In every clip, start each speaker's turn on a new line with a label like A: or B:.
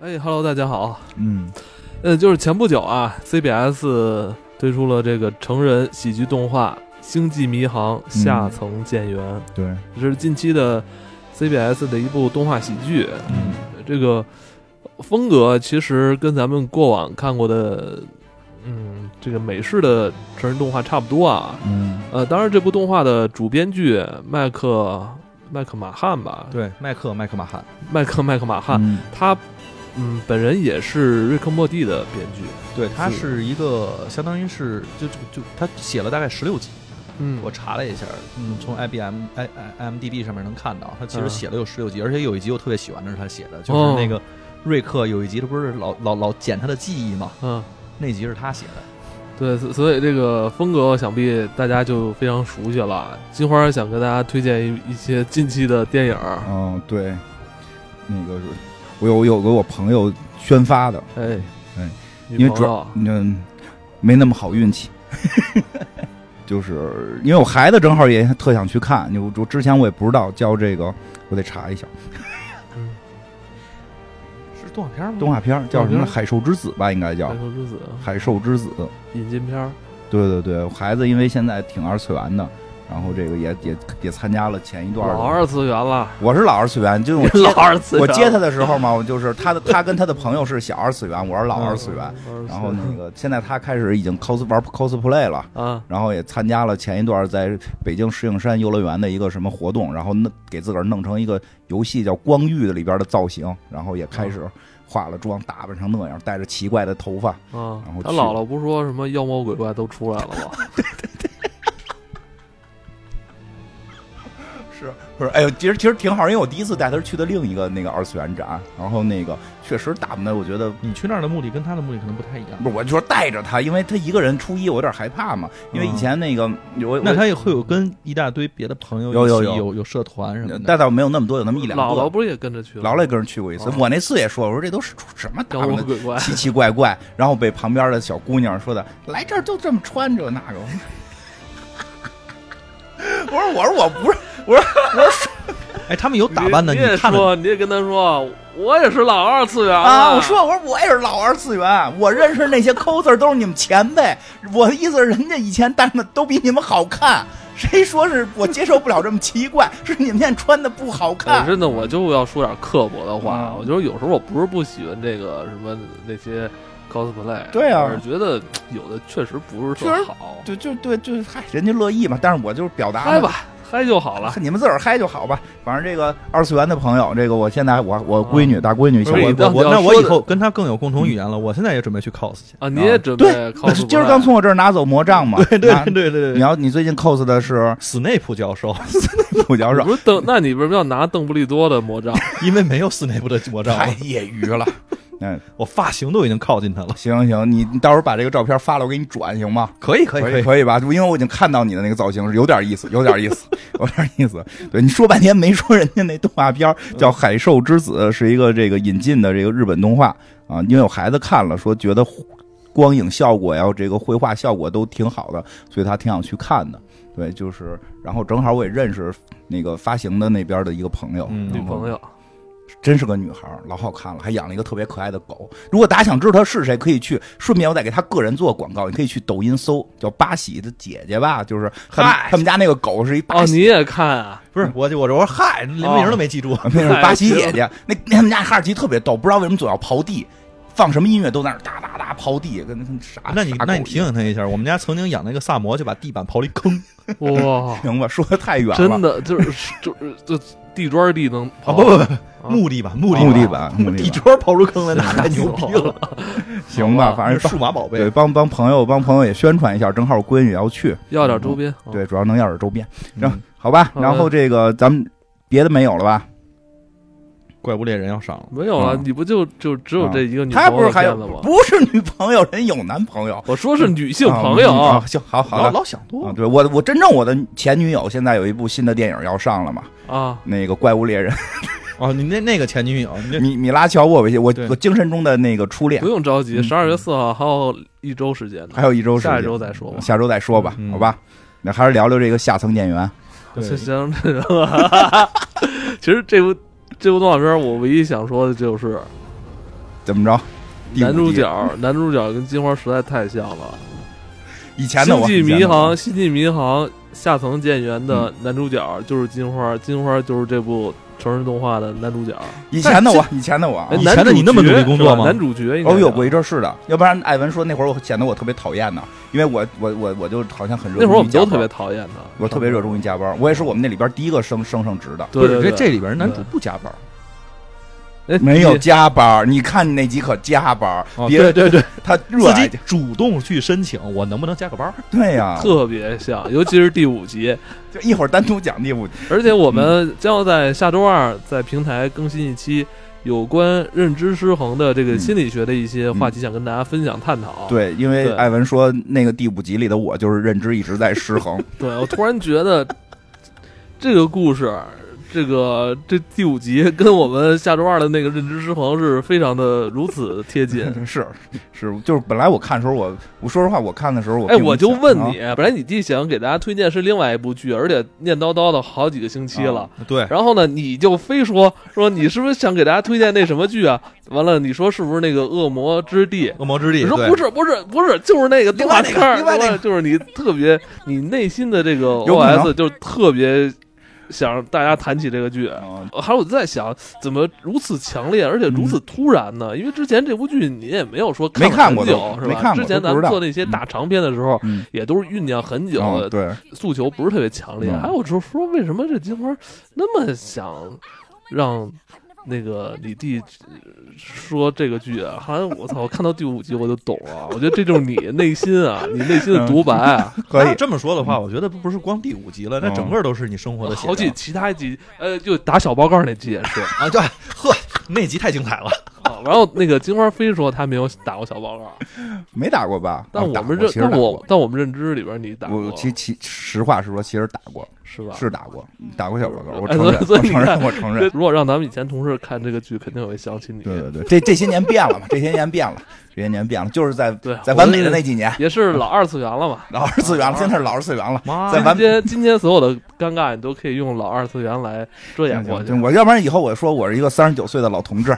A: 哎，Hello，大家好。
B: 嗯，
A: 呃，就是前不久啊，CBS 推出了这个成人喜剧动画《星际迷航：下层舰员》，
B: 对，
A: 这是近期的 CBS 的一部动画喜剧。
B: 嗯
A: 这个风格其实跟咱们过往看过的，嗯，这个美式的成人动画差不多啊。
B: 嗯，
A: 呃，当然，这部动画的主编剧麦克麦克马汉吧，
C: 对，麦克麦克马汉，
A: 麦克麦克马汉，
B: 嗯
A: 他嗯本人也是《瑞克莫蒂》的编剧，
C: 对，他
A: 是
C: 是一个相当于是就就就他写了大概十六集，
A: 嗯
C: 我查了一下，嗯，从 IBM I 哎 I MDB 上面能看到，他其
A: 嗯
C: 实写了有十六集，而且有一集我特别喜欢的是他写的，就
A: 哦
C: 是那个瑞克有一集，他不是老老老捡他的记忆嘛，
A: 嗯。
C: 那集是他写的，
A: 对，所所以这个风格想必大家就非常熟悉了。金花想跟大家推荐一一些近期的电影儿，
B: 哦，对，那个是我有我有给我朋友宣发的，
A: 哎，
B: 哎
A: 女
B: 因为
A: 朋
B: 主
A: 友
B: 要，嗯没那么好运气， 就是因为我孩子正好也特想去看，我我之前我也不知道叫这个，我得查一下
A: 嗯，
C: 是动画片吗？
B: 动画片儿叫什
A: 动画
B: 么《
A: 片儿
B: 海兽之子》吧，应该
A: 《
B: 叫
A: 白
B: 《
A: 头之子
B: 海兽之子》。》
A: 引进片儿，
B: 对对对，我孩子因为现在挺二次元的，然后这个也也也参加了前一段的
A: 老二次元了，
B: 我是老二次元，就是我接
A: 老二次元
B: 我
A: 了，
B: 接他的时候嘛，我就是他的，他跟他的朋友是小二次元，我是老
C: 嗯
B: 二次元。
A: 嗯，
B: 然后那个现在他开始已经 cos 玩 cosplay 了，
A: 啊，
B: 然后也参加了前一段在北京石景山游乐园的一个什么活动，然后弄给自个儿弄成一个游戏叫《光遇》的里边的造型，然后也开始化了妆，打扮成那样，戴着奇怪的头发。
A: 啊
B: 然后，
A: 他
B: 去
A: 姥姥不是说什么妖魔鬼怪都出来了吗？
B: 是不是？哎呦，其实其实挺好，因为我第一次带他去的另一个那个二次元展，然后那个确实打扮的，我觉得
C: 你去那儿的目的跟他的目的可能不太一样，
B: 不是，我就说带着他，因为他一个人初一，我有点害怕嘛。因为以前那个我
C: 那
B: 我
C: 他也会有跟一大堆别的朋友一
B: 有
C: 起
B: 有有
C: 有有社团什么的，
B: 但倒没有那么多，有那么一两
A: 姥姥
B: 个。
A: 不是也跟着去了？
B: 姥姥也跟人去过一次
A: 哦，
B: 我那次也说，我说这都是什么打
A: 妖
B: 扮
A: 魔
B: 的
A: 鬼怪，
B: 奇奇怪怪，然后被旁边的小姑娘说的，来这儿就这么穿着那个。 我说我说我不是
C: 哎，他们有打扮的，
A: 你
C: 你
A: 也
C: 看着
A: 说，你也跟他说，我也是老二次元
B: 啊，
A: 了
B: 我说我说我也是老二次元，我认识那些 coser 都是你们前辈，我的意思是人家以前戴的都比你们好看，谁说是我接受不了这么奇怪，是你们现在穿的不好
A: 哎
B: 看。
A: 真的，我就要说点刻薄的话。
B: 嗯
A: 我觉得有时候我不是不喜欢这个什么那些 cosplay，
B: 对啊
A: 我是觉得有的确实不是
B: 确
A: 特
B: 实
A: 好，
B: 对，就对，就是嗨，人家乐意嘛。但是我就是表达嘛
A: 嗨，吧，嗨就好了。
B: 你们自个儿嗨就好吧。反正这个二次元的朋友，这个我现在我我闺女、大闺女小
A: 不是
B: 我
A: 你到
B: 我
A: 底
C: 我
A: 要
C: 那我
A: 说
C: 以
A: 的
C: 后跟他更有共同语言了，我现在也准备去 cos 去。
A: 啊，你也准备
B: 对
A: cos？
B: 今儿刚从我这儿拿走魔杖嘛。对
C: 对对对对
B: 你
C: 对，
B: 要你最近 cos 的是
C: 斯内普教授，
B: 五角手，
A: 不是邓，那你为什么要拿邓布利多的魔杖？
C: 因为没有斯内普的魔杖了，
B: 太业余了。嗯，
C: 我发型都已经靠近他了。
B: 行行，你你到时候把这个照片发了，我给你转行吗？
C: 可以可以
B: 可以，可以吧？因为我已经看到你的那个造型，是有点意思，有点意思，有点意思。对，你说半天没说人家那动画片儿
C: 嗯
B: 叫《海兽之子》，是一个这个引进的这个日本动画啊。因为我孩子看了，说觉得光影效果呀，这个绘画效果都挺好的，所以他挺想去看的。对，就是，然后正好我也认识那个发行的那边的一个朋友，
C: 嗯
A: 女朋
B: 友
A: 友，
B: 真是个女孩儿，老好看了，还养了一个特别可爱的狗。如果大家想知道她是谁，可以去顺便我再给她个人做广告，你可以去抖音搜叫巴喜的姐姐吧，就是他们
C: 嗨
B: 他们家那个狗是一
A: 哦，
B: 巴
A: 你
B: 西，
A: 也看啊？
C: 不是我就我这我说嗨，连名儿都没记住。
B: 那是巴西姐姐。那那他们家哈士奇特别逗，不知道为什么总要刨地，放什么音乐都在那儿哒哒哒刨地，跟跟啥？
C: 那你
B: 啊傻狗
C: 那你
B: 一样
C: 提醒他一下，我们家曾经养那个萨摩，就把地板刨了一坑
A: 哇，
B: 行吧？说的太远了，
A: 真的就是就是就地砖地能
C: 啊！
A: 跑
C: 不不不，木地板木地
B: 木地
C: 板，
B: 板木地
C: 地
B: 板
C: 砖刨出坑来，那太牛逼了！
B: 行吧？反正
C: 数码宝
B: 对
C: 贝，啊
B: 帮帮朋友帮朋友也宣传一下，正好我闺女也要去，
A: 要点周边。
C: 哦
A: 啊，
B: 对，主要能要点周边，
C: 嗯
B: 好吧？
A: 好的
B: 然后这个咱们别的没有了吧？
C: 怪物猎人要上了，
A: 没有了，啊
B: 嗯
A: 你不就就只有这一个女朋
B: 他不
A: 友
B: 是
A: 的
B: 还有
A: 片子吗？
B: 不是女朋友，人有男朋友，
A: 我说是女性朋友，
B: 啊嗯啊行，好好
C: 老
B: 的。
C: 老想
B: 啊，
C: 多。
B: 对我我真正我的前女友现在有一部新的电影要上了嘛，
A: 啊，
B: 那个《怪物猎人
C: 哦，你那那个前女友，你这》
B: 米米拉乔沃维奇，我
C: 对
B: 我精神中的那个初恋
A: 不，用着急，
B: 嗯
A: 十二月四号还有一周时间呢，
B: 还有一周时间
A: 下一周再说吧。
B: 下周再说吧，
C: 嗯
B: 好吧？那还是聊聊这个下层演员，
A: 行
C: 对
A: 行，这 个其实这部这部动画片，我唯一想说的就是，
B: 怎么着？第五
A: 男主
B: 集
A: 角，男主角跟金花实在太像了。
B: 以前的
A: 星
B: 我
A: 际
B: 以前
A: 迷
B: 的嗯
A: 航，
B: 我
A: 星际迷航下层舰员的男主角就是金花，金花就是这部成人动画的男主角。
B: 以前的我，啊 以前的我啊
A: 哎，
C: 以
A: 男
C: 前的你
A: 主
C: 那么努
A: 角
C: 力工
A: 是
C: 作
A: 吧
C: 吗
A: 男主角应该
B: 哦，有
A: 叫
B: 过一阵儿是的，要不然艾文说那会儿我显得我特别讨厌呢，因为我我我我就好像很热衷于
A: 那会儿我们都
B: 加班
A: 特别讨厌他，
B: 我特别热衷于加班，我也是我们那里边第一个升升上职的，
A: 对哎
C: 不
A: 对
C: 是
A: 对，
C: 这这里边男主
A: 对
C: 不加班儿，
A: 这
B: 没有加班。你看你那集可加班，
C: 哦
B: 别
C: 对对对，
B: 他热
C: 自
B: 爱
C: 己主动去申请，我能不能加个班儿？
B: 对呀，
A: 特别像，尤其是第五集。
B: 就一会儿单独讲第五集，
A: 而且我们将要在下周二在平台更新一期有关认知失衡的这个心理学的一些话题，想跟大家分享探讨。
B: 对，因为
A: 哦对
B: 艾文说那个第五集里的我就是认知一直在失衡，
A: 对，我突然觉得 这个故事，这个这第五集跟我们下周二的那个认知失衡是非常的如此贴近。
B: 是是，就是本来我看的时候，我我说实话，我看的时候我
A: 哎，
B: 并不
A: 我就
B: 想
A: 问
B: 啊
A: 你，本来你弟想给大家推荐是另外一部剧，而且念叨叨的好几个星期了。
B: 啊
C: 对，
A: 然后呢，你就非说说你是不是想给大家推荐那什么剧啊？完了，你说是不是那个《恶魔之地》？
C: 恶魔之地，
A: 你说
C: 对
A: 不是不是不是，就是那个动画片儿，
B: 另外那个另外那个
A: 就是你特别你内心的这个
B: 有可能
A: OS 就特别想大家谈起这个剧。
B: 啊
A: 还有我在想，怎么如此强烈，而且如此突然呢？因为之前这部剧你也没有说
B: 嗯没
A: 看
B: 看
A: 了
B: 过
A: 很久，
B: 都
A: 是
B: 没
A: 吧？
B: 看过
A: 之前咱
B: 都不知
A: 们
B: 道
A: 做那些大长篇的时候，
B: 嗯
A: 也都是酝酿很久
B: 啊
A: 的，
B: 对，
A: 诉求不是特别强烈。
B: 嗯
A: 还有时候说为什么这金花那么想让那个李弟呃说这个剧啊？好像我操，我看到第五集我就懂了。我觉得这就是你内心 啊，你内心的独白啊。
B: 嗯可以
C: 那这么说的话，我觉得不是光第五集了，那
B: 嗯
C: 整个都是你生活的写照
A: 好几其他集，呃，就打小报告那集也是。
C: 啊，对，呵，那集太精彩了，
A: 啊然后那个金花非说他没有打过小报告，
B: 没打过吧？
A: 但
B: 啊打
A: 我们
B: 过
A: 认，
B: 其实
A: 但
B: 打
A: 我
B: 过
A: 但我们认知里边你打过
B: 我，其其实话实说，其实打过，
A: 是吧？
B: 是打过，打过小报告，我
A: 哎
B: 承认，
A: 所以所
B: 我
A: 以你
B: 承认，
A: 看
B: 我承
A: 这
B: 认。
A: 如果让咱们以前同事看这个剧，肯定会想起你。
B: 对对对，这这些年变了嘛，这些年变了，这些年变了，就是在
A: 对
B: 在完美的那几年，
A: 也是老二次元了嘛。
B: 老二次元了，现在是老二次元了，
C: 妈
B: 在
C: 呀，
B: 完
A: 今天今天所有的尴尬，你都可以用老二次元来遮掩过去
B: 对。我要不然以后我说我是一个三十九岁的老同志，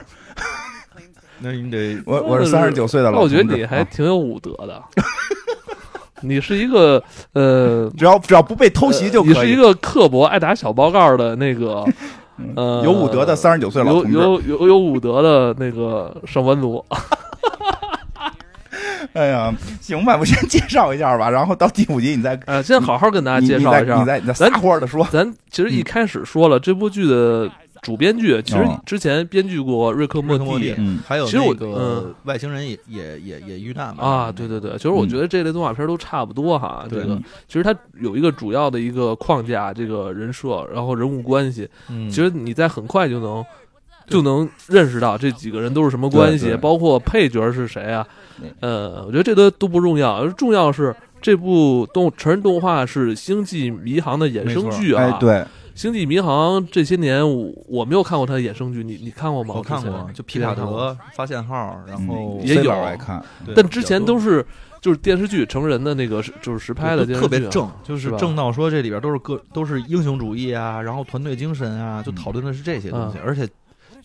C: 那你得
B: 我我是
A: 真
B: 三
A: 的
B: 十
A: 是
B: 九岁的
A: 那
B: 老
A: 我
B: 同志。
A: 觉得你还
B: 啊
A: 挺有武德的， 你是一个呃，
B: 只要只要不被偷袭就
A: 呃你
B: 可
A: 是一
B: 以，
A: 个刻薄、爱打小报告的那 个呃
B: 嗯有武德的三十九岁老
A: 有
B: 同志。
A: 有有有武德的那个上班 族。
B: 哎呀，行吧，我先介绍一下吧，然后到第五集你再
A: 呃，先好好跟大家
B: 你
A: 介
B: 你
A: 绍
B: 再
A: 一下
B: 你，嗯再你再撒欢的说，
A: 咱其实一开始说了这部剧的主编剧，其实
B: 嗯
A: 之前编剧过《瑞克莫
C: 莫
A: 蒂
C: 莫》蒂，
B: 嗯
C: 还有
A: 其实我
C: 那个
A: 嗯
C: 外星人也也也也遇难嘛
A: 啊，对对对，其实我觉得这类动画片都差不多哈。这
C: 嗯对
A: 个其实它有一个主要的一个框架，这个人设，然后人物关系，
C: 嗯，
A: 其实你在很快就能就能认识到这几个人都是什么关
B: 对
A: 系，
B: 对
A: 包括配角是谁啊
B: 嗯。
A: 呃，我觉得这都都不重要，而重要是这部动成人动画是《星际迷航》的衍生剧啊。
B: 哎，对，
A: 《星际迷航》这些年我我没有看过它的衍生剧，你你看过吗？
C: 我看
A: 之前
C: 过，就皮卡。
A: 之前看过
C: 德发现号，然后
B: 嗯
A: 也
B: ，C
A: 有
B: 老爱看，
C: 对
A: 但之前都
C: 比
A: 是就是电视剧成人的那个是就是实
C: 较多
A: 拍的
C: 就
A: 电视剧啊，
C: 特别正，就是是
A: 吧
C: 正到说这里边都是个都是英雄主义啊，然后团队精神啊，
A: 嗯
C: 就讨论的是这些东西，而且。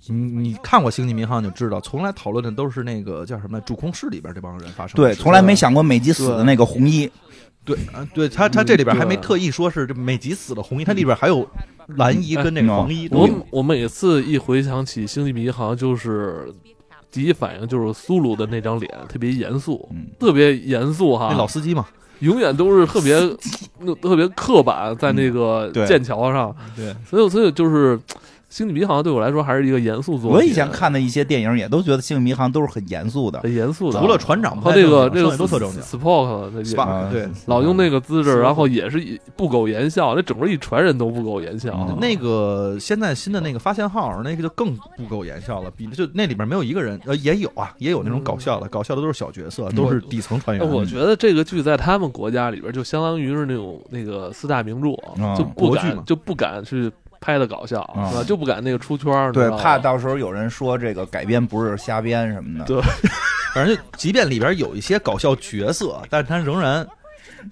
C: 你你看过《星际迷航》你就知道，从来讨论的都是那个叫什么主控室里边这帮人发生的
B: 对，
C: 事情
B: 从来没想过美吉死的那个红衣，
C: 对啊，对他他这里边还
A: 嗯
C: 没
A: 对
C: 特意说是这美吉死了红衣，它里边还有蓝衣跟那
A: 嗯
C: 个黄衣都
A: 我
C: 有。
A: 我每次一回想起《星际迷航》，就是第一反应就是苏鲁的那张脸特别严肃，
B: 嗯
A: 特别严肃哈
C: 那，老司机嘛，
A: 永远都是特别那特别刻板在
C: 嗯
A: 那个
B: 对
A: 剑桥上，
C: 对，
A: 所以所以就是《星际迷航》对我来说还是一个严肃作品。
B: 我以前看的一些电影也都觉得《星际迷航》都是很严肃的，
A: 很严肃的，啊
C: 除了船长不
A: 和
C: 太
A: 那
C: 正
A: 个
C: 经，
A: 那
C: 剩
A: 个啊
C: 下都特正经。
A: Spock 那个
C: Spock，对，嗯
A: 老用那个姿势，
C: Spock
A: 然后也是一不苟言笑，那整个一船人都不苟言笑。啊
B: 嗯
C: 那个现在新的那个发现号，那个就更不苟言笑了，比就那里边没有一个人，呃，也有啊，也有
B: 嗯
C: 那种搞笑的，搞笑的都是小角色，都是底层船
A: 哎
C: 员。
A: 我觉得这个剧在他们国家里边就相当于是那种那个四大名著，
B: 啊
A: 就不
C: 国剧嘛
A: 敢就不敢去拍的搞笑，
B: 啊
A: 是吧？就不敢那个出圈儿，你
B: 对
A: 知，道吗
B: 怕到时候有人说这个改编不是瞎编什么的，
C: 反正就即便里边有一些搞笑角色，但是他仍然，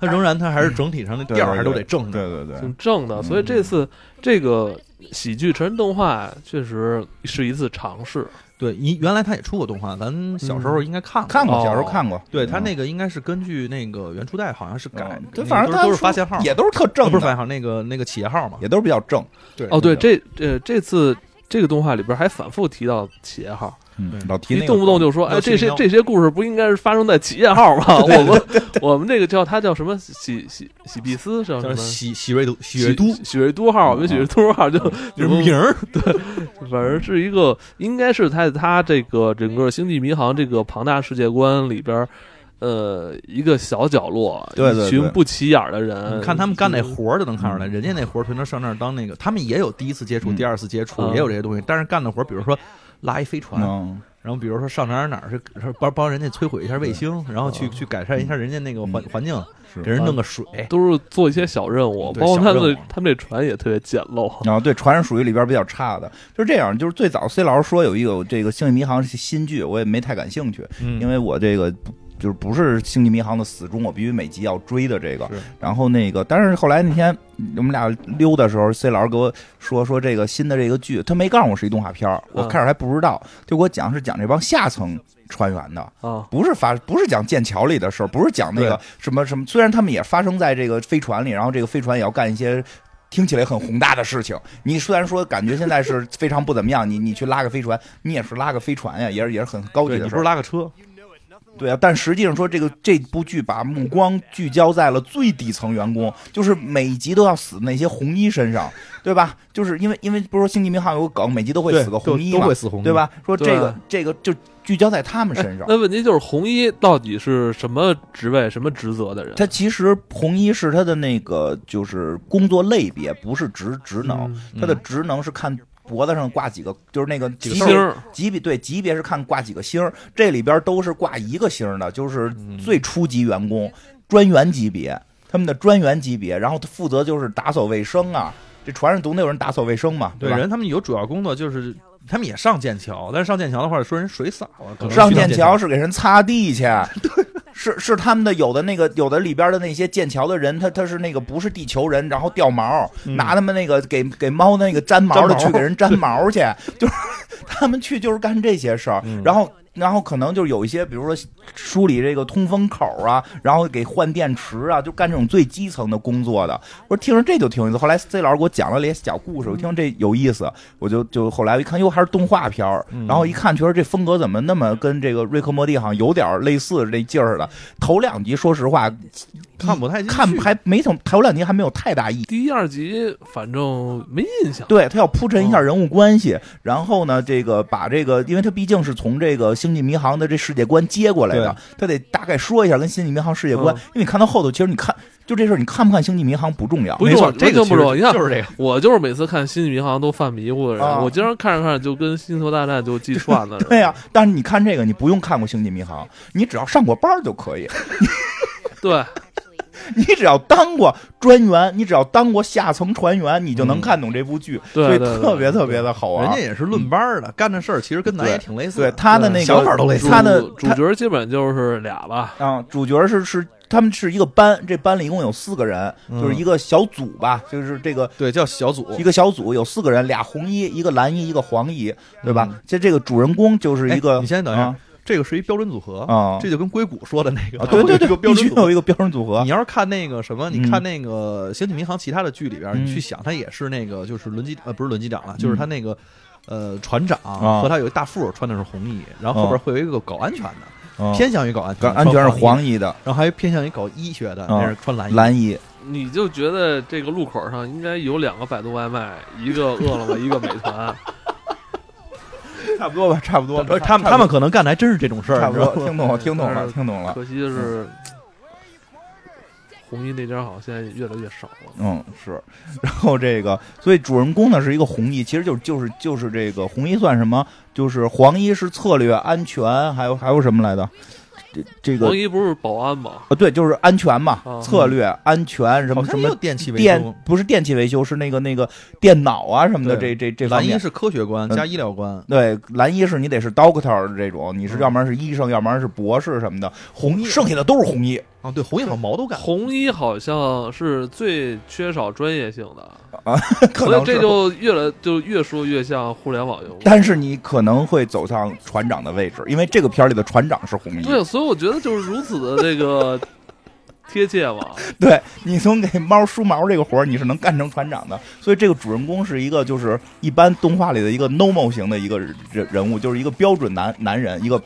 C: 他仍然他还是整体上的
B: 嗯对
C: 调儿还都得正着。
B: 对对对，
A: 挺正的。所以这次这个喜剧成人动画确实是一次尝试，
C: 对，你原来他也出过动画，咱小时候应该看过。
B: 嗯看过，
A: 哦
B: 小时候看过。
C: 对他
B: 嗯
C: 那个应该是根据那个原初代，好像是改，那
B: 对，
C: 个
B: 反正
C: 都
B: 他
C: 是都
B: 说
C: 是发现号，
B: 嗯也都是特
C: 啊
B: 正
C: 不是发
B: 的，
C: 现号，那个那个企业号嘛。
B: 也都是比较正。
C: 对
A: 哦，对，
C: 对
A: 这呃这次这个动画里边还反复提到企业号，
B: 嗯
C: 对
B: 老提
A: 一
B: 那个
A: 动不动就说，哎，这些
C: 671
A: 这些故事不应该是发生在企业号吗？我们我们这个叫它叫什么喜喜喜必斯叫什
C: 叫
A: 么？
C: 喜喜瑞都喜瑞都
A: 喜瑞都号，我们喜瑞都号就
C: 就是名儿，
A: 反正是一个，应该是在它这个整个《星际迷航》这个庞大世界观里边儿，呃，一个小角落，
B: 对对对
A: 一群不起眼儿的人，
B: 嗯
C: 你看他们干那活儿就能看出来，人家那活儿纯粹上那儿当那个，他们也有第一次接触、
B: 嗯
C: 第二次接触，
A: 嗯
C: 也有这些东西，但是干的活儿，比如说拉一飞船，
B: 嗯，
C: 然后比如说上哪儿哪儿去是帮帮人家摧毁一下卫星，然后
B: 嗯
C: 去去改善一下人家那个环环境，
B: 是
C: 给人弄个水，
A: 都是做一些小任务，
C: 对
A: 包括他们
C: 小
A: 的
C: 任务
A: 他们这船也特别简陋，
B: 然后啊对，船是属于里边比较差的，就是这样。就是最早 C 老师说有一个这个《星际迷航》是新剧，我也没太感兴趣，因
C: 嗯，
B: 为我这个不就是不是《星际迷航》的死忠，我必须每集要追的这个。
C: 是
B: 然后那个，但是后来那天我们俩溜的时候，C 老师给我说说这个新的这个剧，他没告诉我是一动画片儿，我
A: 嗯
B: 开始还不知道，就给我讲是讲这帮下层船员的。
A: 啊，
B: 不是发，不是讲剑桥里的事儿，不是讲那个
C: 对
B: 什么什么。虽然他们也发生在这个飞船里，然后这个飞船也要干一些听起来很宏大的事情。你虽然说感觉现在是非常不怎么样，你你去拉个飞船，你也是拉个飞船呀，也是也是很高级
C: 对你
B: 的事
C: 不是
B: 儿。
C: 拉个车，
B: 对啊，但实际上说这个这部剧把目光聚焦在了最底层员工，就是每一集都要死那些红衣身上，对吧？就是因为因为不是说星际迷航有个梗，每集都会
C: 对
B: 死个
C: 都
B: 红衣
C: 都
B: 嘛
C: 会，死红
B: 对？吧？说这
A: 对
B: 个
A: 啊哎
B: 这个就聚焦在他们身上。
A: 那问题就是红衣到底是什么职位、什么职责的人？
B: 他其实红衣是他的那个就是工作类别，不是职职能，
A: 嗯
B: 他的职能是看。脖子上挂几个，就是那个级
A: 星儿
B: 级别对级别是看挂几个星儿，这里边都是挂一个星儿的，就是
C: 嗯
B: 最初级员工、专员级别，他们的专员级别，然后他负责就是打扫卫生啊，这船上总得有人打扫卫生嘛，
C: 对，
B: 吧？
C: 人他们有主要工作就是。他们也上剑桥，但是上剑桥的话，说人水洒了，可能
B: 上
C: 去
B: 剑
C: 剑
B: 桥是给人擦地去，是是他们的有的那个有的里边的那些剑桥的人，他他是那个不是地球人，然后掉毛，
C: 嗯
B: 拿他们那个给给猫那个粘毛
C: 粘
B: 的
C: 毛
B: 去给人粘毛去，就是 他们去就是干这些事儿，
C: 嗯
B: 然后。然后可能就是有一些，比如说梳理这个通风口啊，然后给换电池啊，就干这种最基层的工作的。我说听着这就挺有意思。后来 C 老师给我讲了些小
C: 嗯
B: 故事，我听着这有意思，我就就后来我一看，哟，还是动画片儿，
C: 嗯
B: 然后一看觉得这风格怎么那么跟这个瑞克莫蒂好像有点类似这劲儿的。头两集说实话
C: 看不太进去
B: 看还没从头两集还没有太大意义。
A: 第一二集反正没印象，
B: 对他要铺陈一下人物关系，然后呢，这个把这个，因为他毕竟是从这个《星际迷航》的这世界观接过来的
C: 对，
B: 他得大概说一下跟《星际迷航》世界观。
A: 嗯
B: 因为你看到后头，其实你看就这事儿，你看不看《星际迷航》不重要，
A: 不
C: 没错，
A: 用
C: 这
A: 这
C: 个
A: 更不
C: 其实
A: 容易你看
C: 就是这个，
A: 我就是每次看《星际迷航》都犯迷糊的人，
B: 啊
A: 我经常看着看着就跟《星球大战》就记串 了。
B: 对呀、但是你看这个，你不用看过《星际迷航》，你只要上过班儿就可以，
A: 对，
B: 你只要当过专员，你只要当过下层船员，你就能看懂这部剧，
A: 嗯对
B: 所以
A: 对对
B: 特别特别的好玩。
C: 人家也是论班儿的，干的事儿其实跟咱
B: 对
C: 也挺类似
B: 对
C: 的。
B: 他的那个
C: 想法都类似
A: 主
B: 他的
A: 主角基本就是俩吧，
B: 啊，主角是是他们是一个班，这班里一共有四个人，
C: 嗯
B: 就是一个小组吧，就是这个。
C: 对，叫小组
B: 一个小组有四个人，俩红衣，一个蓝衣，一个黄衣，对吧？这这个主人公就是
C: 嗯哎
B: 一个，
C: 你先等一下
B: 啊，
C: 这个是一标准组合
B: 啊
C: 这就跟硅谷说的那个
B: 啊，对对
C: 它会有一个
B: 对，
C: 标
B: 必须
C: 准组
B: 有
C: 合。
B: 一个标准组合
C: 你，要是看那个什么，你
B: 嗯
C: 看那个《星际迷航》其他的剧里边，
B: 嗯
C: 你去想，他也是那个就是轮机呃不是轮机长了，就是他那个呃船长
B: 啊
C: 和他有一大副穿的是红衣，然后后边会有一个搞安全的，
B: 嗯
C: 偏向于搞安全
B: 跟
C: 的，
B: 啊安全是
C: 穿黄
B: 黄
C: 衣，
B: 衣的，
C: 然后还偏向于搞医学的，
B: 啊
C: 那是穿蓝衣。
B: 蓝衣，
A: 你就觉得这个路口上应该有两个百度外卖，一个饿了么，一个美 团。
B: 差不多吧，差不多
C: 不是他们他们可能干的还真是这种事儿，
B: 差不多
C: 你知道吗
B: 听懂
A: 但
B: 了，听懂了，
A: 是
B: 听懂了，
A: 可惜的是，红衣那家好像现在越来越少了。
B: 嗯，是。然后这个，所以主人公呢是一个红衣，其实就是就是就是这个红衣算什么？就是黄衣是策略、安全，还有还有什么来的？这这个
A: 黄衣不是保安吗？
B: 呃，对，就是安全嘛，
A: 啊
B: 策略、安全什
C: 好
B: 么什
C: 像也有
B: 么
C: 电器维
B: 电
C: 修，
B: 不是电器维修，是那个那个电脑啊什么的，这
C: 对
B: 这这方
C: 蓝衣
B: 面。
C: 是科学观
B: 嗯
C: 加医疗观，
B: 对，蓝衣是
C: 嗯
B: 你得是 doctor 这种，你是要不然是医生，要不然是博士什么的。红衣剩下的都是红衣，
C: 啊，对，红叶好像毛都干，
A: 红衣好像是最缺少专业性的，
B: 可
A: 所以
B: 能
A: 这
B: 是
A: 就越来就越说越像互联网用户。
B: 但是你可能会走上船长的位置，因为这个片儿里的船长是红衣。
A: 对，所以我觉得就是如此的这个贴切嘛。
B: 对你从给猫梳毛这个活儿，你是能干成船长的。所以这个主人公是一个就是一般动画里的一个 normal 型的一个人人物，就是一个标准男男人，一个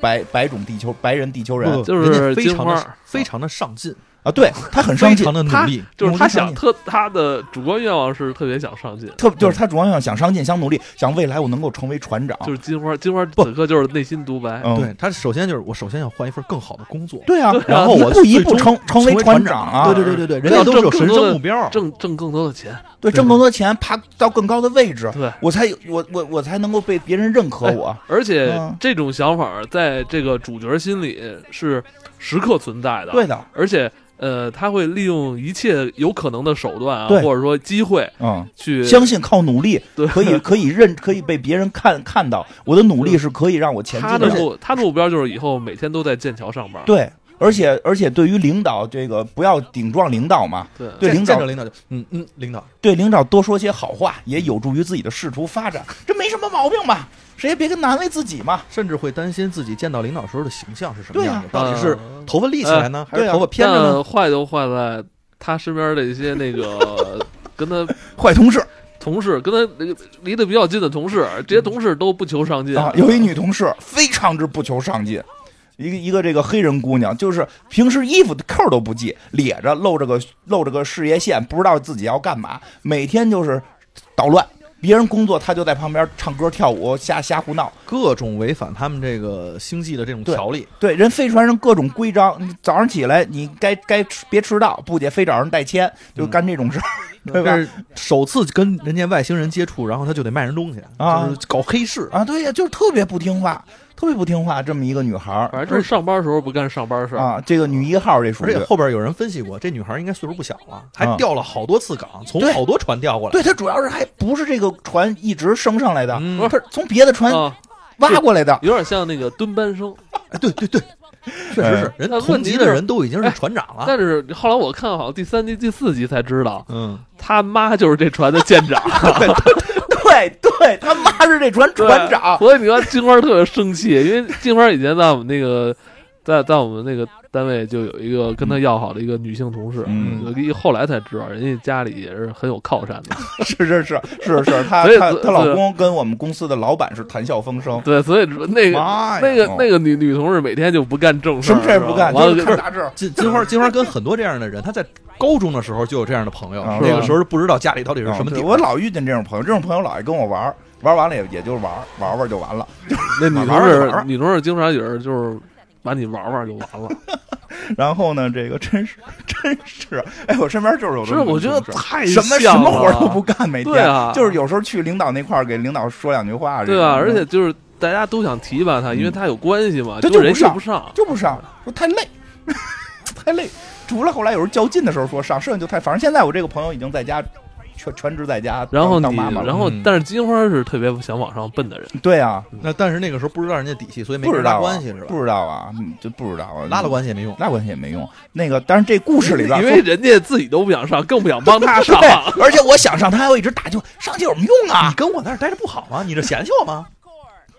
B: 白白种地球白人地球人
C: 不
A: 就是
C: 人家非
A: 金
C: 常
A: 花
C: 的
A: 儿
C: 非常的上进，
B: 啊。对他很上
C: 非
B: 进
C: 常，的努
A: 他
C: 力，
A: 就是他想
B: 努力上进
A: 特他的哦主观愿望是特别想上进，
B: 特就是他主要想想上进，想努力，想未来我能够成为船长。
A: 就是金花，金花此刻就是内心独白。
B: 嗯，
C: 对他首先就是我首先要换一份更好的工作，
B: 对啊
A: 对啊，
B: 然后
A: 一
B: 我
C: 步
B: 一
C: 一
B: 步
C: 步
B: 成成为船
C: 船
B: 长啊，
C: 对对对对对，人
A: 要
C: 家都是
A: 挣
C: 有
A: 更
C: 神
A: 多的
C: 圣目标，
A: 挣挣更多的钱，
B: 对，挣更多钱，爬到更高的位置，
A: 对
B: 我才有我我我才能够被别人认可我。
A: 而且
B: 嗯
A: 这种想法在这个主角心里是时刻存在的。
B: 对，的，
A: 而且呃，他会利用一切有可能的手段啊，
B: 对
A: 或者说机会
B: 嗯，
A: 去
B: 相信靠努力
A: 对
B: 可 以可以认可以被别人看看到我的努力是可以让我前
A: 他
B: 进
A: 的
B: 的。
A: 目他的目标就是以后每天都在剑桥上班。
B: 对，而且而且对于领导这个不要顶撞领导嘛，
A: 对
B: 对领导
C: 见着领导就嗯嗯，领导
B: 对领导多说些好话也有助于自己的仕途发展，这没什么毛病吧？谁也别跟难为自己嘛。
C: 甚至会担心自己见到领导时候的形象是什么
B: 对啊
C: 样的，到底是
A: 嗯
C: 头发立起来呢，还
B: 对
C: 是
B: 啊
C: 头发偏着呢？
A: 但坏就坏在他身边的一些那个跟他
B: 坏同事
A: 同事，跟他那个离得比较近的同事，这些同事都不求上进
B: 啊，有一女同事非常之不求上进。一个一个这个黑人姑娘，就是平时衣服的扣都不系，咧着露着个露着个事业线，不知道自己要干嘛，每天就是捣乱。别人工作，她就在旁边唱歌跳舞，瞎瞎胡闹。
C: 各种违反他们这个星际的这种
B: 对
C: 条例，
B: 对，人飞船上各种规章，你早上起来你该该迟别迟到，不得非找人代签，就干这种事儿，
A: 嗯
B: 对吧
C: 但？是首次跟人家外星人接触，然后他就得卖人东西，
B: 啊
C: 就是搞黑市。
B: 啊，对呀、就是特别不听话，特别不听话，这么一个女孩
A: 反
B: 儿
A: 正就是上班的时候不干上班事儿，
B: 啊，这个女一号这属
C: 而
B: 于
C: 且，后边有人分析过，这女孩应该岁数不小了，还
B: 啊
C: 调了好多次岗，从
B: 对
C: 好多船调过来。
B: 对她主要是还不是这个船一直升上来的，
C: 嗯
B: 她是从别的船
A: 啊，
B: 挖过 来的，
A: 有点像那个蹲班生。
C: 哎，对对对，确实是人
A: 但
C: 同级
A: 问题
C: 的
A: 是
C: 人都已经是船长 了。
A: 但是后来我看好像第三集、第四集才知道，
C: 嗯，
A: 他妈就是这船的舰长，
B: 对对，他妈是这船
A: 对
B: 船长，
A: 所以你看金花特别生气，因为金花以前在我们那个，在在我们那个单位就有一个跟她要好的一个女性同事，
B: 嗯
A: 我一后来才知道人家家里也是很有靠山的，
B: 是是是是是，她
A: 所以
B: 她
A: 所以
B: 她老公跟我们公司的老板是谈笑风生，
A: 对，所以那个
B: 啊妈呀哦
A: 那个那个女女同事每天就不干正事
B: 什
A: 儿，
B: 么事儿也不干，
A: 是吧完
B: 就
A: 了
B: 是
A: 跟
B: 看杂志。
C: 金金花金花跟很多这样的人，他在高中的时候就有这样的朋友
B: 啊，
C: 那
A: 是
C: 个
A: 吧
C: 时候是不知道家里到底是
B: 嗯
C: 什么
B: 对
C: 底儿。
B: 我老遇见这种朋友，这种朋友老爱跟我玩儿，玩儿完了也也就是玩儿玩儿玩儿就完了。
A: 那女同
B: 玩儿玩儿玩
A: 事
B: 儿
A: 女同事经常也是就是把你玩玩就完 了，
B: 然后呢，这个真是真是，哎，我身边就是有这
A: 是
B: 么
A: 我
B: 一
A: 觉
B: 种
A: 得
B: 事儿
A: 太
B: 什么什
A: 像
B: 么活儿都
A: 了
B: 不干，每
A: 对
B: 天、
A: 啊
B: 就是有时候去领导那块儿给领导说两句话，
A: 对吧？
B: 这
A: 而
B: 种
A: 且就是大家都想提拔他，因为
B: 嗯
A: 他有关系嘛，
B: 他
A: 就
B: 就
A: 人
B: 不
A: 用
B: 上
A: 不上。
B: 就不上，说太累， 太累。除了后来有人较劲的时候说上，剩下就太，反正现在我这个朋友已经在家全全职在家当，
A: 然后
B: 当
A: 你，
B: 妈妈了
A: 然后
C: 嗯
A: 但是金花是特别想往上奔的人，
B: 对啊，
C: 那但是那个时候不知道人家底细，所以没
B: 不
C: 跟人
B: 知道
C: 拉
B: 啊
C: 关系是吧？
B: 不知道啊，嗯就不知道啊，
C: 拉了关系也没用。
B: 拉关系也没用。那个，但是这故事里边
A: 因为人家自己都不想上，更不想帮他上。
B: 对，而且我想上，他还会一直打就上去有什么用
C: 你
B: 啊？
C: 跟我在这儿待着不好吗？你这嫌弃我吗？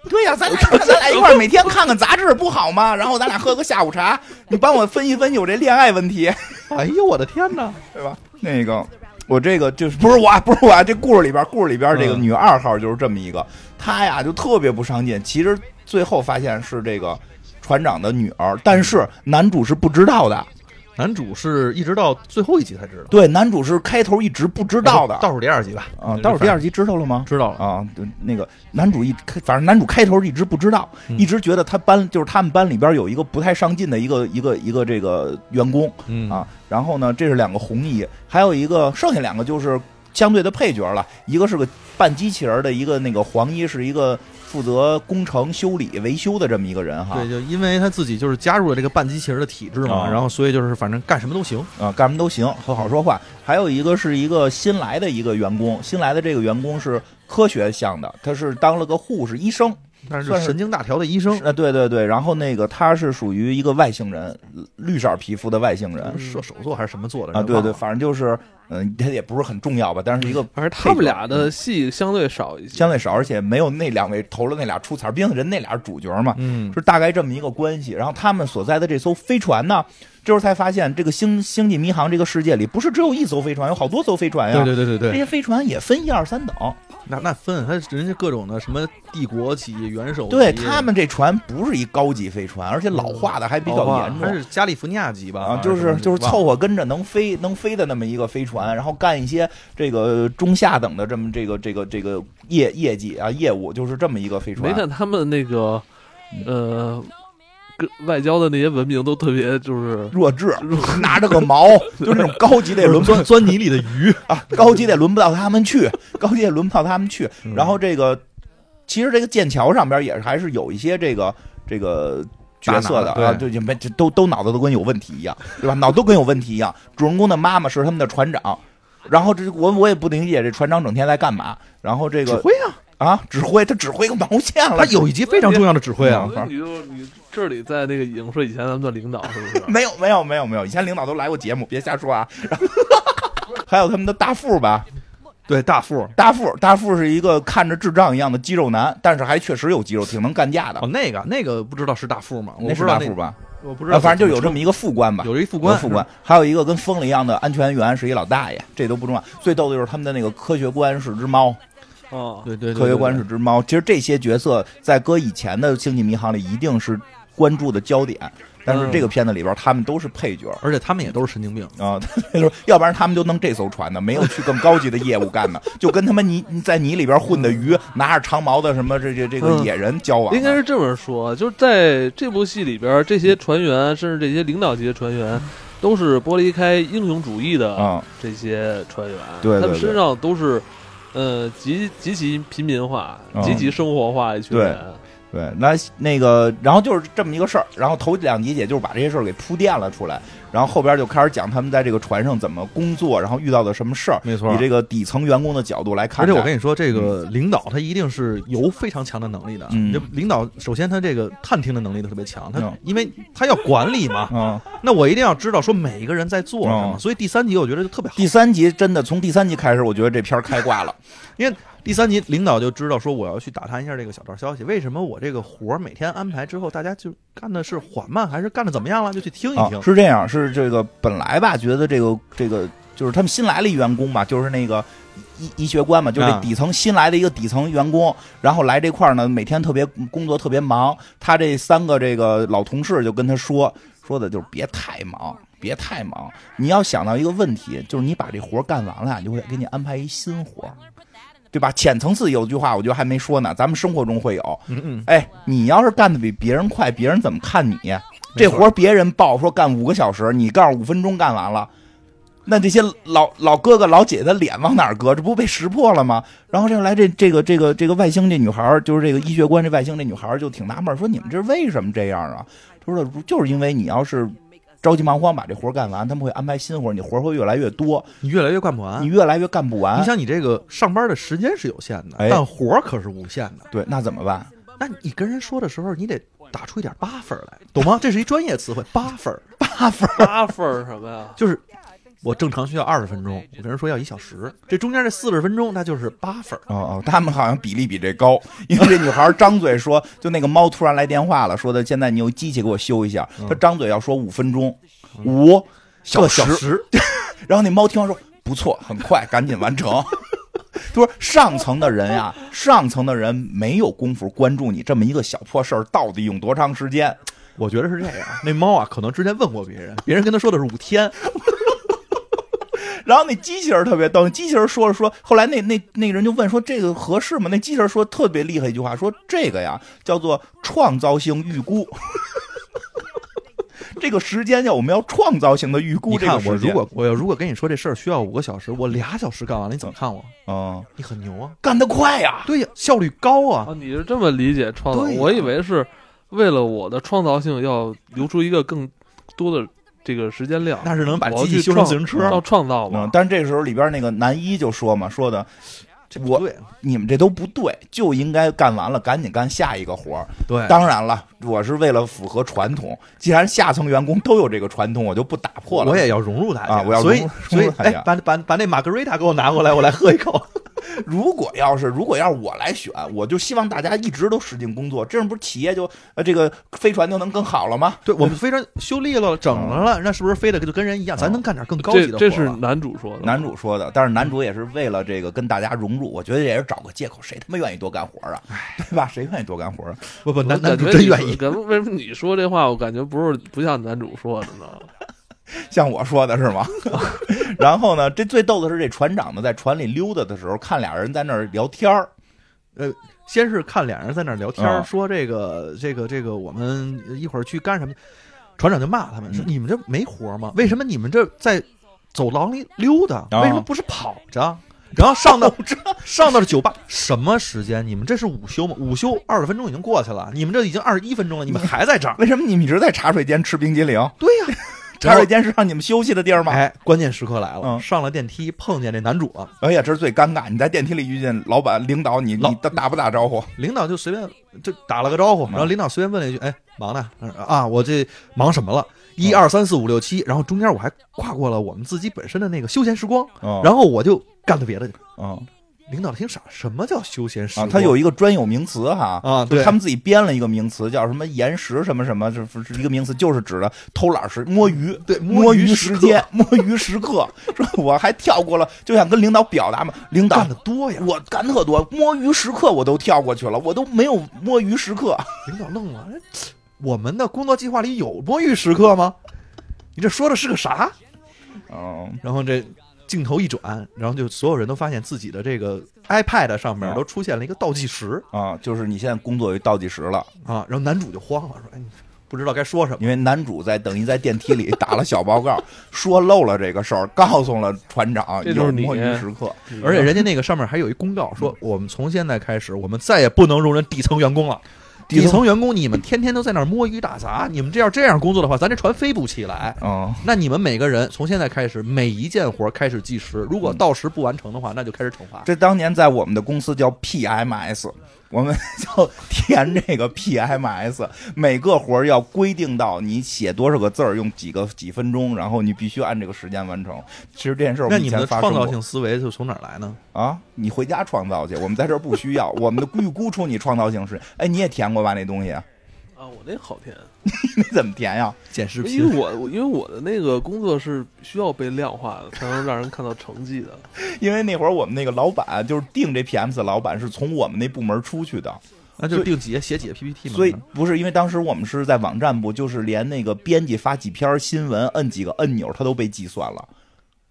B: 对呀、咱俩咱俩一块儿每天看看杂志不好吗？然后咱俩喝个下午茶，你帮我分析分析我这恋爱问题，
C: 哎呦我的天哪！
B: 对吧？那个，我这个就是不是 我啊，不是我啊，这故事里边故事里边这个
C: 嗯
B: 女二号就是这么一个，她呀就特别不上进，其实最后发现是这个船长的女儿，但是男主是不知道的，
C: 男主是一直到最后一集才知道，
B: 对，男主是开头一直不知道的
C: 倒数第二集吧？
B: 啊，倒数第二集知道了吗？
C: 知道了。
B: 啊，对那个男主一开，反正男主开头一直不知道，
C: 嗯
B: 一直觉得他班就是他们班里边有一个不太上进的一个一个一个这个员工
C: 嗯
B: 啊，然后呢，这是两个红衣，还有一个剩下两个就是相对的配角了，一个是个扮机器人的一个那个黄衣是一个负责工程修理维修的这么一个人哈，
C: 对，就因为他自己就是加入了这个半机器人的体制嘛，
B: 啊
C: 然后所以就是反正干什么都行。
B: 啊，干什么都行，好好说话。还有一个是一个新来的一个员工，新来的这个员工是科学向的，他是当了个护士、医生，
C: 但是
B: 算是
C: 神经大条的医生，
B: 啊，对对对，然后那个他是属于一个外星人，绿色皮肤的外星人
C: 什么呃射手座还是什么座的
B: 啊，对对，
C: 反
B: 反正就是，嗯，他也不是很重要吧，但是一个
A: 反正他们俩的戏相对少一些，
B: 相对少，而且没有那两位投了那俩出彩儿，毕竟人那俩是主角嘛，
C: 嗯，
B: 是大概这么一个关系。然后他们所在的这艘飞船呢，这时候才发现，这个星星际迷航这个世界里不是只有一艘飞船，有好多艘飞船呀。
C: 嗯对对对对哦
B: 这
C: 对，
B: 些飞船也分一二三等，
C: 那那分，他人家各种的什么帝国企业元首级，
B: 对他们这船不是一高级飞船，而且老化的还比较严
C: 还
B: 重
C: 是加利福尼亚级吧，
B: 啊，就是就是凑合跟着能飞能飞的那么一个飞船，然后干一些这个中下等的这么这个这个这个业业绩啊业务，就是这么一个飞船啊
A: 没。看他们那个呃，跟外交的那些文明都特别就是
B: 弱智，拿着个 毛，就是那种高级的也轮不
C: 钻钻泥里的 鱼，
B: 啊，高级的也轮不到他们去， 高级的也轮不到他们去。
C: 嗯
B: 然后这个，其实这个剑桥上边也还是有一些这个这个角色的
C: 打哪
B: 啊，
C: 的
B: 对，就没这都都脑子都跟有问题 一样，对吧？脑子都跟有问题一样。主人公的妈妈是他们的船长，然后这我我也不理解这船长整天在干嘛。然后这
C: 指
B: 个
C: 挥啊，
B: 啊，指挥他指挥个毛线了，
C: 他有一集非常重要的指挥啊
B: 嗯，？
A: 所以你就你这里在那个影射以前咱们的领导是不是
B: 没有没有没有没有，以前领导都来过节目，别瞎说啊。 然后还有他们的大副吧，
C: 对大副，
B: 大副，大副是一个看着智障一样的肌肉男，但是还确实有肌肉，挺能干架的
C: 哦。那个那个不知道是大副吗？我
B: 那
C: 不知
B: 是
C: 道
B: 大
C: 那
B: 副吧？
C: 我不知道
B: 啊，
C: 怎么称，
B: 反正就有这么一个副官吧，
C: 有一副
B: 副
C: 官
B: 副官，还有一个跟疯了一样的安全员是一老大爷，这都不重要。最逗的就是他们的那个科学官是只猫，
A: 哦，
C: 对对对，
B: 科学
C: 对
B: 官是只猫。其实这些角色在搁以前的《星际迷航》里一定是关注的焦点，但是
A: 嗯
B: 这个片子里边他们都是配角。
C: 而且他们也都是神经病，
B: 啊， 就是要不然他们就弄这艘船呢，没有去更高级的业务干呢，就跟他们泥在泥里边混的
C: 嗯
B: 鱼，拿着长矛的什么这这这个
A: 嗯
B: 野人交往啊呢，
A: 应该是这么说，就是在这部戏里边，这些船员甚至这些领导级的船员，都是剥离开英雄主义的
B: 啊，
A: 这些船员，
B: 对对
A: 他们
B: 对
A: 身上都是。呃，极极其平民化、
B: 嗯
A: 极其生活化一群
B: 对
A: 人，
B: 对，那那个，然后就是这么一个事儿，然后头两集也就是把这些事儿给铺垫了出来，然后后边就开始讲他们在这个船上怎么工作，然后遇到的什么事儿，
C: 没错
B: 以这个底层员工的角度来看
C: 而
B: 待，
C: 且我跟你说，这个领导他一定是有非常强的能力的。
B: 嗯
C: 这领导首先他这个探听的能力特别强，他
B: 嗯
C: 因为他要管理 嘛，
B: 嗯，
C: 那我一定要知道说每一个人在做什么。
B: 嗯
C: 所以第三集我觉得就特别好，
B: 第三集真的从第三集开始，我觉得这片儿开挂了，
C: 因为第三集领导就知道说我要去打探一下这个小道消息，为什么我这个活儿每天安排之后，大家就干的是缓慢还是干的怎么样了，就去听一
B: 啊
C: 听，。
B: 是这样，是这个本来吧，觉得这个这个就是他们新来了一员工吧，就是那个医医学官嘛，就是这
C: 啊
B: 底层新来的一个底层员工，然后来这块儿呢，每天特别工作特别忙，他这三个这个老同事就跟他说说的就是别太忙。别太忙，你要想到一个问题，就是你把这活儿干完了，就会给你安排一新活儿，对吧？浅层次有句话，我觉得还没说呢，咱们生活中会有，
C: 嗯嗯，
B: 哎，你要是干的比别人快，别人怎么看你？这
C: 错
B: 活儿别人报说干五个小时，你告诉五分钟干完了，那这些老老哥哥老姐姐的脸往哪儿搁？这不被识破了吗？然后这来这这个这个这个外星这女孩儿，就是这个医学官这外星这女孩儿就挺纳闷儿，说你们这为什么这样啊？他说就是因为你要是着急忙慌把这活儿干完，他们会安排新活儿，你活儿会越来越多，
C: 你越来越干不完
B: 你。越来越干不完
C: 你。想，你这个上班的时间是有限的，
B: 哎
C: 但活儿可是无限的。
B: 对，那怎么办？
C: 那你跟人说的时候，你得打出一点八分来，懂吗？这是一专业词汇，八分儿。
A: 八分儿什么呀？
C: 就是我正常需要二十分钟，我跟人说要一小时，这中间这四十分钟那就是八分儿。
B: 哦哦，他们好像比例比这高，因为这女孩张嘴说，就那个猫突然来电话了，说的现在你有机器给我修一下，她张嘴要说五分钟，五嗯个小时，
C: 时，
B: 然后那猫听完说不错，很快，赶紧完成。 他说：“上层的人呀、上层的人没有功夫关注你这么一个小破事儿到底用多长时间。
C: 我觉得是这样。那猫啊，可能之前问过别人，别人跟他说的是五 天，
B: 然后那机器人特别逗，机器人说着说，后来那那那人就问说这个合适吗？那机器人说特别厉害一句话，说这个呀叫做创造性预估。 这个时间呀，我们要创造性的预估
C: 你
B: 这个
C: 看我
B: 时间。
C: 如果我要如果跟你说这事儿需要五个小时，我俩小时干完了，你怎么看我？
B: 嗯
C: 你很牛啊，
B: 干得快呀，
C: 对呀，效率高 啊。
A: 啊，你是这么理解创造？
C: 对呀
A: 我以为是为了我的创造性要留出一个更多的这个时间量，
C: 那是能把
A: 我要
C: 机
A: 去
C: 器修成
A: 创
C: 自行车
A: 要创造
B: 嗯
A: 嘛，？
B: 但是这时候里边那个男一就说嘛，说的
C: 这
B: 我
C: 不对
B: 你们这都不对，就应该干完了赶紧干下一个活儿。
C: 对，
B: 当然了，我是为了符合传统，既然下层员工都有这个传统，我就不打破了。
C: 我也要融入大家，
B: 啊我要
C: 所以
B: 融入
C: 所以
B: 融入大
C: 哎
B: 家，
C: 把把把那玛格丽塔给我拿过来，我来喝一口。
B: 如果要是如果要是我来选，我就希望大家一直都使劲工作，这样不是企业就呃这个飞船就能更好了吗？
C: 对我们非常修利落了，整了了，那是不是非得就跟人一样？咱能干点更高
A: 这
C: 级的活儿吧？啊
A: 这是男主说的，
B: 男主说的，但是男主也是为了这个跟大家融入，我觉得也是找个借口，谁他妈愿意多干活啊？对吧？谁愿意多干活啊？
C: 不不，
A: 我
C: 男男
A: 感
C: 主
A: 觉
C: 真
A: 你
C: 愿意。
A: 感觉为什么你说这话，我感觉不是不像男主说的呢？
B: 像我说的是吗？ 然后呢，这最逗的是这船长呢，在船里溜达的时候，看俩人在那儿聊天儿，
C: 先是看俩人在那儿聊天儿，
B: 啊
C: 说这个这个这个，我们一会儿去干什么？船长就骂他们说：“
B: 嗯
C: 你们这没活儿吗？为什么你们这在走廊里溜达？
B: 啊
C: 为什么不是跑着？”然后上到 上到了酒吧，什么时间？你们这是午休吗？午休二十分钟已经过去了，你们这已经二十一分钟了，你们还在这儿？
B: 为什么你们一直在茶水间吃冰激凌？
C: 对 呀、
B: 茶水间是让你们休息的地儿吗？
C: 哎，关键时刻来了，
B: 嗯
C: 上了电梯碰见这男主了，
B: 哎呀，这是最尴尬！你在电梯里遇见老板、领导，你
C: 老
B: 你打打不打招呼？
C: 领导就随便就打了个招呼，
B: 嗯
C: 然后领导随便问了一句：“哎，忙呢？”他说啊，我这忙什么了？一
B: 嗯
C: 二三四五六七，然后中间我还跨过了我们自己本身的那个休闲时光，
B: 嗯
C: 然后我就干了别的去。
B: 嗯
C: 领导听傻，什么叫休闲时
B: 啊
C: 光？，
B: 他有一个专有名词哈
C: 啊
B: 就
C: 对
B: 他们自己编了一个名词，叫什么“延时”什么什么，这是一个名词，就是指的偷懒时摸鱼，
C: 对
B: 摸
C: 鱼
B: 时间，摸鱼时刻。说我还跳过了，就想跟领导表达嘛，领导
C: 干的多呀。
B: 我干特多，摸鱼时刻我都跳过去了，我都没有摸鱼时刻。
C: 领导愣了，哎我们的工作计划里有摸鱼时刻吗？你这说的是个啥？
B: 嗯，
C: 然后这镜头一转，然后就所有人都发现自己的这个 iPad 上面
B: 啊
C: 都出现了一个倒计时
B: 啊，就是你现在工作有倒计时了，
C: 啊，然后男主就慌了，说：“哎，你不知道该说什么。”
B: 因为男主在等于在电梯里打了小报告，说漏了这个事儿，告诉了船长
A: 这就是
B: 有
A: 你
B: 摸鱼时刻。
C: 而且人家那个上面还有一公告
B: 嗯
C: 说，我们从现在开始，我们再也不能容忍底层员工了。
B: 底
C: 底
B: 层
C: 层员工，你们天天都在那儿摸鱼打杂，你们这要这样工作的话，咱这船飞不起来。
B: 嗯，
C: 那你们每个人从现在开始，每一件活开始计时，如果
B: 嗯
C: 到时不完成的话，那就开始惩罚。
B: 这当年在我们的公司叫 PMS，我们 就填这个 PMS，每个活儿要规定到你写多少个字儿，用几个几分钟，然后你必须按这个时间完成。其实这件事儿我
C: 那
B: 们以
C: 你们的
B: 前发
C: 创
B: 生
C: 造
B: 过
C: 性思维就从哪儿来呢？
B: 啊，你回家创造去，我们在这儿不需要，我们的预估出你创造性是，哎，你也填过吧那东西，
A: 啊，我那好甜，
B: 你怎么填呀？
C: 剪视
A: 因
C: 频
A: 为我我因为我的那个工作是需要被量化的，才能让人看到成绩的。
B: 因为那会儿我们那个老板就是定这 PMS 的老板是从我们那部门出去的，
C: 那就定几写几个 PPT 嘛。
B: 所以不是因为当时我们是在网站部，就是连那个编辑发几篇新闻，摁几个按钮，它都被计算了。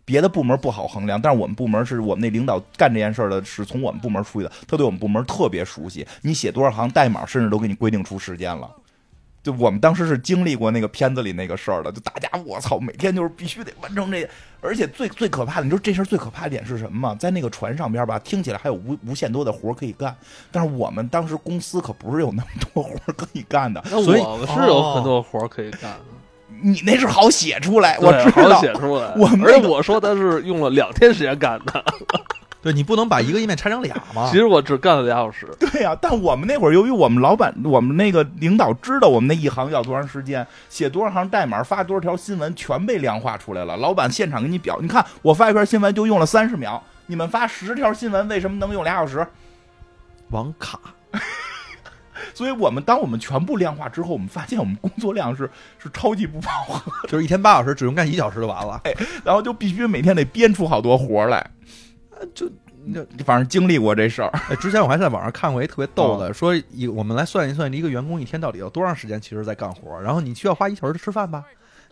B: 别的部门不好衡量，但是我们部门是我们那领导干这件事儿的，是从我们部门出去的，他对我们部门特别熟悉。你写多少行代码，甚至都给你规定出时间了。就我们当时是经历过那个片子里那个事儿的，就大家我操，每天就是必须得完成这，而且最最可怕的，你说这事儿最可怕的点是什么吗？在那个船上边吧，听起来还有无无限多的活儿可以干，但是我们当时公司可不是有那么多活儿可以干的，
A: 那
C: 所以
A: 我们是有很多活儿可以干的，
B: 你那是好写出来，
A: 对
B: 我知
A: 好
B: 道
A: 写出来。
B: 我们
A: 而
B: 那
A: 且
B: 个
A: 我说他是用了两天时间干的，
C: 对你不能把一个页面拆成俩嘛
A: 其。实我只干了俩小时。
B: 对呀、但我们那会儿由于我们老板、我们那个领导知道我们那一行要多长时间，写多少行代码，发多少条新闻，全被量化出来了。老板现场给你表，你看我发一篇新闻就用了三十秒，你们发十条新闻为什么能用俩小时？
C: 网卡
B: 所以我们当我们全部量化之后，我们发现我们工作量是 是超级不饱和，
C: 就是一天八小时，只用干一小时就完了。
B: 然后就必须每天得编出好多活儿来。
C: 就那
B: 反正经历过这事儿，
C: 哎，之前我还在网上看过一特别逗
B: 嗯
C: 的，说一我们来算一算一个员工一天到底有多长时间其实在干活，然后你需要花一小时吃饭吧，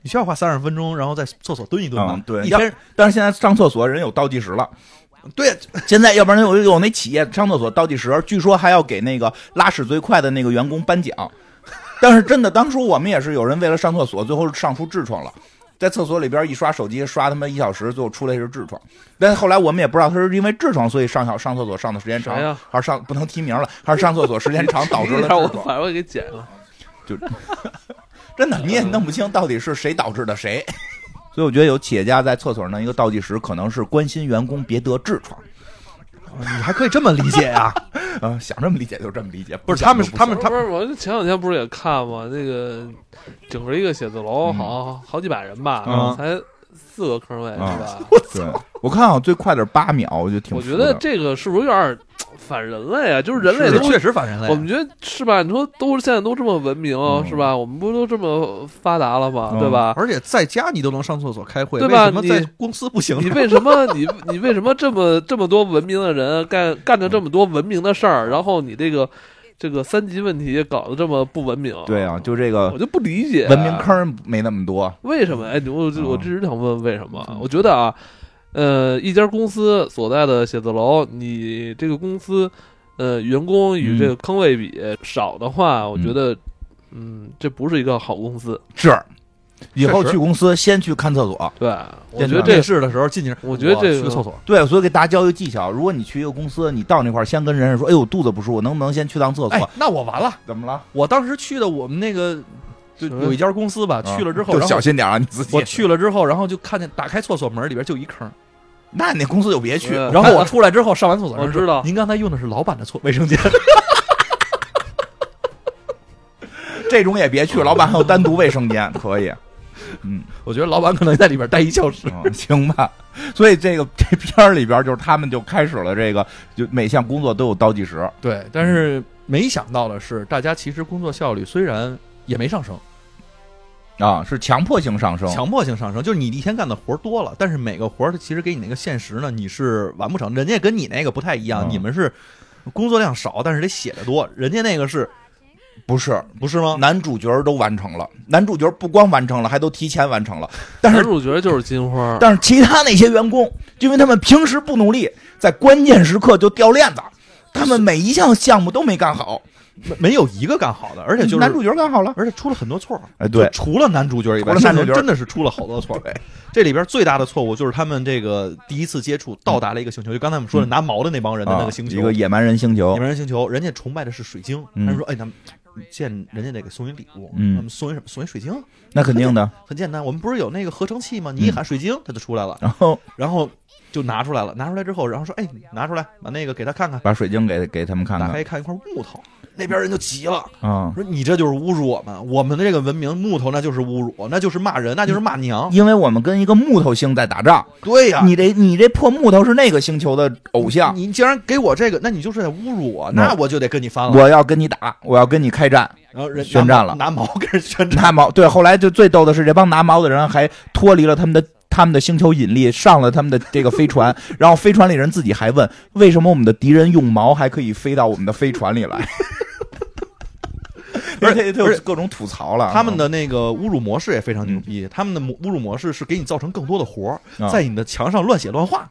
C: 你需要花三十分钟，然后在厕所蹲一蹲吧，
B: 嗯对
C: 一天
B: 但是现在上厕所人有倒计时了。
C: 对
B: 现在要不然有有那企业上厕所倒计时，据说还要给那个拉屎最快的那个员工颁奖。但是真的，当初我们也是有人为了上厕所，最后上出痔疮了。在厕所里边一刷手机，刷他妈一小时，最后出来是痔疮。但后来我们也不知道他是因为痔疮，所以上小上厕所上的时间长，
A: 谁呀
B: 还是上不能提名了，还是上厕所时间长导致了
A: 让我
B: 痔疮。
A: 反正我给剪了。
B: 真的，你也弄不清到底是谁导致的 谁。所以我觉得有企业家在厕所弄一个倒计时，可能是关心员工别得痔疮。
C: 哦你还可以这么理解 呀、
B: 啊，想这么理解就这么理解，
C: 不是
B: 想
C: 他们
B: 就不
C: 他
B: 想
A: 不是，
C: 们
A: 我前两天不是也看吗？那个整个一个写字楼，
B: 嗯
A: 好像好几百人吧
B: 嗯，
A: 才四个坑位是
B: 啊
A: 吧？
B: 对， 我看好像最快的是八秒，我觉得挺
A: 我
B: 服
A: 觉
B: 的。
A: 得这个是不是有点儿反人类啊？就是人类
C: 是
A: 都
C: 确实反人类。
A: 我们觉得是吧？你说都是现在都这么文明、
B: 嗯
A: 是吧？我们不都这么发达了吗？
B: 嗯
A: 对 吧？
C: 啊而且在家你都能上厕所开会，
A: 对吧
C: 为什么在
A: 你
C: 公司不行
A: 你
C: 呢？
A: 为什么你你为什么这么这么多文明的人啊干干着这么多文明的事儿，然后你这个这个三级问题搞得这么不文明？
B: 对啊，就这个
A: 我就不理解啊
B: 文明坑没那么多，
A: 为什么？哎，你我
B: 嗯
A: 我一直想问为什么？我觉得啊，呃，一家公司所在的写字楼，你这个公司，呃，员工与这个坑位比少的话，我觉得，嗯，这不是一个好公司。
B: 是。以后
C: 确实
B: 去公司先去看厕所。
A: 对，我觉得
B: 真的
A: 这
C: 面
A: 是
C: 试的时候进去，
A: 我觉得这个
C: 去厕所，
B: 对，所以给大家教一个技巧：如果你去一个公司，你到那块儿先跟人家说：“哎呦，肚子不舒服，能不能先去趟厕所？”啊
C: 哎，那我完了。
B: 怎么了？
C: 我当时去的我们那个就
A: 什么
C: 有一家公司吧，去了之后，
B: 就
C: 然后
B: 小心点啊，你自己。
C: 我，去了之后，然后就看见打开厕所门里边就一坑，
B: 那你那公司就别 去。
A: 嗯
C: 然后我出来之后上完 厕所，
A: 我知道
C: 您刚才用的是老板的厕卫生间，
B: 这种也别去，老板还有单独卫生间，可以。嗯，
C: 我觉得老板可能在里边待一小时。
B: 嗯行吧。所以这个这片儿里边，就是他们就开始了这个，就每项工作都有倒计时。
C: 对，但是没想到的是，大家其实工作效率虽然也没上升，
B: 啊，是强迫性上升，
C: 强迫性上升，就是你一天干的活儿多了，但是每个活儿它其实给你那个限时呢，你是完不成。人家跟你那个不太一样，
B: 嗯
C: 你们是工作量少，但是得写的多，人家那个是
B: 不是
C: 不是吗？
B: 男主角都完成了，男主角不光完成了，还都提前完成了。但
A: 男
B: 是
A: 主角就是金 花，
B: 但是其他那些员工，因为他们平时不努力，在关键时刻就掉链子，他们每一项项目都没干好，
C: 没没有一个干好的，而
B: 而
C: 且就是
B: 男主角干好了。
C: 而且出了很多错儿。
B: 哎，对
C: 就，除了男主角以外，
B: 除了男主角
C: 这人真的是出了好多错儿。这里边最大的错误就是他们这个第一次接触到达了一个星球，就刚才我们说的
B: 嗯
C: 拿毛的那帮人的那
B: 啊
C: 个星球，
B: 一个野蛮人星球
C: 野，蛮人星球，人家崇拜的是水晶，
B: 嗯
C: 他们说，哎，咱们见人家得给送一礼物，
B: 嗯
C: 咱们送一什么？送一水晶。
B: 那肯 定的。
C: 很简单，我们不是有那个合成器
B: 嗯
C: 吗？你一喊水晶，它就出来了，
B: 然后
C: 然后就拿出来了，拿出来之后，然后说，哎，拿出来，把那个给他看看，
B: 把水晶给给他们看
C: 打
B: 看
C: 开一看，一块木头，那边人就急了，
B: 啊，
C: 说你这就是侮辱我们，我们的这个文明木头那就是侮辱，那就是骂人，那就是骂娘，
B: 因为我们跟一个木头星在打仗，
C: 对呀、
B: 你这你这破木头是那个星球的偶像，
C: 你既然给我这个，那你就是在侮辱我，
B: 那
C: 那我就得跟你翻了。
B: 我要跟你打，我要跟你开战。
C: 然后人
B: 宣战了
C: 拿毛拿毛跟人宣战，
B: 拿毛对，后来就最逗的是，这帮拿毛的人还脱离了他们的他们的星球引力，上了他们的这个飞 船，然后飞船里人自己还问，为什么我们的敌人用毛还可以飞到我们的飞船里来？
C: 不是
B: 这
C: 不
B: 就是各种吐槽了啊。
C: 他们的那个侮辱模式也非常牛逼，他们的侮辱模式是给你造成更多的活儿，
B: 啊
C: 在你的墙上乱写乱 画。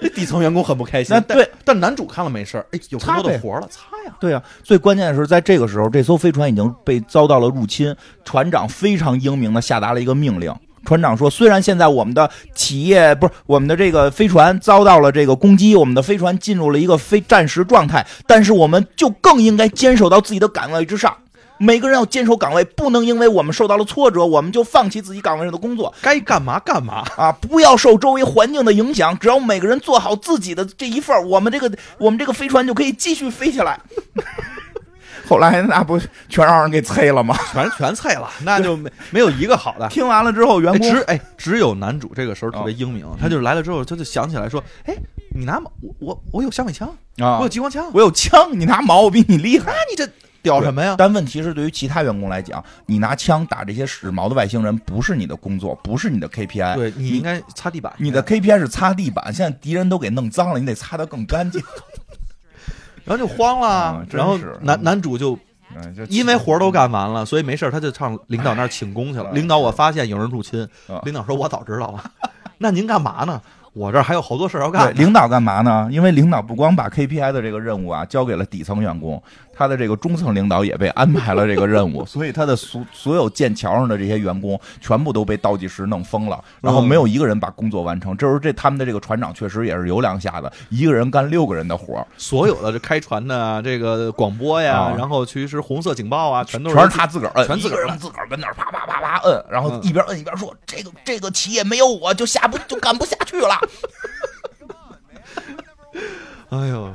C: 这底层员工很不开心，
B: 那
C: 但
B: 对
C: 但男主看了没事儿，哎，有更
B: 擦
C: 多的
B: 呗
C: 活儿了，擦呀，
B: 对啊，最关键的是，在这个时候，这艘飞船已经被遭到了入侵。船长非常英明的下达了一个命令。船长说：“虽然现在我们的企业不是我们的这个飞船遭到了这个攻击，我们的飞船进入了一个非战时状态，但是我们就更应该坚守到自己的岗位之上。每个人要坚守岗位，不能因为我们受到了挫折，我们就放弃自己岗位上的工作
C: 该干嘛干嘛。
B: 啊！不要受周围环境的影响，只要每个人做好自己的这一份儿，我们这个我们这个飞船就可以继续飞起来。 后来那不全让人给催了吗？
C: 全全菜 了，那就没没有一个好的。
B: 听完了之后， 员
C: 哎
B: 工哦
C: 只哎，只有男主这个时候特别英明，他就是来了之后，他就想起来说：“哎，你拿毛我我我有橡皮枪，
B: 啊
C: 我有激光枪，
B: 我有枪，你拿毛，我比你厉害
C: 那。你这屌什么呀？
B: 但问题是，对于其他员工来讲，你拿枪打这些使毛的外星人，不是你的工作，不是你的 KPI。
C: 对你
B: 你
C: 应该擦地板。
B: 你的 KPI 是擦地板，现在敌人都给弄脏了，你得擦得更 干净。
C: 然后就慌了
B: 啊
C: 啊，
B: 真
C: 然后
B: 是
C: 男男主就
B: 嗯就
C: 因为活儿都干完了，所以没事儿他就上领导那儿请功去了。领导，我发现有人入侵
B: 哎啊，
C: 领导说我早知道了， 那您干嘛呢？我这儿还有好多事儿要
B: 对，
C: 干。
B: 领导干嘛呢？因为领导不光把 KPI 的这个任务啊交给了底层员工，他的这个中层领导也被安排了这个任 务，所以他的所所有剑桥上的这些员工全部都被倒计时弄疯了，
C: 嗯
B: 然后没有一个人把工作完成。这时候这他们的这个船长确实也是有两下子，一个人干六个人的活儿，
C: 所有的这开船的啊这个广播呀
B: 啊，
C: 然后其实红色警报啊，全都是
B: 全是他自个儿摁，
C: 全自个儿摁
B: 一人自个儿跟那儿啪啪啪啪摁，然后
C: 嗯
B: 一边摁一边说：“这个这个企业没有我就下不就干不下去了。”
C: 哎呦，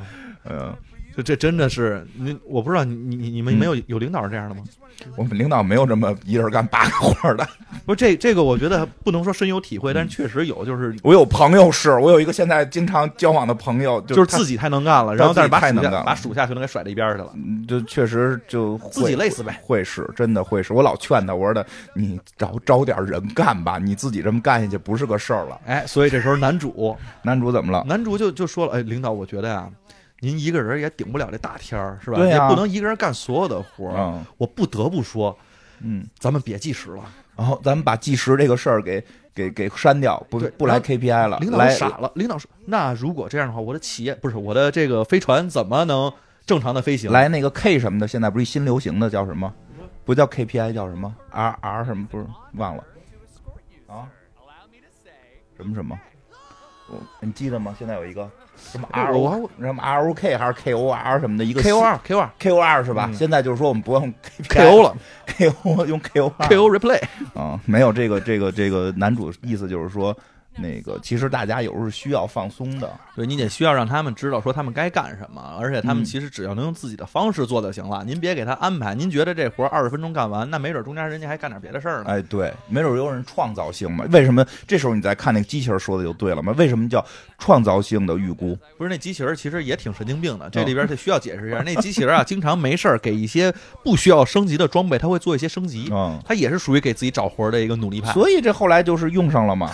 B: 嗯，
C: 就这真的是你，我不知道你你你们没
B: 嗯
C: 有有领导是这样的吗？
B: 呃我们领导没有这么一人干八个活的。
C: 不是这这个，我觉得不能说深有体会，
B: 嗯
C: 但是确实有，就是
B: 我有朋友是，我有一个现在经常交往的朋友，
C: 就是
B: 他
C: 自己太能干了，然后但是把
B: 他自己
C: 属
B: 太能干
C: 下
B: 了
C: 把属下全都给甩到一边儿去了，
B: 嗯就确实就会
C: 自己累死呗。
B: 会是真的会是，我老劝他，我说的你找招点人干吧，你自己这么干下去不是个事儿了。
C: 哎，所以这时候男 主
B: 男主怎么了？
C: 男主就就说了，哎，领导，我觉得呀、您一个人也顶不了这大天儿，是吧？
B: 对啊呀
C: 也不能一个人干所有的活儿。
B: 嗯
C: 我不得不说，
B: 嗯，
C: 咱们别计时了。
B: 然后咱们把计时这个事儿给给给删掉，不
C: 对
B: 不来 KPI 了，
C: 领导
B: 啊来
C: 傻了，领导说，那如果这样的话，我的企业不是我的这个飞船怎么能正常的飞行？
B: 来那个 K 什么的，现在不是一新流行的叫什么？不叫 KPI 叫什么？R R 什么？不是忘了啊？什么什么？我你记得吗？现在有一个什么 R
C: 哎我
B: O 什么 R O K 还是 K O R 什么的一个
C: K O 二 K O 二
B: K O R 是吧？
C: 嗯
B: 现在就是说我们不用
C: K O
B: 了
C: 了
B: ，K O 用 K O
C: K O replay
B: 啊，没有这个这个这个男主意思就是说，那个其实大家有时候是需要放松的，
C: 对你得需要让他们知道说他们该干什么，而且他们
B: 嗯
C: 其实只要能用自己的方式做就行了。您别给他安排，您觉得这活二十分钟干完，那没准中间人家还干点别的事儿呢。
B: 哎，对，没准有人创造性嘛？为什么这时候你再看那个机器人说的就对了嘛？为什么叫创造性的预估？
C: 不是那机器人儿其实也挺神经病的，
B: 嗯
C: 这里边儿得需要解释一下。那机器人儿啊，经常没事儿给一些不需要升级的装备，它会做一些升级，
B: 嗯，
C: 它也是属于给自己找活儿的一个努力派。
B: 所以这后来就是用上了 嘛，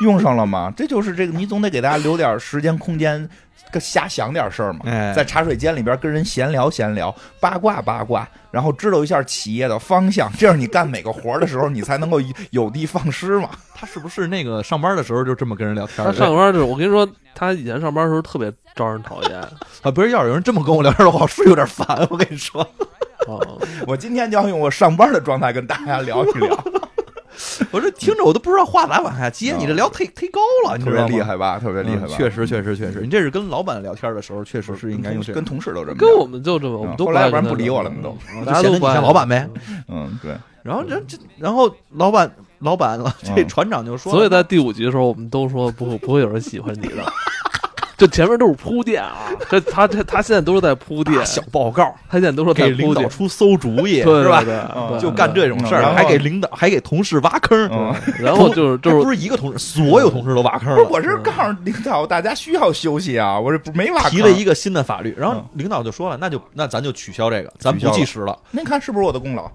B: 用上了嘛，这就是这个，你总得给大家留点时间空间，个瞎想点事儿嘛。
C: 哎，
B: 在茶水间里边跟人闲聊闲聊，八卦八卦，然后知道一下企业的方向，这样你干每个活儿的时候，你才能够有的放 矢嘛。
C: 他是不是那个上班的时候就这么跟人聊天儿
A: 他
C: 的？
A: 上班儿就是，我跟你说，他以前上班儿的时候特别招人讨 厌啊。
C: 啊，不是要有人这么跟我聊天儿的话，我是有点烦。我跟你 说，
B: 我今天就要用我上班的状态跟大家聊一聊，
C: 我这听着我都不知道话咋往下接，你这聊忒忒高了， 你
B: 嗯特
C: 知
B: 别
C: 道吗
B: 厉，害吧？特别厉害吧？
C: 嗯确实，确实，确实，你这是跟老板聊天儿的时候，确实是应该用这
B: 跟同事都这么
A: 跟
B: 聊
A: 我们就这么，我们都
B: 啊后来
A: 爱
B: 要不然
A: 跟他
B: 不理
A: 聊
B: 我了你都
A: 嗯
C: 就
A: 大家
C: 显
A: 都
C: 得你
A: 不爱
C: 像
A: 聊
C: 老板呗。
B: 嗯， 对，
C: 然后这这，然后老板老板了，这
B: 嗯
C: 船长就说了，
A: 所以在第五集的时候，我们都说不会不会有人喜欢你的，就前面都是铺垫啊。这他这他现在都是在铺垫
C: 大，小报告。
A: 他现在都是在
C: 给
A: 铺
C: 领导
A: 垫，
C: 出馊主意，
A: 对
C: 是吧？
A: 吧
B: 嗯
C: 就干这种事
B: 然
C: 儿，
B: 后
C: 还给领导，还给同事挖坑儿。
B: 嗯，
A: 然后就是
C: 这
A: 就
C: 不
A: 是
C: 是一个同事，所有同事都挖坑
B: 不
C: 儿
B: 是，
C: 了。
B: 我是告诉领导，大家需要休息啊，我这不没挖
C: 提
B: 坑
C: 了一个新的法律，然后
B: 嗯
C: 领导就说了，那就那咱就取消这个，咱
B: 取
C: 不
B: 消了
C: 计时了。
B: 您看是不是我的功劳？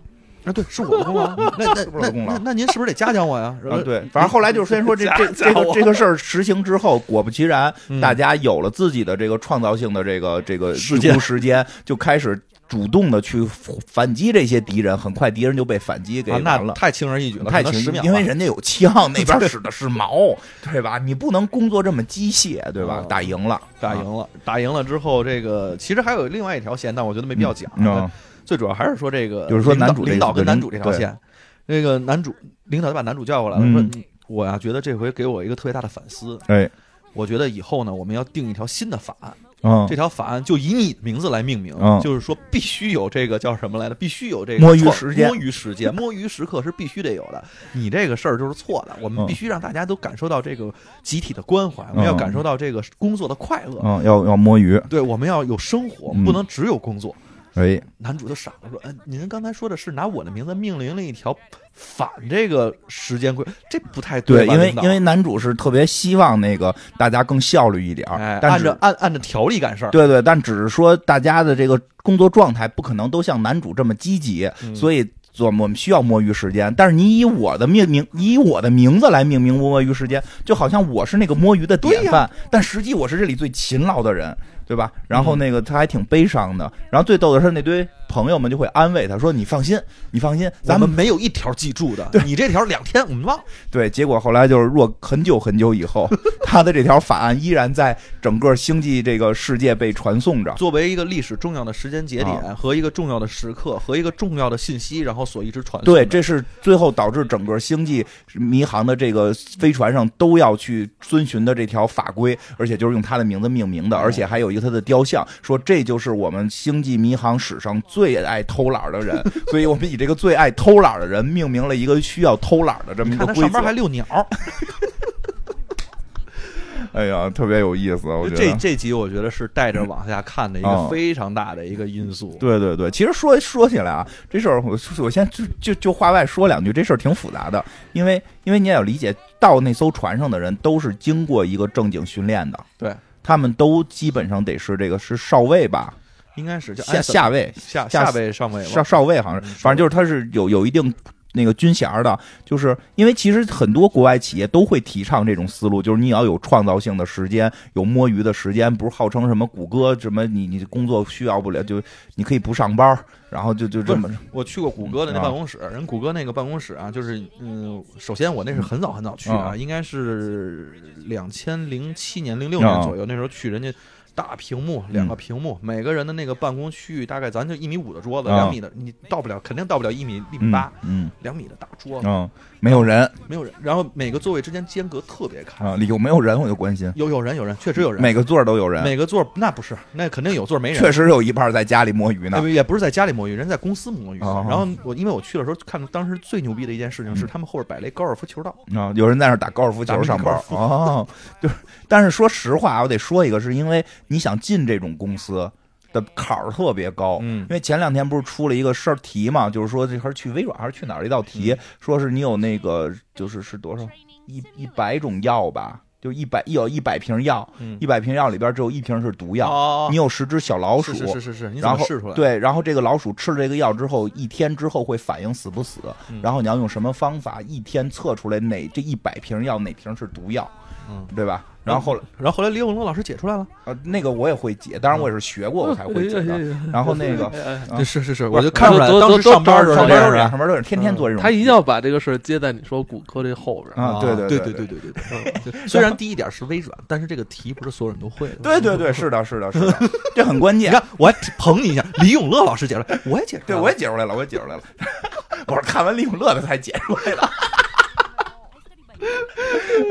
C: 啊，对，是我的功 劳。那那
B: 是不是我的
C: 那
B: 功劳
C: 那那您是不是得嘉奖我呀？
B: 啊，对，反正后来就是先说这这这个这个事儿实行之后，果不其然，
C: 嗯
B: 大家有了自己的这个创造性的这个这个
C: 时
B: 预
C: 间
B: 估时间，就开始主动的去反击这些敌人，很快敌人就被反击给
C: 啊，
B: 完
C: 那
B: 了。
C: 太轻而易举了，
B: 太
C: 可能
B: 轻
C: 十
B: 易
C: 秒，吧，
B: 因为人家有 枪，那边使的是矛，对吧？你不能工作这么机械，对吧？
C: 嗯
B: 打赢了，啊
C: 打赢了，打赢了之后，这个其实还有另外一条线，但我觉得没必要讲。
B: 嗯，
C: 最主要还是说这个，
B: 就是说男主这
C: 领导领导跟
B: 对
C: 男主这条
B: 对
C: 线，那个男主领导就把男主叫过来了，说
B: 嗯
C: 你我呀、觉得这回给我一个特别大的反思，
B: 哎，
C: 我觉得以后呢，我们要定一条新的法案，
B: 嗯
C: 这，条法案就以你的名字来命名，
B: 嗯
C: 就是说必须有这个叫什么来着？必须有这个
B: 摸鱼
C: 创
B: 时间
C: 摸鱼时 间、摸鱼时刻是必须得有的。你这个事儿就是错的，我们
B: 嗯
C: 必须让大家都感受到这个集体的关怀，我们
B: 嗯
C: 要感受到这个工作的快乐。
B: 嗯，要要摸鱼，
C: 对，我们要有生活，
B: 嗯
C: 不能只有工作。
B: 哎，
C: 男主就傻了，说：“嗯、您刚才说的是拿我的名字命令了一条反这个时间规，这不太吧
B: 因为
C: 领导
B: 因为男主是特别希望那个大家更效率一点儿，
C: 哎，
B: 但
C: 按
B: 是
C: 照按按照条例干事儿，
B: 对对，但只是说大家的这个工作状态不可能都像男主这么积极，
C: 嗯
B: 所以。我们我们需要摸鱼时间，但是你以我的命名，你以我的名字来命名摸鱼时间，就好像我是那个摸鱼的典
C: 对呀
B: 范，但实际我是这里最勤劳的人，对吧？然
C: 嗯
B: 后那个他还挺悲伤的，然后最逗的是那堆朋友们就会安慰他说：“你放心，你放心，咱
C: 咱
B: 们
C: 们没有一条记住的，你这条两天我们忘了。”
B: 对，结果后来就是若很久很久以后，他的这条法案依然在整个星际这个世界被传颂着。
C: 作为一个历史重要的时间节
B: 啊
C: 点和一个重要的时刻和一个重要的信息，然后所一直传送的
B: 对，这是最后导致整个星际迷航的这个飞船上都要去遵循的这条法规，而且就是用他的名字命名的，而且还有一个他的雕像，说这就是我们星际迷航史上最爱偷懒的人，所以我们以这个最爱偷懒的人命名了一个需要偷懒的这么
C: 你
B: 一
C: 看他
B: 个规
C: 上
B: 则
C: 班。还遛鸟，
B: 哎呀，特别有意思，我觉
C: 这
B: 得。
C: 这集我觉得是带着往下看的一个
B: 哦
C: 非常大的一个因素。
B: 对对对，其实说说起来啊，这事儿我我先就就就话外说两句，这事儿挺复杂的，因为因为你也要理解，到那艘船上的人都是经过一个正经训练的，
C: 对，
B: 他们都基本上得是这个是少尉吧，
C: 应该是叫
B: 下下尉，
C: 下
B: 下
C: 下位上位
B: 少少尉好像是，
C: 嗯
B: 反正就是他是有有一定那个军衔儿的，就是因为其实很多国外企业都会提倡这种思路，就是你要有创造性的时间，有摸鱼的时间，不是号称什么谷歌什么你你工作需要不了，就你可以不上班儿，然后就就这么
C: 我去过谷歌的那
B: 啊
C: 办公室，人谷歌那个办公室啊，就是嗯，首先我那是很早很早去啊，
B: 啊
C: 应该是两千零七年、零六
B: 啊
C: 年左右，那时候去人家。大屏幕，两个
B: 嗯
C: 屏幕，每个人的那个办公区域大概咱就一米五的桌子，
B: 啊
C: 两米的你到不了，肯定到不了一米一米
B: 嗯
C: 八，
B: 嗯
C: 两米的大桌子，
B: 嗯，没有人
C: 没有人。然后每个座位之间间隔特别开，
B: 啊，有没有人我就关心，
C: 有有人有人，确实有人，
B: 每个座儿都有人，
C: 每个座儿那不是，那肯定有座儿没人，
B: 确实有一半儿在家里摸鱼呢
C: 呃，也不是在家里摸鱼，人在公司摸鱼。
B: 哦嗯
C: 然后我因为我去的时候看，当时最牛逼的一件事情是他们后边摆了一高尔夫球道，
B: 啊，有人在那儿打高尔夫球上 班儿
C: 打
B: 哦，就是，但是说实话，我得说一个，是因为你想进这种公司的坎儿特别高，
C: 嗯
B: 因，为前两天不是出了一个事儿题嘛，就是说这还是去微软还是去哪儿的一道题，
C: 嗯
B: 说是你有那个就是是多少一一百种药吧，就一百有一百瓶药，
C: 嗯
B: 一百瓶药里边只有一瓶是毒药，
C: 哦，
B: 你有十只小老鼠，
C: 是是是是是，你怎
B: 然
C: 么
B: 后
C: 试出来？，
B: 对，然后这个老鼠吃了这个药之后，一天之后会反应死不死，
C: 嗯
B: 然后你要用什么方法，一天测出来哪这一百瓶药哪瓶是毒药，
C: 嗯
B: 对吧？然后后来
C: 然后后来李永乐老师解出来了，
B: 呃，那个我也会解，当然我也是学过我才会解
C: 嗯
B: 的。 然后那 个
A: 个
B: 啊
C: 对是是是，
B: 不
C: 我
B: 是
C: 就看出来
A: 都
C: 当
A: 都
C: 时上班的时候
B: 上班
C: 这
B: 啊都
C: 样
B: 是
C: 人
B: 上班都是
C: 嗯
B: 天天做这种题，
A: 他一定要把这个事儿接在你说骨科这后边儿。
B: 啊，对
C: 对
B: 对
C: 对
B: 对。
C: 对对对 对。虽然第一点是微软，但是这个题不是所有人都会的。
B: 对对对，是的，是的，是的，这很关
C: 你
B: 键。
C: 看我还捧你一下，李永乐老师解出来，我也解出来
B: 对，
C: 了，
B: 我也解出来了，我也解出来了。 我是看完李永乐的才解出来的。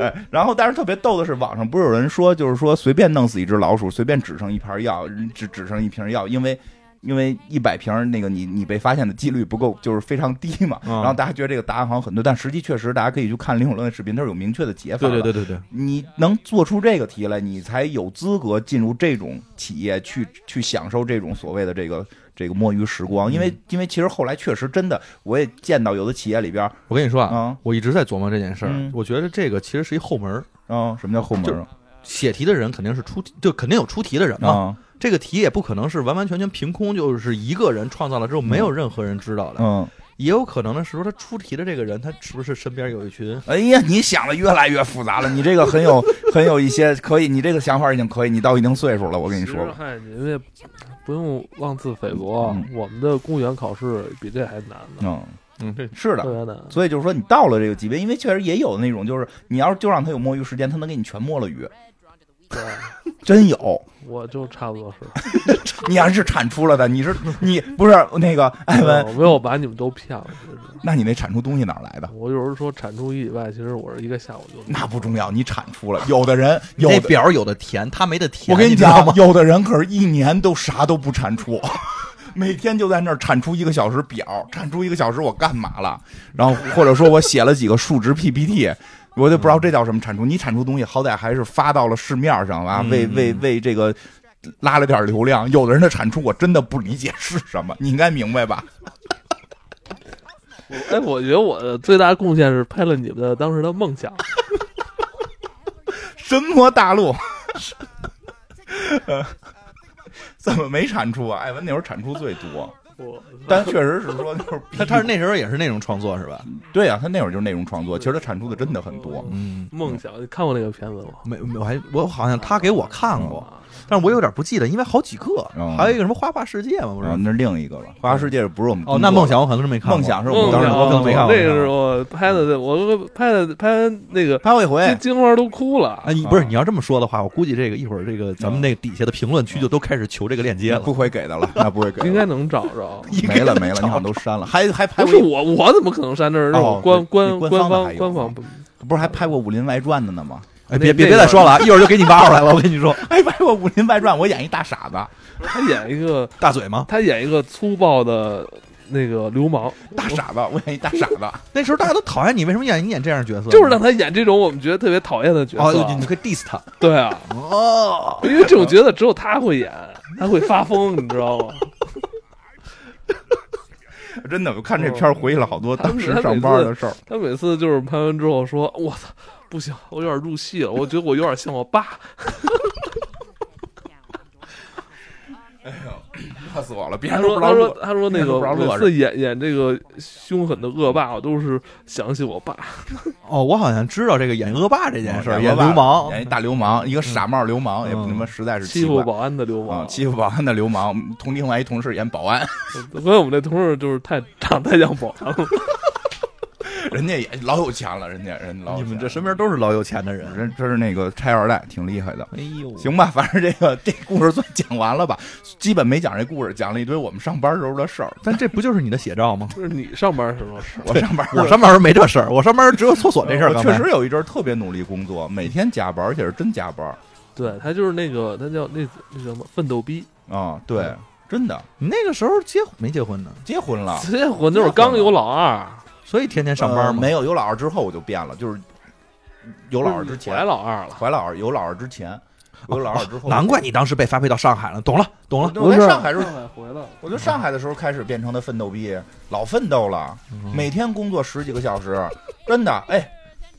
B: 哎，然后但是特别逗的是，网上不是有人说，就是说随便弄死一只老鼠，随便指上一盘药，嗯只指上一瓶药，因为。因为一百瓶那个你你被发现的几率不够，就是非常低嘛。
C: 嗯
B: 然后大家觉得这个答案好像很对，但实际确实大家可以去看李永乐的视频，它是有明确的解法
C: 对
B: 的。
C: 对对对对，
B: 你能做出这个题来，你才有资格进入这种企业去去享受这种所谓的这个这个摸鱼时光。因为因为其实后来确实真的，我也见到有的企业里边儿，
C: 我跟你说啊
B: 嗯，
C: 我一直在琢磨这件事儿
B: 嗯，
C: 我觉得这个其实是一后门儿。
B: 嗯，什么叫后门
C: 就
B: 啊？
C: 写题的人肯定是出题，就肯定有出题的人嘛。
B: 啊，
C: 这个题也不可能是完完全全凭空，就是一个人创造了之后没有任何人知道的，
B: 嗯，
C: 也有可能呢是说他出题的这个人，他是不是身边有一群
B: 哎呀，你想的越来越复杂了，你这个很有很有一些可以，你这个想法已经可以，你到一定岁数了，我跟你
A: 其
B: 说
A: 实
B: 吧，
A: 嗨，你们也不用妄自菲薄
B: 嗯，
A: 我们的公务员考试比这还难呢，
B: 嗯，
C: 嗯这
B: 是
A: 特
B: 的。
A: 别难。
B: 所以就是说，你到了这个级别，因为确实也有那种，就是你要是就让他有摸鱼时间，他能给你全摸了鱼，
A: 对，
B: 真有。
A: 我就差不多是。
B: 你还是产出了的，你是你不是那个
C: 哎
B: 艾文？
A: 我没有把你们都骗了，其实
B: 那你那产出东西哪儿来的？
A: 我有时候说产出一礼拜，其实我是一个下午就能
B: 那不重要，你产出了。有的人有
C: 那
B: 的，
C: 表有的填，他没得填。
B: 我跟
C: 你知道
B: 讲
C: 吗，？
B: 有的人可是一年都啥都不产出， 每天就在那儿产出一个小时表，产出一个小时我干嘛了？然后或者说我写了几个数值 PPT。我就不知道这叫什么产出，你产出东西好歹还是发到了市面上啊，
C: 嗯
B: 为为为这个拉了点流量。有的人的产出我真的不理解是什么，你应该明白吧？
A: 哎，我觉得我的最大贡献是拍了你们的当时的梦想。
B: 神魔大陆。 呃怎么没产出啊？艾文那会儿产出最 多，
A: 我
B: 但确实是说就是
C: 他他是那时候也是那种创作是吧？
B: 对啊，他那会儿就是内容创作，其实他产出的真的很多。
C: 嗯，
A: 梦想，你看过那个片子吗？
C: 没没我还我好像他给我看
B: 哦
C: 过，但是我有点不记得，因为好几个，
B: 嗯
C: 还有一个什么花花世界嘛，不是
B: 然后？啊那是另一个了，《花花世界》不是我们
C: 哦，
B: 工
C: 那
B: 作
C: 梦想我可能是没看过。
B: 嗯
C: 嗯
B: 梦想是我
A: 梦
B: 们
A: 想
B: 当时
C: 我可能没看过
A: 那个是我拍的，我拍的拍那个
B: 拍过一回，
A: 金金花都哭了。
B: 哎
C: 啊，你不是你要这么说的话，我估计这个一会儿这个咱们那个底下的评论区就都开始求这个链接了。
B: 不会给的了， 那不会给的了，
A: 应该能找着，
B: 没了没了，你好像都删了，还还拍
A: 不
B: 过
A: 是
B: 一
A: 我，我怎么可能删这儿？是我
B: 哦
A: 官官
B: 你官
A: 官
B: 方的还
A: 方
B: 有
A: 官方不
B: 不是还拍过《武林外传》的呢吗？
A: 那
C: 哎，别别
A: 那
C: 别再
A: 个
C: 说了啊，一会儿就给你挖出来了。我跟你说，
B: 还拍过《武林外传》，我演一大傻子，
A: 他演一个，
C: 大嘴吗？
A: 他演一个粗暴的那个流氓，
B: 大傻子，我演一大傻子，
C: 那时候大家都讨厌你，为什么演你演这样的角色？
A: 就是让他演这种我们觉得特别讨厌的角
C: 哦，
A: 色
C: 就。你可以 diss 他
A: 对啊，
C: 哦，
A: 因为这种角色只有他会演，他会发疯，你知道吗？
B: 真的，我看这片儿回忆了好多当时上班的事儿。
A: 他每次就是拍完之后说：“我操，不行，我有点入戏了，我觉得我有点像我爸。
B: 吓死我了！” 别
A: 他
B: 人都
A: 说：“
B: 不知道
A: 他说
B: 乐，
A: 他说那
B: 别人都
A: 个
B: 不知道乐
A: 每次演演这个凶狠的恶霸，我都是想起我爸。
C: 哦，我好像知道这个演恶霸这件事儿，
B: 哦演
C: 演
B: 恶霸
C: 流氓，
B: 演一大流氓，一个傻帽流氓，
C: 嗯
B: 也不他妈实在是
A: 欺
B: 奇
A: 负
B: 怪
A: 保安的流
B: 啊，
A: 氓，
B: 欺负保安的流氓，同另外一同事演保安，
A: 所以我们这同事就是太长得太像保安 了。
B: 人家也老有钱了，人家人老有
C: 你
B: 钱
C: 们这身边都是老有钱的人。
B: 人这是那个拆二代，挺厉害的。
C: 哎呦，
B: 行吧，反正这个这故事算讲完了吧，基本没讲这故事，讲了一堆我们上班时候的事儿。
C: 但这不就是你的写照吗？
A: 就是你上班时候是
B: 我上班时候
C: 我上班时候没这事儿，我上班时候只有厕所这事儿。
B: 我
C: 刚
B: 确
C: 才
B: 实有一阵儿特别努力工作，每天加班，而且是真加班啊、
A: 对他就是那个他叫那那叫什么奋斗逼，
B: 啊对，
C: 嗯
B: 真的
C: 你那个时候结婚没结婚呢？
B: 结婚了，
A: 结婚那会儿刚有老二，
C: 所以天天上班
B: 呃
C: 嘛。
B: 没有有老二之后我就变了，就是有老二之
A: 怀
B: 前，
A: 老二了。
B: 怀老二有老二之前，有老二之
C: 哦
B: 后，
C: 难怪你当时被发配到上海了。懂了，懂了。
B: 我在上海时候，
A: 海回了，
B: 我就上海的时候开始变成的奋斗逼，老奋斗了，
C: 嗯
B: 每天工作十几个小时，真的，哎。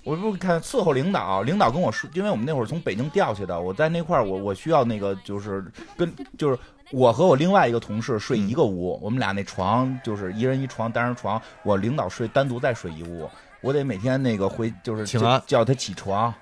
B: 我不是看伺候领导，领导跟我说，因为我们那会儿从北京调去的，我在那块儿，我我需要那个就是跟就是我和我另外一个同事睡一个
C: 嗯
B: 屋，我们俩那床就是一人一床单人床，我领导睡单独再睡一屋，我得每天那个回就是
C: 请
B: 叫
C: 安
B: 叫他起床，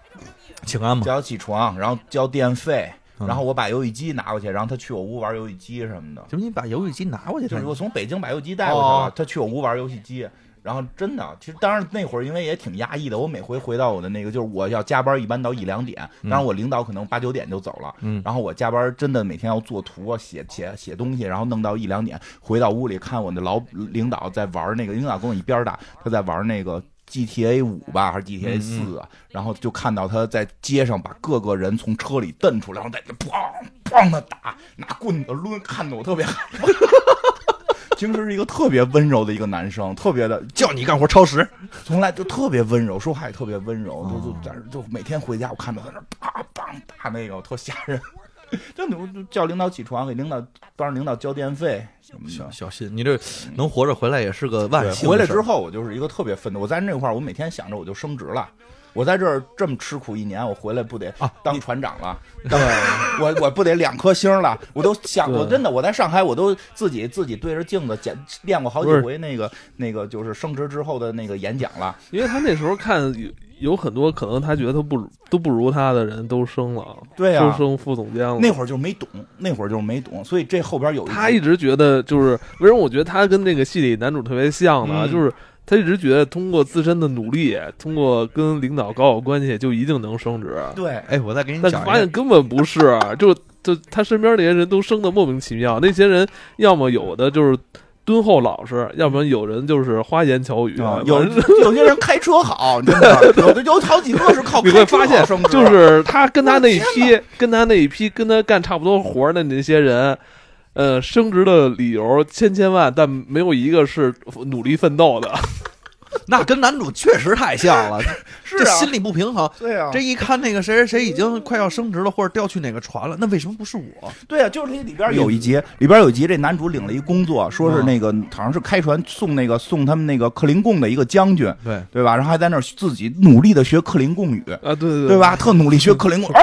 C: 请安嘛。
B: 叫他起床，然后交电费，
C: 嗯
B: 然后我把游戏机拿过去，然后他去我屋玩游戏机什么的。
C: 行，你把游戏机拿过去
B: 就
C: 看
B: 是
C: 看。
B: 我从北京把游戏机带过去了，
C: 哦
B: 他去我屋玩游戏机。然后真的，其实当然那会儿因为也挺压抑的，我每回回到我的那个，就是我要加班，一般到一两点，当然我领导可能八九点就走了。
C: 嗯
B: 然后我加班真的每天要做图啊，写写写东西，然后弄到一两点，回到屋里看我的老领导在玩那个，领导跟我一边儿大，他在玩那个 GTA 五吧，还是 GTA 四啊？然后就看到他在街上把各个人从车里蹬出来，然后在那砰砰的打，拿棍子抡，看得我特别害怕。 平时是一个特别温柔的一个男生，特别的
C: 叫你干活超时，
B: 从来就特别温柔，说话也特别温柔，就就在那儿就每天回家，我看到在那儿啪梆打那个，我特吓人。真的，我就叫领导起床，给领导帮着领导交电费什么的。哎
C: 小心你这能活着回来也是个万幸。
B: 回来之，后，我就是一个特别愤怒。我在那块儿，我每天想着我就升职了。我在这儿这么吃苦一年，我回来不得
C: 啊
B: 当船长了？当 我我不得两颗星了？我都想，
A: 对
B: 我真的我在上海，我都自己自己对着镜子检练过好几
A: 不是
B: 回那个那个就是升职之后的那个演讲了。
A: 因为他那时候看有有很多可能他觉得他不如都不如他的人都升了，啊
B: 对啊呀、
A: 都升副总监了。
B: 那会儿就是没懂，那会儿就是没懂，所以这后边有一
A: 嗯他一直觉得就是为什么我觉得他跟那个戏里男主特别像呢？
B: 嗯
A: 就是他一直觉得通过自身的努力，通过跟领导搞好关系就一定能升职，
B: 对
C: 哎，我再给你
A: 但
C: 讲
A: 发
C: 一
A: 现
C: 个，
A: 根本不是，啊就就他身边那些人都升的莫名其妙，那些人要么有的就是。敦厚老实，要不然有人就是花言巧语，
B: 啊，
A: 反
B: 有
A: 正
B: 有些人开车好，真的，有的有好几个是 靠
A: 你
B: 开
A: 会
B: 车
A: 发现
B: 好升，职
A: 就
B: 的
A: 是他跟他那一批，跟他那一批跟他干差不多活儿的那些人，呃，升职的理由千千万，但没有一个是努力奋斗的。
C: 那跟男主确实太像了，
B: 是
C: 这
B: 啊
C: 心理不平衡。
B: 对啊，
C: 这一看那个谁谁谁已经快要升职了，或者调去哪个船了，那为什么不是我？
B: 对啊，就是这里边有一集，里边有一集，这男主领了一工作，说
A: 嗯
B: 是那个好像是开船送那个送他们那个克林贡的一个将军，
C: 对，
B: 对吧？然后还在那儿自己努力的学克林贡语，
A: 啊，对对
B: 对？吧？特努力学克 林贡，啊，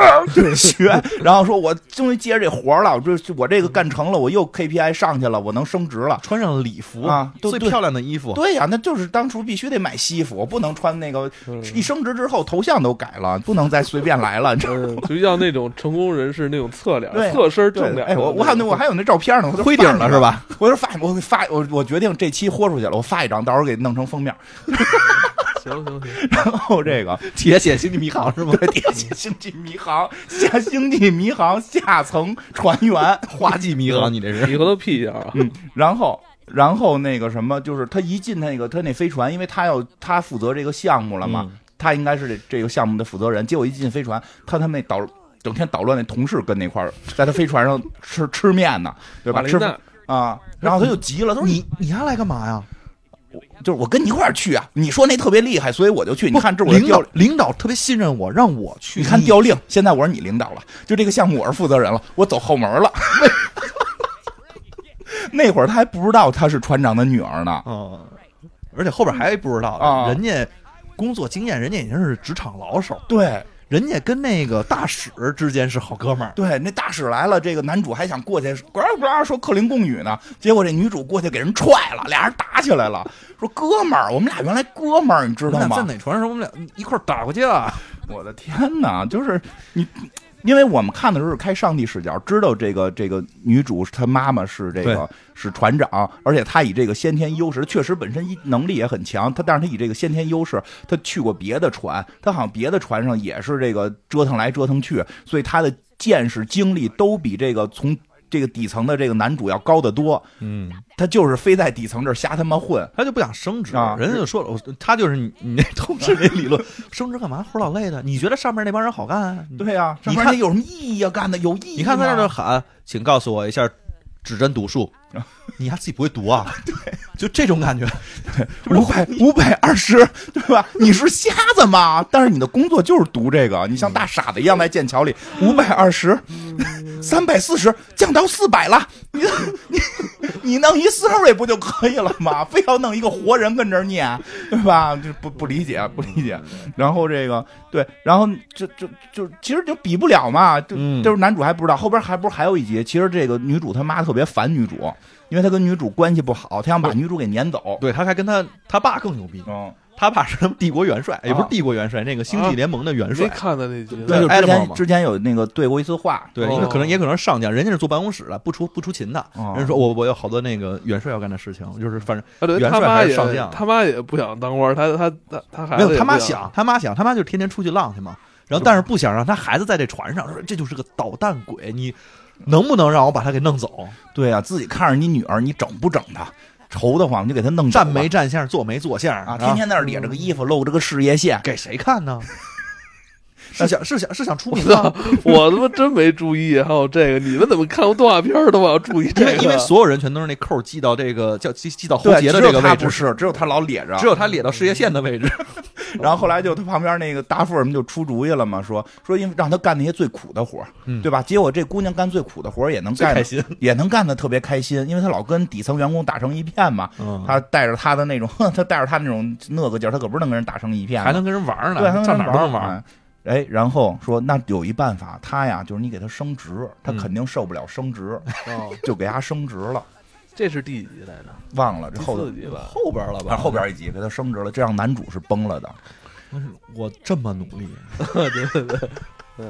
B: 啊就是学，然后说我终于接着这活儿了，我这我这个干成了，我又 KPI 上去了，我能升职了。
C: 穿上礼服
B: 啊对
C: 最
B: 对
C: 漂亮的衣服，
B: 对呀、那就是当初必须得买西服，不能穿那个。
A: 嗯
B: 一升职之后头像都改了，不能再随便来了。你 知道吗
A: 嗯，就要那种成功人士那种侧脸、
B: 对
A: 侧身
B: 对
A: 正，脸。
B: 哎，我我还有那我还有那照片呢，我都
C: 灰顶
B: 发
C: 了是吧？
B: 我就发，我会发，我我决定这期豁出去了，我发一张，到时候给弄成封面。
A: 行行行，
B: 然后 这个
C: 铁血星际迷航 是吗？
B: 对，点击星际迷航，下星际迷航下层船员，
C: 花季迷航，你这是
A: 以后都 P 一下啊。
B: 嗯，然后。然后那个什么，就是他一进那个他那飞船，因为他要他负责这个项目了嘛，
C: 嗯
B: 他应该是这这个项目的负责人。结果一进飞船，他他们那 捣整天捣乱那同事跟那块儿，在他飞船上吃吃面呢，对吧？
A: 马
B: 吃
A: 琳娜
B: 啊，然后他就急了，他说
C: 你你丫来干嘛呀？
B: 就是我跟你一块儿去啊，你说那特别厉害，所以我就去。你看这
C: 不
B: 我的
C: 领
B: 调
C: 导，领导特别信任我，让我去。
B: 你看调令，现在我是你领导了，就这个项目我是负责人了，我走后门了。 那会儿他还不知道她是船长的女儿呢，
C: 啊，而且后边还不知道呢
B: 啊
C: 人家工作经验，人家已经是职场老手，
B: 对。
C: 人家跟那个大使之间是好哥们儿。
B: 对，那大使来了，这个男主还想过去，呱呱说克林贡语呢，结果这女主过去给人踹了，俩人打起来了，说哥们儿，我们俩原来哥们儿，你知
C: 我
B: 道
C: 们俩
B: 吗？
C: 在哪船上，我们俩一块儿打过去啊！
B: 我的天哪，就是你，因为我们看的时候是开上帝视角，知道这个这个女主她妈妈是这个
C: 对
B: 是船长，而且她以这个先天优势，确实本身一能力也很强，她但是她以这个先天优势，她去过别的船，她好像别的船上也是这个折腾来折腾去，所以她的见识经历都比这个从。这个底层的这个男主要高得多，
C: 嗯，
B: 她就是非在底层这儿瞎他妈混，
C: 他就不想升职，
B: 啊
C: 人家就说了，我他就是你你那同事那理论， 升职干嘛？活老累的，你觉得上面那帮人好干啊？
B: 对呀、
C: 你
B: 上面
C: 看
B: 那有什么意义啊？干的有意义吗？
C: 你看在那儿喊，请告诉我一下指针读 数，你还自己不会读啊？ 对，就这种感觉，
B: 五百五百二十，对吧？你是瞎子吗？但是你的工作就是读这个，你像大傻子一样在剑桥里五百二十，三百四十降到四百了，你你你弄一 Siri 不就可以了吗？非要弄一个活人跟这儿念，对吧？这不不理解，不理解。然后这个对，然后就就就其实就比不了嘛，就
C: 嗯
B: 就是男主还不知道，后边还不是还有一集，其实这个女主他妈特别烦女主，因为她跟女主关系不好，她想把女主给撵走。
C: 对，他还跟他他爸更牛逼，
B: 嗯，
C: 他爸是他们帝国元帅，也不是
B: 啊
C: 帝国元帅，那个星
A: 啊
C: 际联盟的元
A: 没
C: 帅。
A: 看到那集呢，
C: 对就
B: 哎，
C: 知道
B: 咱
C: 嘛
B: 之前有那个对过一次话，
C: 对，因为可能也可能是上将，人家是坐办公室的，不出不出勤的。
B: 哦
C: 人家说我我有好多那个元帅要干的事情，就是反正
A: 啊，对
C: 元
A: 他
C: 帅
A: 妈
C: 还是
A: 也
C: 上将
A: 他妈也不想当官儿，他他他他孩
C: 没
A: 子
C: 有
A: 也
C: 他妈
A: 不
C: 想，他妈想，他妈就天天出去浪去嘛。然后但是不想让他孩子在这船上，说这就是个捣蛋鬼，你能不能让我把他给弄走？
B: 对啊，自己看着你女儿，你整不整她？愁得慌，你就给她弄走
C: 站
B: 了
C: 没站相，坐没坐相嗯
B: 啊？天天在那儿咧着个衣服，露着个事业线，
C: 给谁看呢？ 是想是想是想出名啊
A: 操
C: 吗？
A: 我他妈真没注意，还有这个，你们怎么看过动画片儿都老要注意这
C: 因
A: 个？
C: 为因为所有人全都是那扣儿系到这个叫系系到喉
B: 对，
C: 结
B: 只
C: 的这
B: 有
C: 个
B: 她
C: 位
B: 不
C: 置，
B: 是，只有她老咧着
C: 只。有他咧到事业线的位置。
B: 然后后来就她旁边那个达夫人就出主意了嘛，说说因为让她干那些最苦的活儿，
C: 嗯
B: 对吧？结果这姑娘干最苦的活儿也能
C: 最
B: 干
C: 开心，
B: 也能干的特别开心，因为她老跟底层员工打成一片嘛。
C: 嗯
B: 她带着她的那种， 哼，她带着她那种那个劲儿，她可不是能跟人打成一片的，
C: 还能跟人玩儿呢，
B: 对，他
C: 上哪儿都能
B: 玩
C: 玩
B: 儿
C: 儿。。
B: 哎，然后说那有一办法，他呀，就是你给他升职，他
C: 嗯
B: 肯定受不了升职，
A: 哦
B: 就给他升职了。
A: 这是第几集来着？
B: 忘了这
A: 第
B: 后头
A: 四，集吧？
C: 后边了
B: 啊后边一集给他升职了，这让男主是崩了的。
C: 我这么努力，
A: 对对对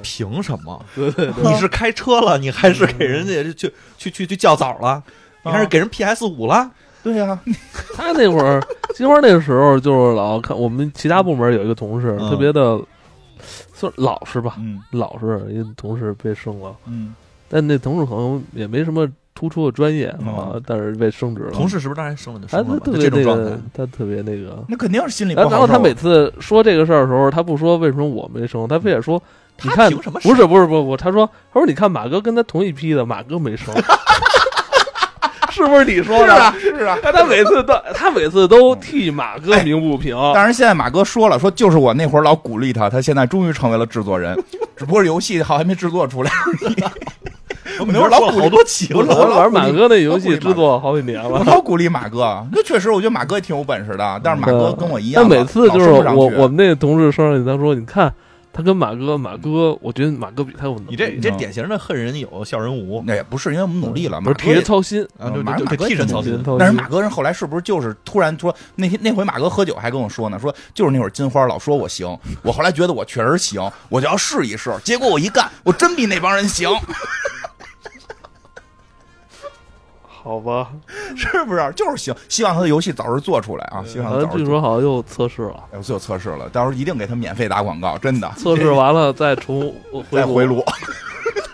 C: 凭什么？
A: 对对对，
C: 你是开车了，你还是给人家去去去去叫早了？你
B: 啊
C: 还是给人 PS 五了？
B: 对呀、
A: 他那会儿，金花那个时候就是老看我们其他部门有一个同事
C: 嗯
A: 特别的，算老实吧，
B: 嗯
A: 老实。一个同事被升了，
B: 嗯，
A: 但那同事可能也没什么突出的专业
B: 嗯
A: 啊，但是被升职了。
C: 同事是不是当然升了就
A: 哎，
C: 升
A: 他
C: 了吧？
A: 特
C: 就
A: 别
C: 这种
A: 那
C: 状
A: 个
C: 态，，
A: 他特别那个。
B: 那肯定是心里不
A: 然
B: 好
A: 后，
B: 受。啊
A: 然后
C: 啊
A: 他每次说这个事儿的时候，他不说为什么我没升，他非得说你
C: 他
A: 看
C: 凭什么
A: 不
C: 升？
A: 是不是不是不，他说他说你看马哥跟他同一批的，马哥 没升， 是不是你说
B: 是
A: 的？
B: 啊是啊。
A: 但他每次都他每次都替马哥鸣不平，
B: 当然，现在马哥说了，说就是我那会儿老鼓励他，他现在终于成为了制作人，只不过游戏好还没制作出来。
C: 我们那会儿老鼓好多期
A: 我
C: 了，
A: 玩马哥那游戏制作好几年
B: 我
A: 了。
B: 老鼓励马哥，啊那确实，我觉得马哥也挺有本事的， 但是马哥跟我一样
A: 嗯但
B: 老，
A: 每次就是
B: 老升不上
A: 我
B: 去
A: 我们那个同事升上去，他说你看他跟马哥马哥，我觉得马哥比他有能力。
C: 你这你这典型的恨人有笑人 无
B: 那也不是，因为我们努力了，
A: 不
B: 马
A: 是
B: 哥
A: 替人
B: 也
A: 操心，
C: 啊，
B: 嗯
C: 就
B: 马
C: 就
B: 马
C: 就
B: 哥
C: 替人
B: 挺
C: 操
B: 努力
C: 心
A: 的。操
B: 但是
A: 心
B: 马哥人后来是不是就是突然说那天那回马哥喝酒还跟我说呢，说就是那会儿金花老说我行，我后来觉得我确实行，我就要试一试，结果我一干，我真比那帮人行，
A: 好吧？
B: 是不是？就是行，希望他的游戏早日做出来啊，希望
A: 好
B: 他
A: 像
B: 早
A: 呃
B: 日
A: 据
B: 做。
A: 说好像又测试了，
B: 哎，我最后测试了，到时候一定给他免费打广告，真的。
A: 测试完了再 重回
B: 再回
A: 炉。
B: 炉，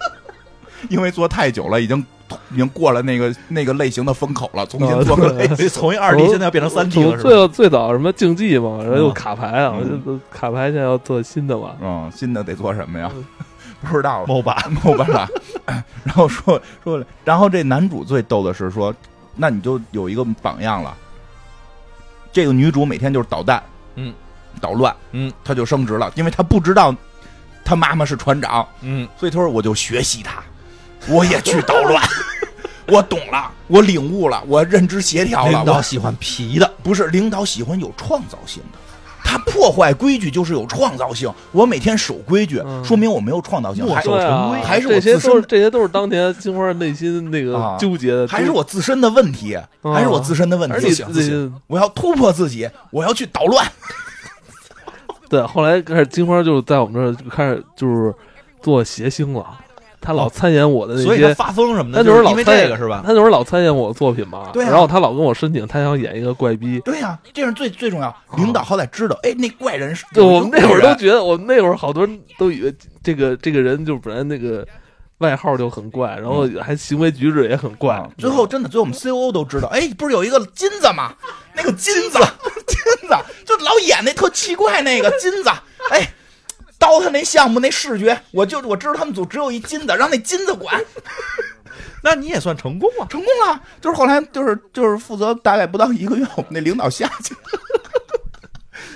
B: 因为做太久了，已经已经过了那个那个类型的风口了，重新做个类型。
C: 所以从一二 D 现在要变成三 D
A: 从
C: 了，是吧？
A: 最最早什么竞技嘛，然后又
C: 嗯
A: 卡牌啊，我觉得卡牌现在要做新的嘛。
B: 嗯，新的得做什么呀？不知道了，
C: 某吧，
B: 某吧了。然后说说，然后这男主最逗的是说，那你就有一个榜样了。这个女主每天就是捣蛋，
C: 嗯，
B: 捣乱，
C: 嗯，
B: 她就升职了，因为她不知道她妈妈是船长，
C: 嗯，
B: 所以他说我就学习他， 我也去捣乱，我懂了，我领悟了，我认知协调了。
C: 领导
B: 我
C: 喜欢皮的，
B: 不是领导喜欢有创造性的，他破坏规矩就是有创造性。我每天守规矩，
A: 嗯
B: 说明我没有创造性，
C: 墨
B: 还
C: 守
A: 对啊
C: 成规，
B: 还是我
A: 这些
B: 自身
A: 都是
B: 的
A: 这些都是当年金花内心那个
B: 啊
A: 纠结的，
B: 还是我自身的问题，
A: 嗯
B: 还是我自身的问
A: 而
B: 题。
A: 且
B: 行
A: 自
B: 行
A: 己
B: 我要突破自己，我要去捣乱。
A: 对，后来开始金花就在我们这儿就开始就是做谐星了，他老参演我的那
C: 所以
A: 些
C: 他，发疯什么
A: 他
C: 的，
A: 就是老
C: 因为
A: 参
C: 这
A: 演
C: 个是吧？
A: 他就是老参演我的作品嘛。
B: 对啊
A: 然后他老跟我申请，他想演一个怪逼。
B: 对呀、这样最最重要。领导好歹知道，哎，那怪人是。
A: 对，我们那会儿
B: 有一个怪
A: 都
B: 人
A: 觉得，我们那会儿好多人都以为这个这个人就本来那个外号就很怪，然后还行为举止也很怪
B: 啊。最后真的，最后我们 C O O 都知道，哎，不是有一个金子吗？那个金子， 金子就老演那特奇怪那个金子，哎。刀他那项目那视觉，我就我知道他们组只有一金子，让那金子管
C: 那你也算成功啊，
B: 成功了。就是后来就是就是负责大概不到一个月，我们那领导下去了，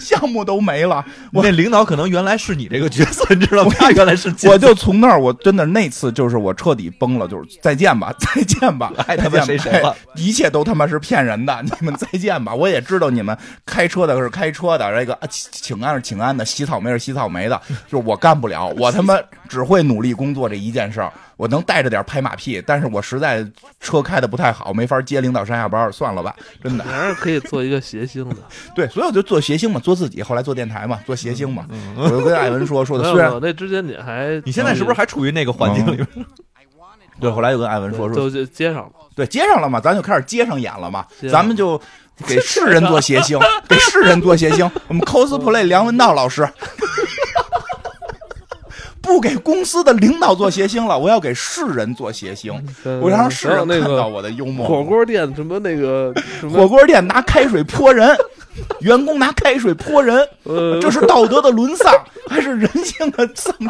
B: 项目都没了。我
C: 那领导可能原来是你这个角色，你知道吗？他原来是金
B: 我就从那儿，我真的那次就是我彻底崩了，就是再见吧， 再见吧，
C: 爱他妈
B: 再见吧
C: 谁谁了
B: 哎一切都他妈是骗人的，你 们再见吧。我也知道你们开车的是开车的，这个啊请请安是请安的，洗草莓是洗草莓的， 就是我干不了，我他妈只会努力工作这一件事儿，我能带着点拍马屁，但是我实在车开的不太好，没法接领导上下班，算了吧，真
C: 嗯
B: 的。
A: 还是可以做一个谐星的。
B: 对，所以我就做谐星嘛，做自己，后来做电台嘛，做谐星嘛。
C: 嗯
B: 我就跟艾文说说的，
A: 没有
B: 虽
A: 没
B: 然
A: 有，那之前你还
C: 你
B: 嗯
C: 现在是不是还处于那个环境里面？
B: 对，后来又跟艾文说说
A: 就呃就接上了？
B: 对，接上了嘛，咱就开始接上演了嘛
A: 接，上
B: 咱们就给世人做谐星，给世人做谐星，我们 cosplay 梁文道老师。不给公司的领导做谐星了，我要给世人做谐星，
A: 嗯
B: 我要让世
A: 还有
B: 人
A: 那
B: 看
A: 个
B: 到我的幽默。
A: 火锅店什么那个什
B: 火
A: 么
B: 锅店拿开水泼人，员工拿开水泼人，
A: 呃
B: 这是道德的沦丧，还是人性的丧？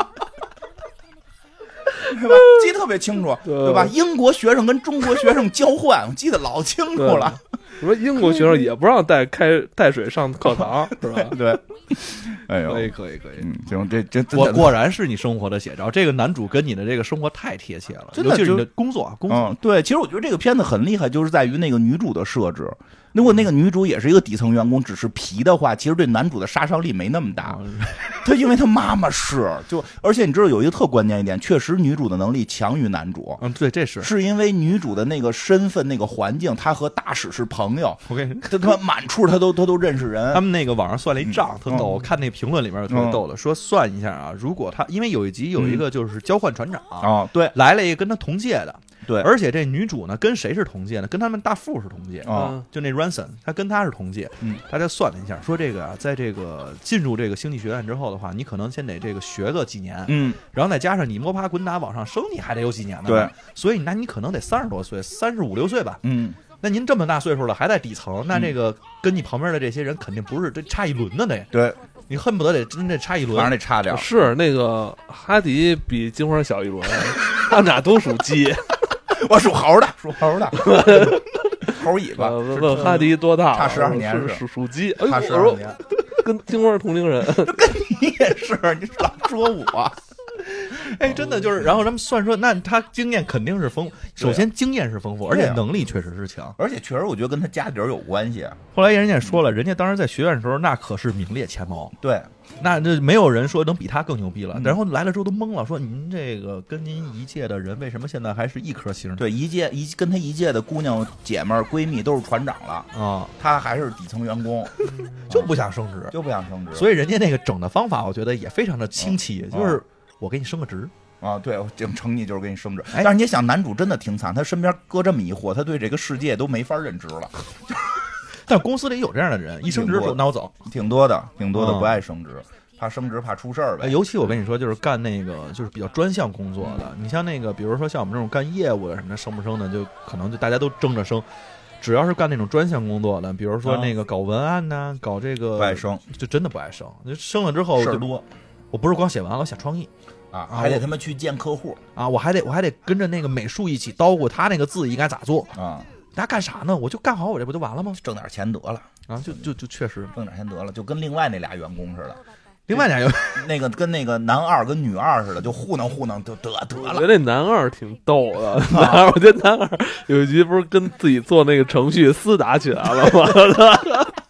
B: 对吧？记得特别清楚，
A: 对
B: 对吧？英国学生跟中国学生交换，我记得老清楚了。
A: 什么英国学生也不让带开带水上课堂，是吧？
B: 对，哎呦，
C: 可以可以。
B: 嗯，行，这这真
C: 我
B: 的
C: 果然是你生活的写照，这个男主跟你的这个生活太贴切了，
B: 真的
C: 尤其是你
B: 就
C: 的工作啊，工作。
B: 嗯，对，其实我觉得这个片子很厉害，就是在于那个女主的设置。如果那个女主也是一个底层员工，只是皮的话，其实对男主的杀伤力没那么大。她因为她妈妈是，就而且你知道有一个特关键一点，确实女主的能力强于男主，
C: 嗯，对，这是
B: 是因为女主的那个身份、那个环境，她和大使是朋友，
C: 我跟你
B: 她他妈满处她都她都认识人
C: 他。们那个网上算了一账，特
B: 嗯
C: 逗。我看那评论里面有特别逗的，说算一下啊，如果他因为有一集有
B: 嗯
C: 一个就是交换船长
B: 啊、对
C: 来了一个跟他同届的，
B: 对，
C: 而且这女主呢跟谁是同届呢？跟他们大副是同届
B: 啊、哦
C: 就那 Ranson，他跟他是同届，
B: 嗯，
C: 大家算了一下，说这个啊，在这个进入这个星际学院之后的话，你可能先得这个学个几年，
B: 嗯，
C: 然后再加上你摸爬滚打往上升，你还得有几年呢，
B: 对，
C: 所以那你可能得三十多岁，三十五六岁吧，
B: 嗯，
C: 那您这么大岁数了还在底层，那这个跟你旁边的这些人肯定不是这差一轮的得，
B: 对，
C: 你恨不得得真得差一
B: 反正
C: 轮，
B: 得差点
A: 嗯
B: 儿。
A: 是那个哈迪比金花小一轮， 他俩都属鸡。
B: 我属猴的，属猴的， 猴尾巴
A: 呃。问问哈迪多大了？
B: 差12年
A: 是
B: 是
A: 属属鸡。哎呦
B: 差
A: 我
B: 十二
A: 说
B: 年，
A: 跟金花是同龄人，
B: 你也是，你老说我，
C: 哎，真的
B: 嗯
C: 就是，然后咱们算说，那他经验肯定是丰，首先经验是丰富，而
B: 啊对啊
C: 且能力确实是强。
B: 而且确实我觉得跟他家底儿有关系。啊
C: 后来人家也说了，人家当时在学院的时候，那可是名列前茅，
B: 对，
C: 那这没有人说能比他更牛逼了。然后来了之后都懵了，说您这个跟您一届的人，为什么现在还是一颗星？
B: 对，一届一跟他一届的姑娘姐们儿闺蜜都是船长了，
C: 啊，
B: 他还是底层员工，
C: 就不想升职，
B: 就不想升职。
C: 所以人家那个整的方法，我觉得也非常的清奇，就是我给你升个职，
B: 啊，对，我这成绩就是给你升职。
C: 哎
B: 但是你也想，男主真的挺惨，他身边搁这么一货，他对这个世界都没法认知了，
C: 但公司里啊有这样的人，一升职
B: 挺多
C: 说
B: 的
C: 那我走。
B: 挺多的，挺多的
C: 嗯
B: 不爱升职，怕升职怕出事儿
C: 呃，
B: 呗。
C: 尤其我跟你说，就是干那个就是比较专项工作的，你像那个，比如说像我们这种干业务的什么的，升不升的，就可能就大家都争着升。只要是干那种专项工作的，比如说
B: 啊
C: 那个搞文案呐、搞这个
B: 不爱升，
C: 就真的不爱升。就升了之后
B: 事儿
C: 就
B: 多
C: 我不是光写文案，我写创意，
B: 啊，
C: 啊
B: 还得
C: 我
B: 他妈去见客户
C: 啊，我还得我还得跟着那个美术一起叨咕他那个字应该咋做，
B: 啊，
C: 大家干啥呢？我就干好我这不就完了吗？
B: 挣点钱得了，
C: 啊，就就就确实，
B: 挣点钱得了，就跟另外那俩员工似的，
C: 另外俩 有
B: 那个跟那个男二跟女二似的，就糊弄糊弄就得得
A: 我觉
B: 了
A: 得那男二挺逗 的，男二，我觉得男二有一集不是跟自己做那个程序厮打起来了吗？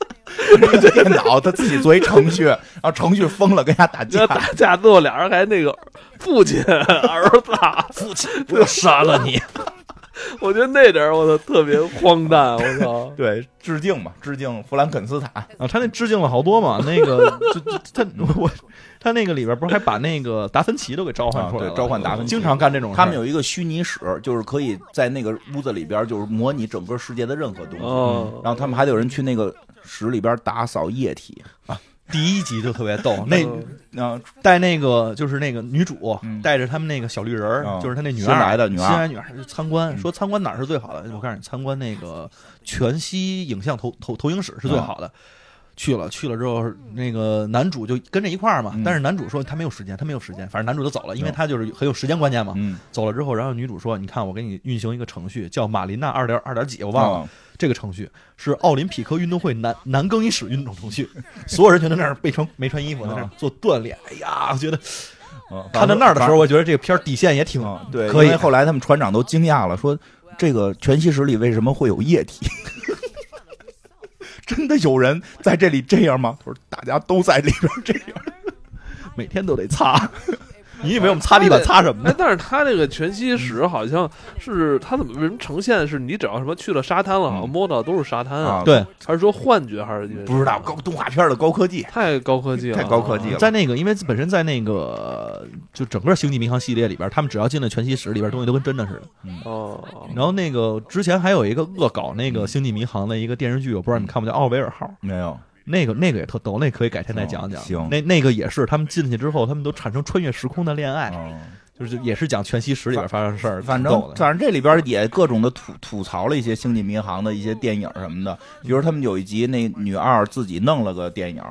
B: 一个电脑，他自己作为程序，然后程序疯了跟人家打
A: 那
B: 架，
A: 打架最后俩人还那个父亲儿子，啊
B: 父亲我要杀了你，！
A: 我觉得那点儿我操特别荒诞，我操
B: 对，致敬嘛，致敬弗兰肯斯坦，
C: 啊，他那致敬了好多 嘛，那个就就他我他那个里边不是还把那个达芬奇都给召唤出来了、
B: 啊对召唤达芬奇
C: 经常干这种事儿
B: 他们有一个虚拟室，就是可以在那个屋子里边，就是模拟整个世界的任何东西。
A: 哦
B: 然后他们还得有人去那个室里边打扫液体，
C: 第一集就特别逗， 那
A: 嗯
B: 嗯，
C: 带那个就是那个女主、
B: 嗯
C: 带着他们那个小绿人儿、
B: 啊
C: 就是他那女
B: 新
C: 二
B: 来的女嗯
C: 新
B: 二
C: 来女二去参观，说参观哪儿是最好的？我告诉你，参观那个全息影像投投投影室是最好
B: 嗯
C: 的。去了，去了之后，那个男主就跟着一块儿嘛。
B: 嗯
C: 但是男主说他没有时间，他没有时间。反正男主就走了，因为他就是很有时间观念嘛。
B: 嗯，
C: 走了之后，然后女主说：“你看，我给你运行一个程序，叫马琳娜二点二点几，我忘了。
B: 啊
C: 这个程序是奥林匹克运动会男男更衣室运动程序，所有人全在那儿没穿没穿衣服，在那儿做锻炼。哎呀，我觉得
B: 啊
C: 看到那儿的时候，，我觉得这个片儿底线也挺
B: 反正啊，对，
C: 可以
B: 因为后来他们船长都惊讶了，说这个全息室里为什么会有液体？ 真的有人在这里这样吗？他说大家都在里边这样。
C: 每天都得 擦。你以为我们擦地板擦什么
A: 哎
C: 呢？，
A: 但是他这个全息室好像是他怎么为什么呈现的是你只要什么去了沙滩了，好像摸到都是沙滩
B: 啊
C: 对，
A: 还是说幻觉还是因为
B: 不知道高动画片的高科技，
A: 太高科技了，
B: 太高科技了
C: 在那个，因为本身在那个就整个《星际迷航》系列里边，他们只要进了全息室里边，东西都跟真的似的。
A: 哦，
C: 然后那个之前还有一个恶搞那
B: 嗯
C: 个《星际迷航》的一个电视剧，我不知道你们看不看，叫《奥维尔号》。
B: 没有
C: 那个那个也特逗，那可以改天再讲讲。
B: 哦行
C: 那那个也是，他们进去之后，他们都产生穿越时空的恋爱，
B: 哦
C: 就是也是讲全息室里边发生的事儿，
B: 反
C: 挺逗
B: 正
C: 的
B: 反正这里边也各种的吐吐槽了一些《星际迷航》的一些电影什么的，比如他们有一集那女二自己弄了个电影，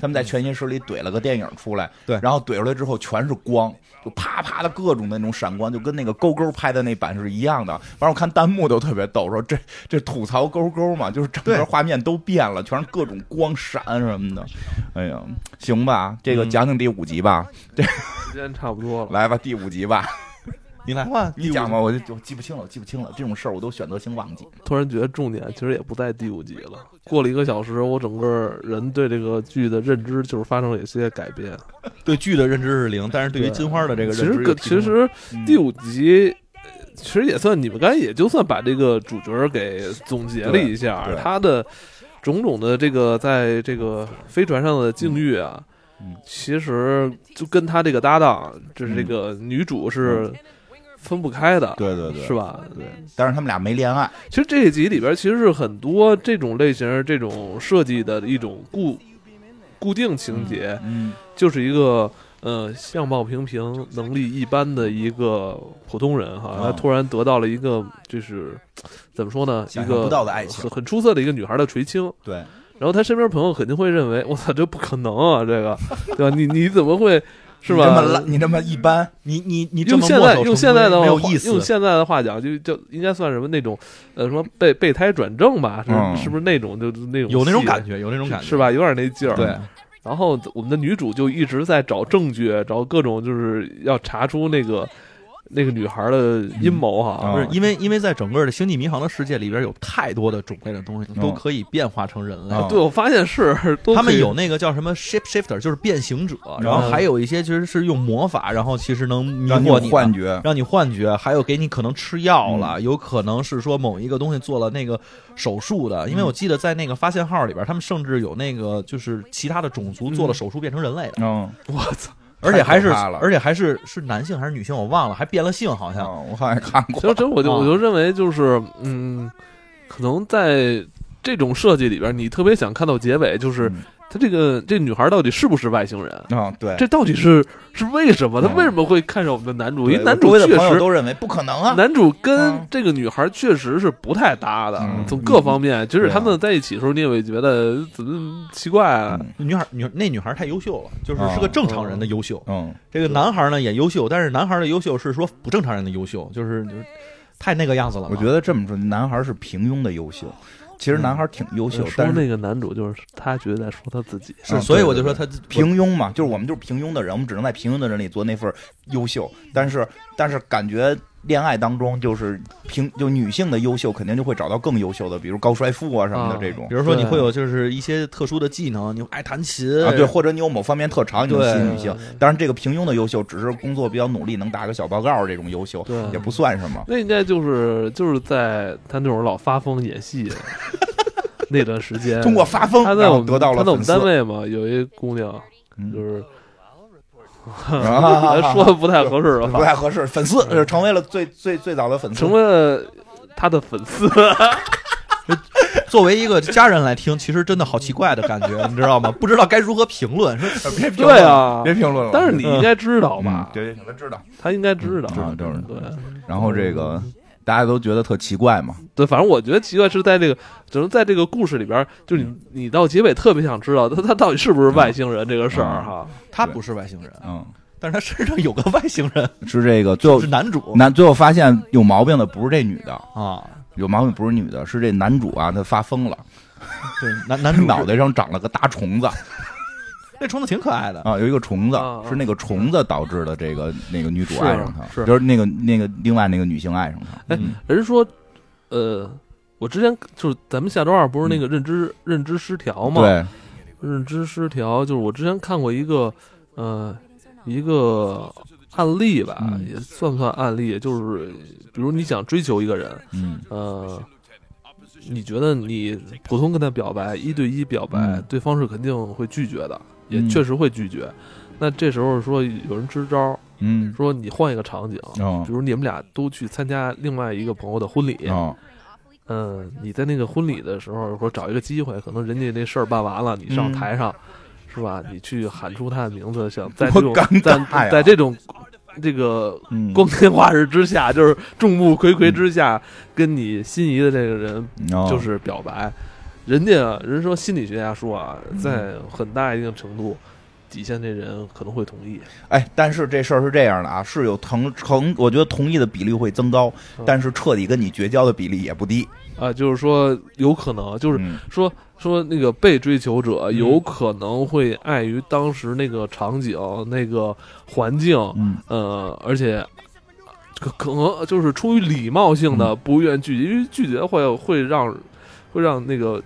B: 他们在全息室里怼了个电影出来，
C: 嗯对
B: 然后怼出来之后全是光，就啪啪的各种那种闪光，就跟那个勾勾拍的那版是一样的。完了我看弹幕都特别逗，说这这吐槽勾勾嘛，就是整
C: 对
B: 个画面都变了，全是各种光闪什么的。哎呀，行吧，这个
C: 嗯
B: 讲讲第五集吧，
A: 时间差不多了。
B: 来吧，第五集吧，
C: 你来吧，
B: 你讲吧，我就我记不清了，记不清了，这种事儿我都选择性忘记。
A: 突然觉得重点其实也不在第五集了。过了一个小时，我整个人对这个剧的认知就是发生了一些改变。
C: 对剧的认知是零，但是对于
A: 对
C: 金花的这个
A: 其
C: 认
A: 实
C: 知
A: 个
C: 有提升
A: 其实
B: 嗯
A: 第五集。呃其实也算，你们刚才也就算把这个主角给总结了一下
B: 对对，
A: 他的种种的这个在这个飞船上的境遇啊，
B: 嗯嗯嗯
A: 其实就跟他这个搭档，就是这个女主是分不开的，
B: 对对对，
A: 是？吧？
B: 对，但是他们俩没恋爱，
A: 其实这一集里边其实是很多这种类型、这种设计的一种固固定情节，
B: 嗯，
A: 就是一个呃相貌平平、能力一般的一个普通人
C: 啊
A: 哈，
B: 嗯
A: 他突然得到了一个就是怎么说呢，
B: 想
A: 一
B: 象
A: 个
B: 不到的爱情
A: 很很出色的一个女孩的垂青。
B: 对，
A: 然后他身边朋友肯定会认为，我操，这不可能啊，这 个对吧？你你怎么会是
B: 你这么
A: 吧？
B: 烂，你这么一般，
C: 你你你这
A: 用
C: 么
A: 现
C: 墨
A: 在
C: 守
A: 用
C: 成
A: 现在的
C: 规没有
A: 话
C: 意思，
A: 用现在的话讲，就就应该算什么那种呃什么备备胎转正吧，是、
B: 嗯
A: 是不是那种就就那种
C: 有那种感
A: 觉
C: 觉，有那种感觉
A: 是？吧？有点那劲儿。
C: 对，
A: 然后我们的女主就一直在找证据，找各种就是要查出那个那个女孩的阴谋哈、
B: 嗯
C: 不
B: 啊
C: 是因为因为在整个的星际迷航的世界里边有太多的种类的东西
B: 嗯
C: 都可以变化成人类，
B: 啊
A: 对，我发现是嗯都
C: 他们
A: 可以嗯
C: 有那个叫什么 shape shifter，就是变形者，然后还有一些其实是用魔法，然后其实能迷
B: 让你
C: 惑
B: 有
C: 你的
B: 幻觉，
C: 让你幻觉，还有给你可能吃药了，
B: 嗯
C: 有可能是说某一个东西做了那个手术的，
B: 嗯
C: 因为我记得在那个发现号里边，他们甚至有那个就是其他的种族做了手术变成人类的，
B: 嗯，
A: 我 操！
C: 而且还是
B: 太可怕了
C: 而且还是是男性还是女性我忘了，还变了性好像。
B: 嗯我好像看
A: 其实
B: 过，
A: 这我就
C: 啊
A: 我就认为就是嗯，可能在这种设计里边，你特别想看到结尾，就是
B: 嗯
A: 他这个这女孩到底是不是外星人？
B: 啊，对，
A: 这到底是是为什么？他
B: 嗯
A: 为什么会看上我们的男主？因
B: 对
A: 为男
B: 我
A: 主
B: 周围
A: 确
B: 的朋友
A: 实，
B: 都认为不可能啊，
A: 男主跟
B: 嗯
A: 这个女孩确实是不太搭的
B: 嗯，
A: 从各方面，即使
B: 对啊
A: 他们在一起的时候，你也会觉得怎么奇怪啊？
B: 嗯
C: 女孩女那女孩太优秀了，就是
B: 啊
C: 是个正常人的优秀。
B: 嗯，
C: 这个男孩呢也优秀，但是男孩的优秀是说不正常人的优秀，就是就是太那个样子了嘛。
B: 我觉得这么说，男孩是平庸的优秀，其实男孩挺优秀，
A: 呃说
B: 但是
A: 那个男主就是他觉得在说他自己，
B: 是
C: 所以我就
B: 嗯对
C: 说
B: 对
C: 他
B: 平庸嘛，就是我们就是平庸的人，我们只能在平庸的人里做那份优秀，但是但是感觉。恋爱当中，就是平就女性的优秀，肯定就会找到更优秀的，比如高帅富啊什么的
A: 啊
B: 这种
C: 比如说你
A: 对
C: 会有就是一些特殊的技能，你爱弹琴
B: 啊，对，或者你有某方面特长，你能吸引
C: 对
B: 女性。当然，这个平庸的优秀，只是工作比较努力，能打个小报告这种优秀，
A: 对
B: 也不算什么。
A: 那应该就是就是在他那种老发疯演 戏那段时间，
B: 通过发疯，
A: 他在
B: 然
A: 我
B: 后
A: 们
B: 得到了
A: 他在我们
B: 粉丝
A: 单位嘛，有一姑娘
B: 嗯
A: 就是
B: 啊
A: 说的不太合适的
B: 不
A: 话，
B: 太合适，粉丝呃成为了最最最早的粉丝
A: 成。为了他的粉 丝，
C: 作为一个家人来听，其实真的好奇怪的感觉，你知道吗？不知道该如何评论。说
B: 呃别评 论
A: 对
B: 了，
A: 啊。
B: 别评论了。
A: 但是你应该嗯知道
B: 嗯好
A: 吧？
B: 对对，请他知道。
A: 他应该知道
B: 嗯知道，知道
A: 对
B: 然后这个
A: 嗯
B: 大家都觉得特奇怪嘛，
A: 对，反正我觉得奇怪是在这个，只能在这个故事里边儿，就是你你到结尾特别想知道他他到底是不是外星人这个事儿
B: 嗯
A: 哈。
C: 他不是外星人，
B: 嗯，
C: 但是他身上有个外星人，
B: 是这个最后
C: 是男主
B: 男最后发现有毛病的不是这女的，
C: 啊，
B: 有毛病不是女的，是这男主啊，他发疯了，
C: 对，男男主
B: 脑 袋上长了个大虫子
C: 那虫子挺可爱的，
B: 啊，有一个虫子
A: 啊啊
B: 是那个虫子导致的，这个那个女主
A: 是
B: 爱上他，
C: 是
B: 就是那个那个另外那个女性爱上他，
A: 哎
C: 嗯
A: 人说，呃，我之前就是咱们下周二不是那个认知、认知失调嘛？
B: 嗯对，
A: 认知失调就是我之前看过一个，呃，一个案例吧，
B: 嗯
A: 也算不算案例？就是比如你想追求一个人，
B: 嗯
A: 呃，你觉得你普通跟他表白，一对一表白，
B: 嗯
A: 对方是肯定会拒绝的，也
B: 嗯
A: 确实会拒绝。那这时候说有人支招，
B: 嗯，
A: 说你换一个场景，
B: 哦
A: 比如你们俩都去参加另外一个朋友的婚礼，
B: 哦，
A: 嗯，你在那个婚礼的时候，或者找一个机会，可能人家那事儿办完了，你上
B: 嗯
A: 台上，是吧？你去喊出他的名字，想在这
B: 多
A: 种
B: 尴尬
A: 在
B: 呀
A: 在这种这个
B: 嗯
A: 光天化日之下，就是众目睽睽之下，跟你心仪的这个人
B: 哦
A: 就是表白。人家人说心理学家说啊，在很大一定程度底下那人可能会同意，
B: 哎，但是这事儿是这样的啊，是有同同，我觉得同意的比例会增高
A: 嗯，
B: 但是彻底跟你绝交的比例也不低，
A: 啊，就是说有可能，就是
B: 嗯
A: 说说那个被追求者
B: 嗯
A: 有可能会碍于当时那个场景、那个环境，
B: 嗯
A: 呃，而且可可能就是出于礼貌性的
B: 嗯
A: 不愿拒绝，因为拒绝会会让会让那个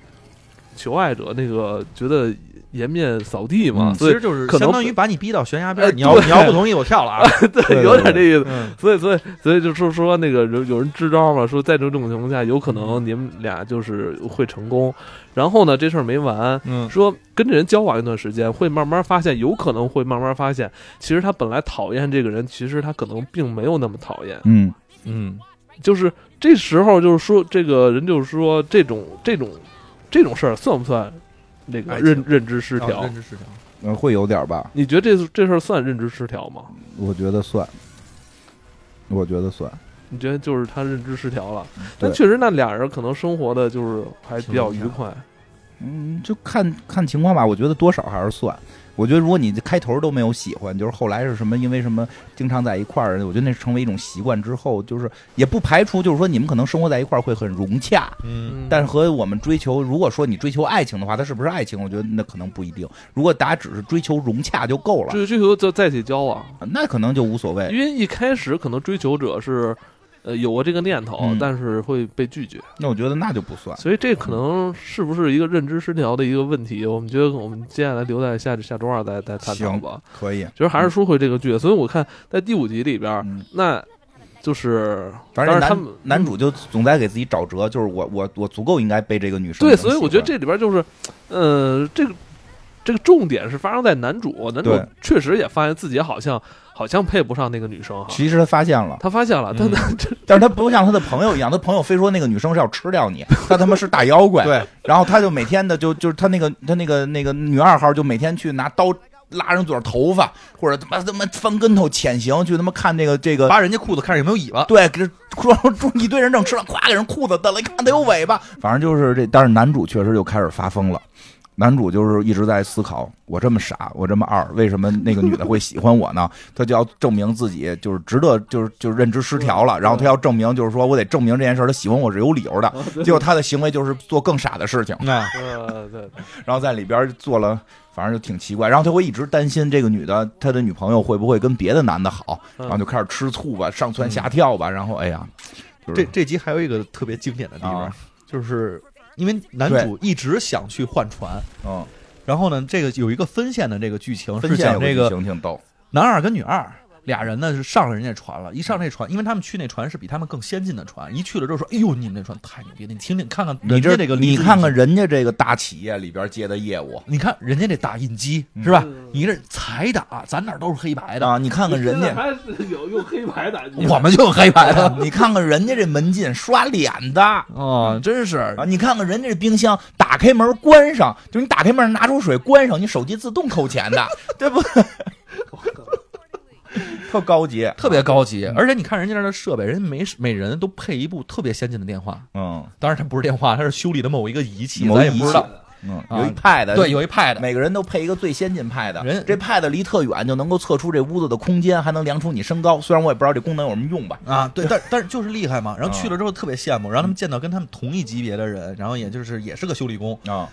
A: 求爱者那个觉得颜面扫地嘛，
B: 嗯
A: 所
C: 其
A: 以
C: 实就是
A: 可能
C: 相当于把你逼到悬崖边
A: 哎
C: 儿，你要
A: 对
C: 你要不同意我跳了啊。
A: 对
B: 对
A: 有点这
B: 对
A: 意思。
C: 嗯
A: 所以，所以，所以就说说那个有有人支招嘛，说在这种情况下，有可能你们俩就是会成功。然后呢，这事儿没完，
C: 嗯，
A: 说跟这人交往一段时间，会慢慢发现，有可能会慢慢发现，其实他本来讨厌这个人，其实他可能并没有那么讨厌。
B: 嗯
C: 嗯，
A: 就是这时候，就是说这个人就是说这种这种这种事儿算不算那个
C: 爱情
A: 认认知失
C: 啊
A: 调
C: 认？知失调，
B: 呃会有点吧，
A: 你觉得这这事儿算认知失调吗？
B: 我觉得算，我觉得算，
A: 你觉得就是他认知失调了？
B: 对
A: 但确实，那俩人可能生活的就是还比较愉快。
B: 嗯，就看看情况吧，我觉得多少还是算。我觉得如果你开头都没有喜欢，就是后来是什么，因为什么经常在一块儿，我觉得那成为一种习惯之后，就是也不排除就是说你们可能生活在一块儿会很融洽，
C: 嗯，
A: 嗯
B: 但是和我们追求，如果说你追求爱情的话，它是不是爱情？我觉得那可能不一定。如果大家只是追求融洽就够了，
A: 追追求就在一起交往，
B: 那可能就无所谓。
A: 因为一开始可能追求者是，呃，有过这个念头，
B: 嗯啊
A: 但是会被拒绝。
B: 那我觉得那就不算。
A: 所以这可能是不是一个认知失调的一个问题？我们觉得我们接下来留在下下周二再再探讨
B: 行
A: 吧。
B: 可以，
A: 其实还是说回这个剧，所以我看在第五集里边，
B: 嗯
A: 那就是
B: 反
A: 当然
B: 正
A: 他
B: 男
A: 们
B: 男主就总在给自己找辙，就是我我我足够应该被这个女生
A: 对，
B: 能喜
A: 所以
B: 欢
A: 我觉得这里边就是，呃，这个这个重点是发生在男主，男主
B: 对
A: 确实也发现自己好像好像配不上那个女生哈。
B: 其实他嗯发现了，
A: 他发现了，但他 这
B: 但是他不像他的朋友一样，他朋友非说那个女生是要吃掉你，他他妈是大 妖怪。
C: 对，
B: 然后他就每天的就就是他那个他那个那个女二号就每天去拿刀拉人嘴儿头发，或者他妈他妈翻跟头潜行去他妈看这个这个
C: 扒人家裤子看有没有尾巴。
B: 对，给说说一堆人正吃了，咵给人裤子蹬了，一看他有尾巴。反正就是这，但是男主确实就开始发疯了。男主就是一直在思考：我这么傻，我这么二，为什么那个女的会喜欢我呢？他就要证明自己就是值得，就是就是认知失调了。然后他要证明，就是说我得证明这件事儿，他喜欢我是有理由的。结果他的行为就是做更傻的事情，
C: 那
A: 呃对，
B: 然后在里边做了，反正就挺奇怪。然后他会一直担心这个女的，他的女朋友会不会跟别的男的好，
A: 嗯
B: 然啊后就开始吃醋吧，上蹿下跳吧，然后哎呀，就是
C: 这这集还有一个特别经典的地方，
B: 啊
C: 就是因为男主一直想去换船，
B: 嗯，
C: 然后呢，这个有一个分线的这个剧情
B: 分
C: 是
B: 享
C: 讲
B: 啊这
C: 这
B: 个
C: 个
B: 情挺逗，
C: 男二跟女二俩人呢是上了人家船了，一上这船，因为他们去那船是比他们更先进的船，一去了之后说：“哎呦，你们那船太牛逼了！你听听看看
B: 你
C: 人家
B: 这
C: 这个离
B: 你
C: 子
B: 看看
C: 引，
B: 人家这个大企业里边接的业务
C: 你看人家这打印机是吧
A: 嗯？
C: 你这彩打，咱那儿都是黑白的，
B: 啊，你看看人 家，哎
A: 还是有用黑牌打击
C: 我们就是黑白 的。
B: 你看看人家这门禁刷脸的啊，
C: 哦，真是
B: 你看看人家这冰箱打开门关上，就你打开门拿出水关上，你手机自动扣钱的，对不对？ 特高级，
C: 特别高级，而且你看人家那儿的设备，人家每每人都配一部特别先进的电话，
B: 嗯，
C: 当然它不是电话，它是修理的某一个仪器，
B: 某
C: 咱
B: 一
C: 也不
B: 仪
C: 知
B: 器
C: 道。
A: 哎
B: 嗯，
C: 啊
B: 有一派的，
C: 对，有一 pad，
B: 每个人都配一个最先进派的，
C: 人
B: 这派的离特远就能够测出这屋子的空间，还能量出你身高。虽然我也不知道这功能有什么用吧，
C: 啊，对，但但是就是厉害嘛。然后
B: 啊
C: 去了之后特别羡慕，然后他们见到跟他们同一级别的人，然后也就是也是个修理工，
B: 啊，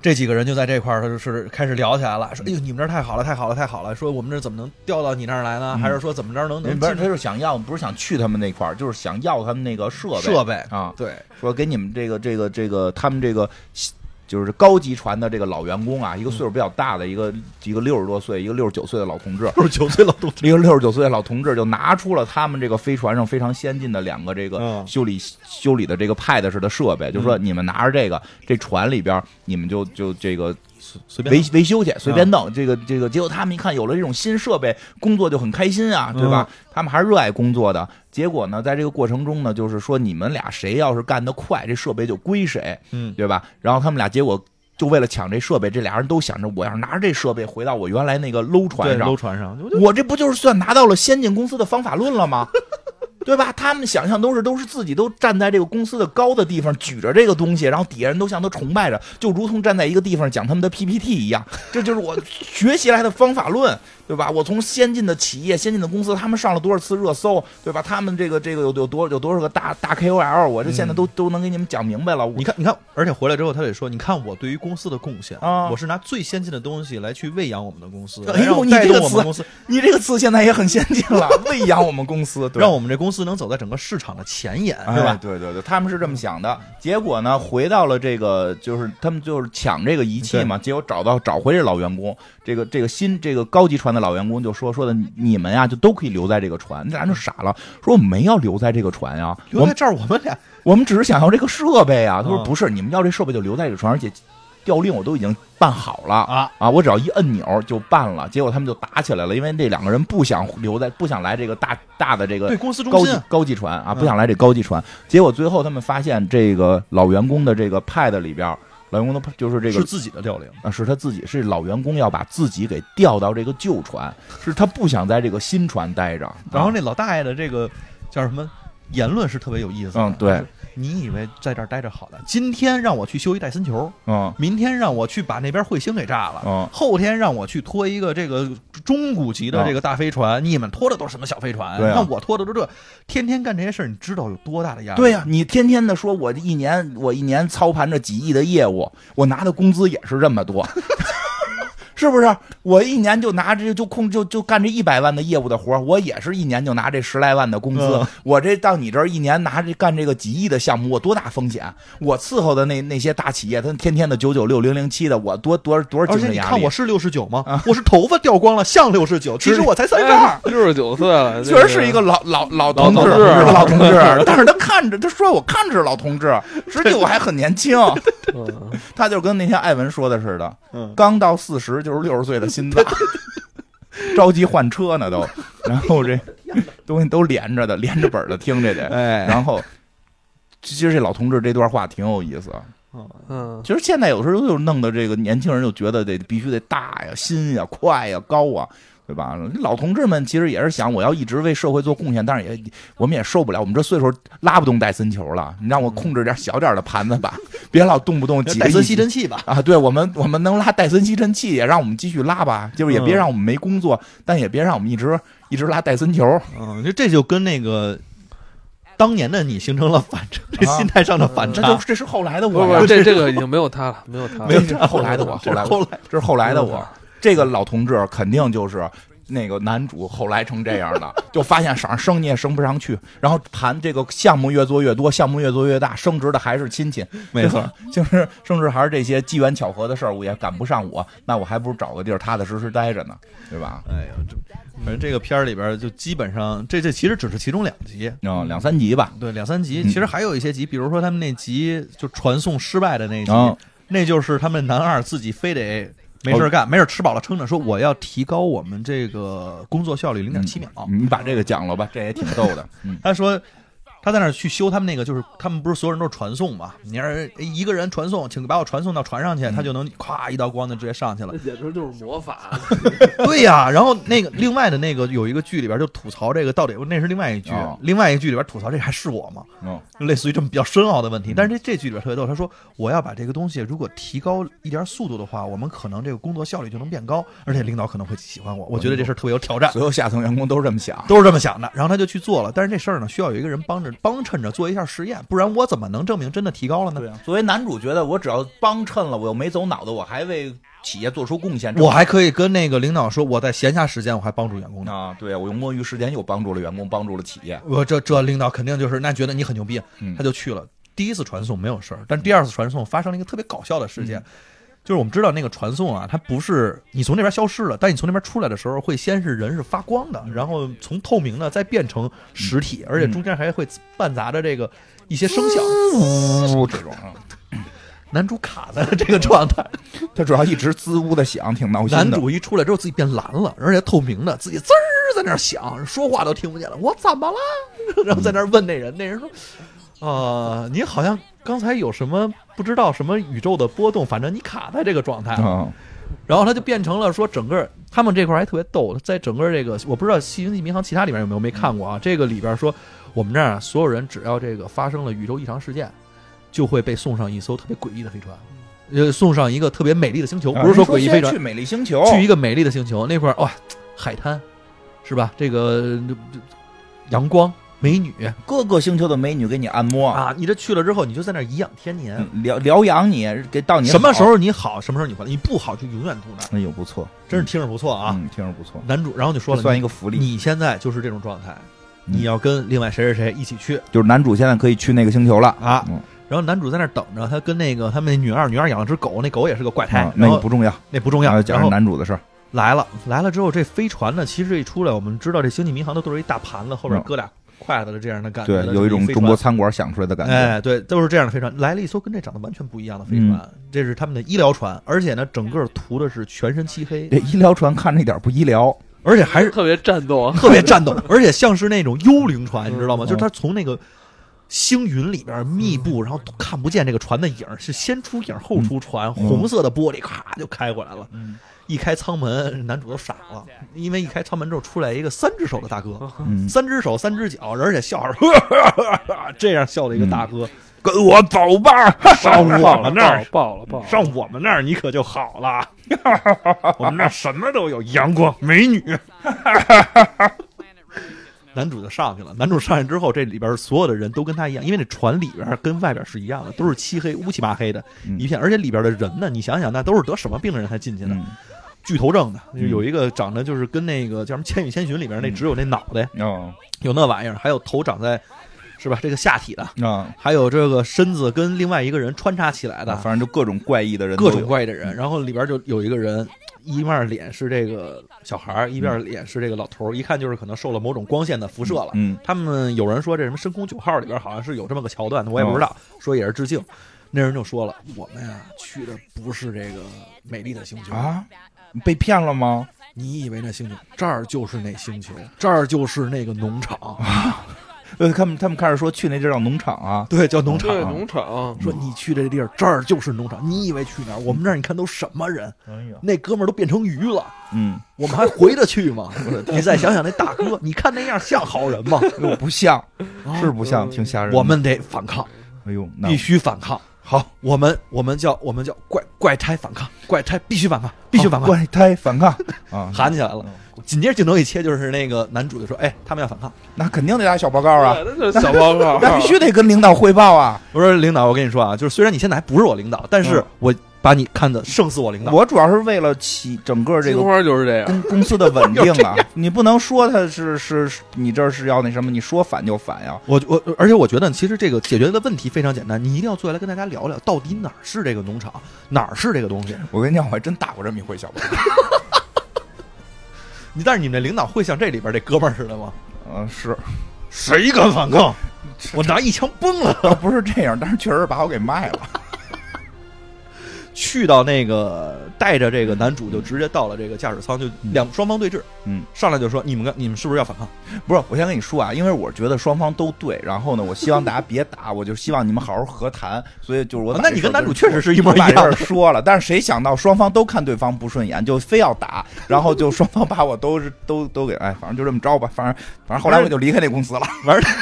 C: 这几个人就在这块儿，他就是开始聊起来了，说：“哎呦，你们这儿太好了，太好了，太好了！说我们这儿怎么能调到你那儿来呢？
B: 嗯
C: 还是说怎么着能能
B: 不是，他
C: 进
B: 就是想要，不是想去他们那块儿，就是想要他们那个设备
C: 设备？”
B: 啊，
C: 对，
B: 说给你们这个这个这个他们这个。就是高级船的这个老员工啊，一个岁数比较大的一个一个六十多岁，一个六十九岁的老同志，
C: 六十九岁老杜，
B: 一个六十九岁的老同志就拿出了他们这个飞船上非常先进的两个这个
C: 嗯
B: 修理、修理的这个派的式的设备，就说你们拿着这个，这船里边你们就就这个
C: 随
B: 维
C: 便嗯
B: 维修去，随便弄。这个这个，结果他们一看有了这种新设备，工作就很开心啊，对
C: 嗯
B: 吧？他们还是热爱工作的。结果呢，在这个过程中呢，就是说你们俩谁要是干得快，这设备就归谁，
C: 嗯，
B: 对吧？然后他们俩结果就为了抢这设备，这俩人都想着我要是拿着这设备回到我原来那个
C: 对，
B: 搂船上
C: 楼，船上，我就
B: 我这不就是算拿到了先进公司的方法论了吗？ 对吧？他们想象都是都是自己都站在这个公司的高的地方，举着这个东西，然后底下人都向他崇拜着，就如同站在一个地方讲他们的 PPT 一样。这就是我学习来的方法论，对吧？我从先进的企业、先进的公司，他们上了多少次热搜，对吧？他们这个这个有有多有多少个大大 KOL，我这现在都、都能给你们讲明白了。我
C: 嗯你看，你看，而且回来之后，他得说：“你看我对于公司的贡献
B: 啊
C: 我是拿最先进的东西来去喂养我们的公司，
B: 哎呦
C: 让我
B: 你
C: 带
B: 这
C: 动
B: 个
C: 我
B: 词
C: 们公司，
B: 你这个词现在也很先进了， 喂养我们公司，对吧
C: 让我们这公司能走在整个市场的前沿，
B: 哎
C: 是吧？
B: 对对对，他们是这么想的。结果呢，回到了这个，就是他们就是抢这个仪器嘛，结果找到找回这老员工，这个这个新这个高级船的老员工就说说的，你你们呀就都可以留在这个船，那咱就傻了，说我们没要留在这个船呀，
C: 留
B: 我
C: 在
B: 们
C: 这儿，我们俩
B: 我们只是想要这个设备啊。他说
C: 嗯
B: 不是，你们要这设备就留在这个船，而且调令我都已经办好了。
C: 啊，
B: 啊！我只要一摁钮就办了，结果他们就打起来了，因为这两个人不想留在，不想来这个大大的这个
C: 对公司中
B: 高
C: 心
B: 级
C: 啊，
B: 高级船啊，
C: 嗯
B: 不想来这高级船。结果最后他们发现，这个老员工的这个 pad 里边儿，老员工的就是这
C: 是
B: 个
C: 自己的调令，
B: 啊，是他自己，是老员工要把自己给调到这个旧船，是他不想在这个新船待着。
C: 然后
B: 啊
C: 那老大爷的这个叫什么言论是特别有意思的。
B: 嗯对，
C: 你以为在这儿待着好的，今天让我去修一戴森球，
B: 嗯
C: 明天让我去把那边彗星给炸了，
B: 嗯
C: 后天让我去拖一个这个中古级的这个大飞船，你们拖的都是什么小飞船？
B: 对啊
C: 那我拖的都这，天天干这些事儿，你知道有多大的压力？
B: 对呀、你天天的说，我一年我一年操盘着几亿的业务，我拿的工资也是这 么多，是不是？我一年就拿这就控就就干这一百万的业务的活儿，我也是一年就拿这十来万的工资。
C: 嗯
B: 我这到你这儿一年拿这干这个几亿的项目，我多大风险？我伺候的那那些大企业，他们天天的九九六零零七的，我多多多少
C: 而
B: 精
C: 且
B: 神
C: 你
B: 压力？啊
C: 看我是六十九吗？我是头发掉光了，像六十九，其实我才三十二。
A: 六十九岁了，
B: 确实是一个老老
A: 老
B: 老同志，
A: 同志啊
B: 老同志。 但是他看着，他说我看着是老 同志，实际我还很年轻。
A: 这个。嗯
B: 他就跟那天艾文说的似的，
C: 嗯
B: 刚到四十就是六十岁的心脏。着急换车呢都，然后这 东西都连着的，连着本儿的听这得，
C: 哎，
B: 然后。其实这老同志这段话挺有意思啊，
A: 嗯，
B: 其实现在有时候就弄得这个年轻人就觉得得必须得大呀、新呀、快呀、高啊，对吧？老同志们其实也是想，我要一直为社会做贡献，但是也我们也受不了，我们这岁数拉不动戴森球了，你让我控制点小点的盘子吧，别老动不动几个
C: 戴森
B: 亿
C: 吸尘器吧，
B: 啊，对我们我们能拉戴森吸尘器，也让我们继续拉吧，就是也别
A: 嗯
B: 让我们没工作，但也别让我们一直一直拉戴森球。
C: 嗯，就这就跟那个当年的你形成了反差，这心态上的反
B: 这
C: 差，
B: 啊就啊这是后来的
A: 不
B: 我
A: 是不
B: 呀
A: 是，，这这个已经没有他了，没有他了，
B: 没有这是后来 的我，后来的我
C: 后来
B: 这是后来的
A: 没有
B: 我
A: 他。
B: 这个老同志肯定就是那个男主后来成这样的，就发现想升你也升不上去，然后盘这个项目越做越多，项目越做越大，升职的还是亲戚，
C: 没错，
B: 就是升职还是这些机缘巧合的事儿，我也赶不上我，那我还不如找个地儿踏踏实实待着呢，对吧？
C: 哎呀，这反正这个片儿里边儿就基本上，这这其实只是其中两集，
B: 嗯，两三集吧，
C: 对，两三集。
B: 嗯
C: 其实还有一些集，比如说他们那集就传送失败的那集，
B: 嗯
C: 那就是他们男二自己非得没事
B: 哦
C: 儿干，没事儿吃饱了撑着，说我要提高我们这个工作效率零点七秒。
B: 嗯你把这个讲了吧，这也挺逗 的，嗯。
C: 他说。他在那儿去修他们那个，就是他们不是所有人都是传送嘛？你要是一个人传送，请把我传送到船上去，他就能咵一道光就直接上去了。
A: 简直就是魔法，
C: 对呀、然后那个另外的那个有一个剧里边就吐槽这个到底那是另外一剧，
B: 哦
C: 另外一剧里边吐槽这还是我吗？
B: 嗯
C: 类似于这么比较深奥的问题。但是这这剧里边特别逗，他说我要把这个东西如果提高一点速度的话，我们可能这个工作效率就能变高，而且领导可能会喜欢我。我觉得这事儿特别有挑战。
B: 所有下层员工都是这么想，
C: 都是这么想的，然后他就去做了。但是这事儿呢，需要有一个人帮着帮衬着做一下实验，不然我怎么能证明真的提高了呢？
B: 啊，作为男主觉得我只要帮衬了，我又没走脑子，我还为企业做出贡献，
C: 我还可以跟那个领导说，我在闲暇时间我还帮助员工呢。
B: 啊，对啊，我用摸鱼时间又帮助了员工，帮助了企业。
C: 我这这领导肯定就是那觉得你很牛逼啊
B: 嗯，
C: 他就去了。第一次传送没有事儿，但第二次传送发生了一个特别搞笑的事件，就是我们知道那个传送啊，它不是你从那边消失了，但你从那边出来的时候，会先是人是发光的，然后从透明的再变成实体，而且中间还会伴杂着这个一些声响。
B: 呜，嗯这种，啊
C: 男主卡在了这个状态，
B: 他主要一直滋呜的响，挺闹心的。
C: 男主一出来之后自己变蓝了，而且透明的，自己滋儿在那儿响，说话都听不见了。我怎么了？ 然后在那儿问那人，那人说：“呃，你好像刚才有什么不知道什么宇宙的波动，反正你卡在这个状态了。
B: 啊，
C: 然后他就变成了说，整个他们这块儿还特别逗，在整个这个我不知道《西游记迷航》其他里面有没有没看过啊，这个里边说我们这儿啊所有人只要这个发生了宇宙异常事件，就会被送上一艘特别诡异的飞船。呃，送上一个特别美丽的星球，不是说
B: 说
C: 诡异飞船
B: 去，美丽星球，
C: 去一个美丽的星球，那块儿哇，海滩是吧？这个呃阳光、美女
B: 各个星球的美女给你按摩，
C: 啊，你这去了之后，你就在那儿颐养天年。
B: 哦嗯疗疗养你，给到你
C: 什么时
B: 好？
C: 候你好，什么时候你坏，你不好就永远住那儿，
B: 哎呦，不错，
C: 真是听着不错啊。
B: 嗯，听着不错，
C: 男主，然后就说
B: 这
C: 了，
B: 算一个福
C: 你
B: 利。
C: 你现在就是这种状态，
B: 嗯
C: 你要跟另外谁谁谁一起去
B: 就是男主现在可以去那个星球了
C: 啊。
B: 嗯
C: 然后男主在那儿等着，他跟那个他们那女二，女二养了只狗，那狗也是个怪胎
B: 啊，那
C: 然
B: 个
C: 后
B: 不重要，
C: 那不重
B: 重
C: 要。啊
B: 讲
C: 然
B: 讲
C: 后
B: 男主的事儿。
C: 来了，来了之后，这飞船呢，其实一出来，我们知道这星际迷航它都是一大盘子，后边
B: 嗯
C: 搁俩筷子的这样的感觉
B: 对
C: 的，，
B: 有一种
C: 飞船
B: 中国。餐馆想出来的感觉。
C: 哎，对，都是这样的飞船。来了一艘跟这长得完全不一样的飞船，
B: 嗯
C: 这是他们的医疗船，而且呢，整个涂的是全身漆黑
B: 这，医疗船看着一点不 医疗，
C: 而且还是
A: 特别战斗啊，
C: 特别 战斗，而且像是那种幽灵船，你知道吗？
B: 嗯
C: 就是它从那个星云里边密
D: 嗯
C: 布，然后都看不见这个船的影儿，是先出影儿后出船，
D: 嗯
C: 红色的玻璃咔就开过来了。一开舱门，男主都傻了，因为一开舱门之后出来一个三只手的大哥，
B: 嗯
C: 三只手三只脚，而 且笑着呵呵呵呵 这样笑的一个大哥，
B: 跟我走吧，
D: 嗯 上我们那儿，
A: 爆了爆
C: 哦
A: 了，
D: 上我们那儿你可就好 了。我们那儿什么都有，阳光、美女，
C: 男主就上去了。男主上去之后，这里边所有的人都跟他一样，因为那船里边跟外边是一样的，都是漆黑乌漆麻黑的
B: 嗯
C: 一片，而且里边的人呢，你想想，那都是得什么病的人才进去的？
B: 嗯
C: 巨头症的，
B: 嗯
C: 有一个长得就是跟那个叫什么《千与千寻》里边那只有那脑袋
B: 哦
C: 有那玩意儿，还有头长在是吧？这个下体的，
B: 啊，
C: 还有这个身子跟另外一个人穿插起来的，
B: 反正就各种怪异的人都
C: 各
B: 有，嗯
C: 种怪异的人。然后里边就有一个人，一面脸是这个小孩儿，一面脸是这个老头儿，一看就是可能受了某种光线的辐射了。
B: 嗯，
C: 他们有人说这什么《深空九号》里边好像是有这么个桥段，我
B: 哦
C: 也不知道，说也是致敬。那人就说了，我们呀、去的不是这个美丽的星球，
B: 啊，你被骗了吗？
C: 你以为那星球这儿就是那星球，这儿就是那个农场，
B: 呃，他们他们开始说去那地儿叫农场啊，
C: 对，叫农场
A: 对，。农场，
C: 说你去这地儿，这儿就是农场。你以为去哪儿？我们那儿你看都什么人？那哥们儿都变成鱼了，
B: 嗯，
C: 我们还回得去 吗？你再想想那大 哥，你看那样像好人吗？
B: 又 不像，是不像，挺吓人
C: 哦
B: 的。
C: 我们得反抗，
B: 哎呦，那
C: 必须反抗。好，我们我们叫我们叫怪怪胎反抗，怪胎必须反抗，必须反抗，
B: 怪胎 反抗啊！
C: 喊起来了。紧接着镜头一切，就是那个男主就说：“哎，他们要反抗。
B: 那肯定得打小报告 啊，
A: 对，那就是小啊报告，
B: 那必须得跟领导汇报啊。”
C: 我说：“领导，我跟你说啊，就是虽然你现在还不是我领导，但是
B: 嗯
C: 我把你看得胜似我领导。
B: 我主要是为了起整个这
A: 金
B: 个
A: 花就是这样，
B: 公公司的稳定啊，你不能说他是是是你这是要那什么，你说反就反呀。
C: 我我，而且我觉得其实这个解决的问题非常简单，你一定要坐下来跟大家聊聊，到底哪儿是这个农场，哪儿是这个东西。
B: 我跟你讲，我还真打过这么一回小报告。
C: 你 但是你们这领导会像这里边这哥们儿似的吗？
B: 嗯，是
C: 谁敢反抗？我拿一枪崩了。
B: 倒不是这样，但是确实把我给卖了。
C: 去到那个带着这个男主就直接到了这个驾驶舱，就两双方对峙，
B: 嗯，
C: 上来就说你们你们是不是要反抗？
B: 不是，我先跟你说啊，因为我觉得双方都对，然后呢，我希望大家别打，我就希望你们好好和谈。所以就是我把
C: 啊
B: 这事儿
C: 那
B: 哦跟，
C: 你跟男主确实是一模一
B: 我把
C: 样
B: 这事儿说了，但是谁想到双方都看对方不顺眼，就非要打，然后就双方把我都是都都给哎，反正就这么着吧，反正反正后来我就离开那公司了。
C: 完事儿，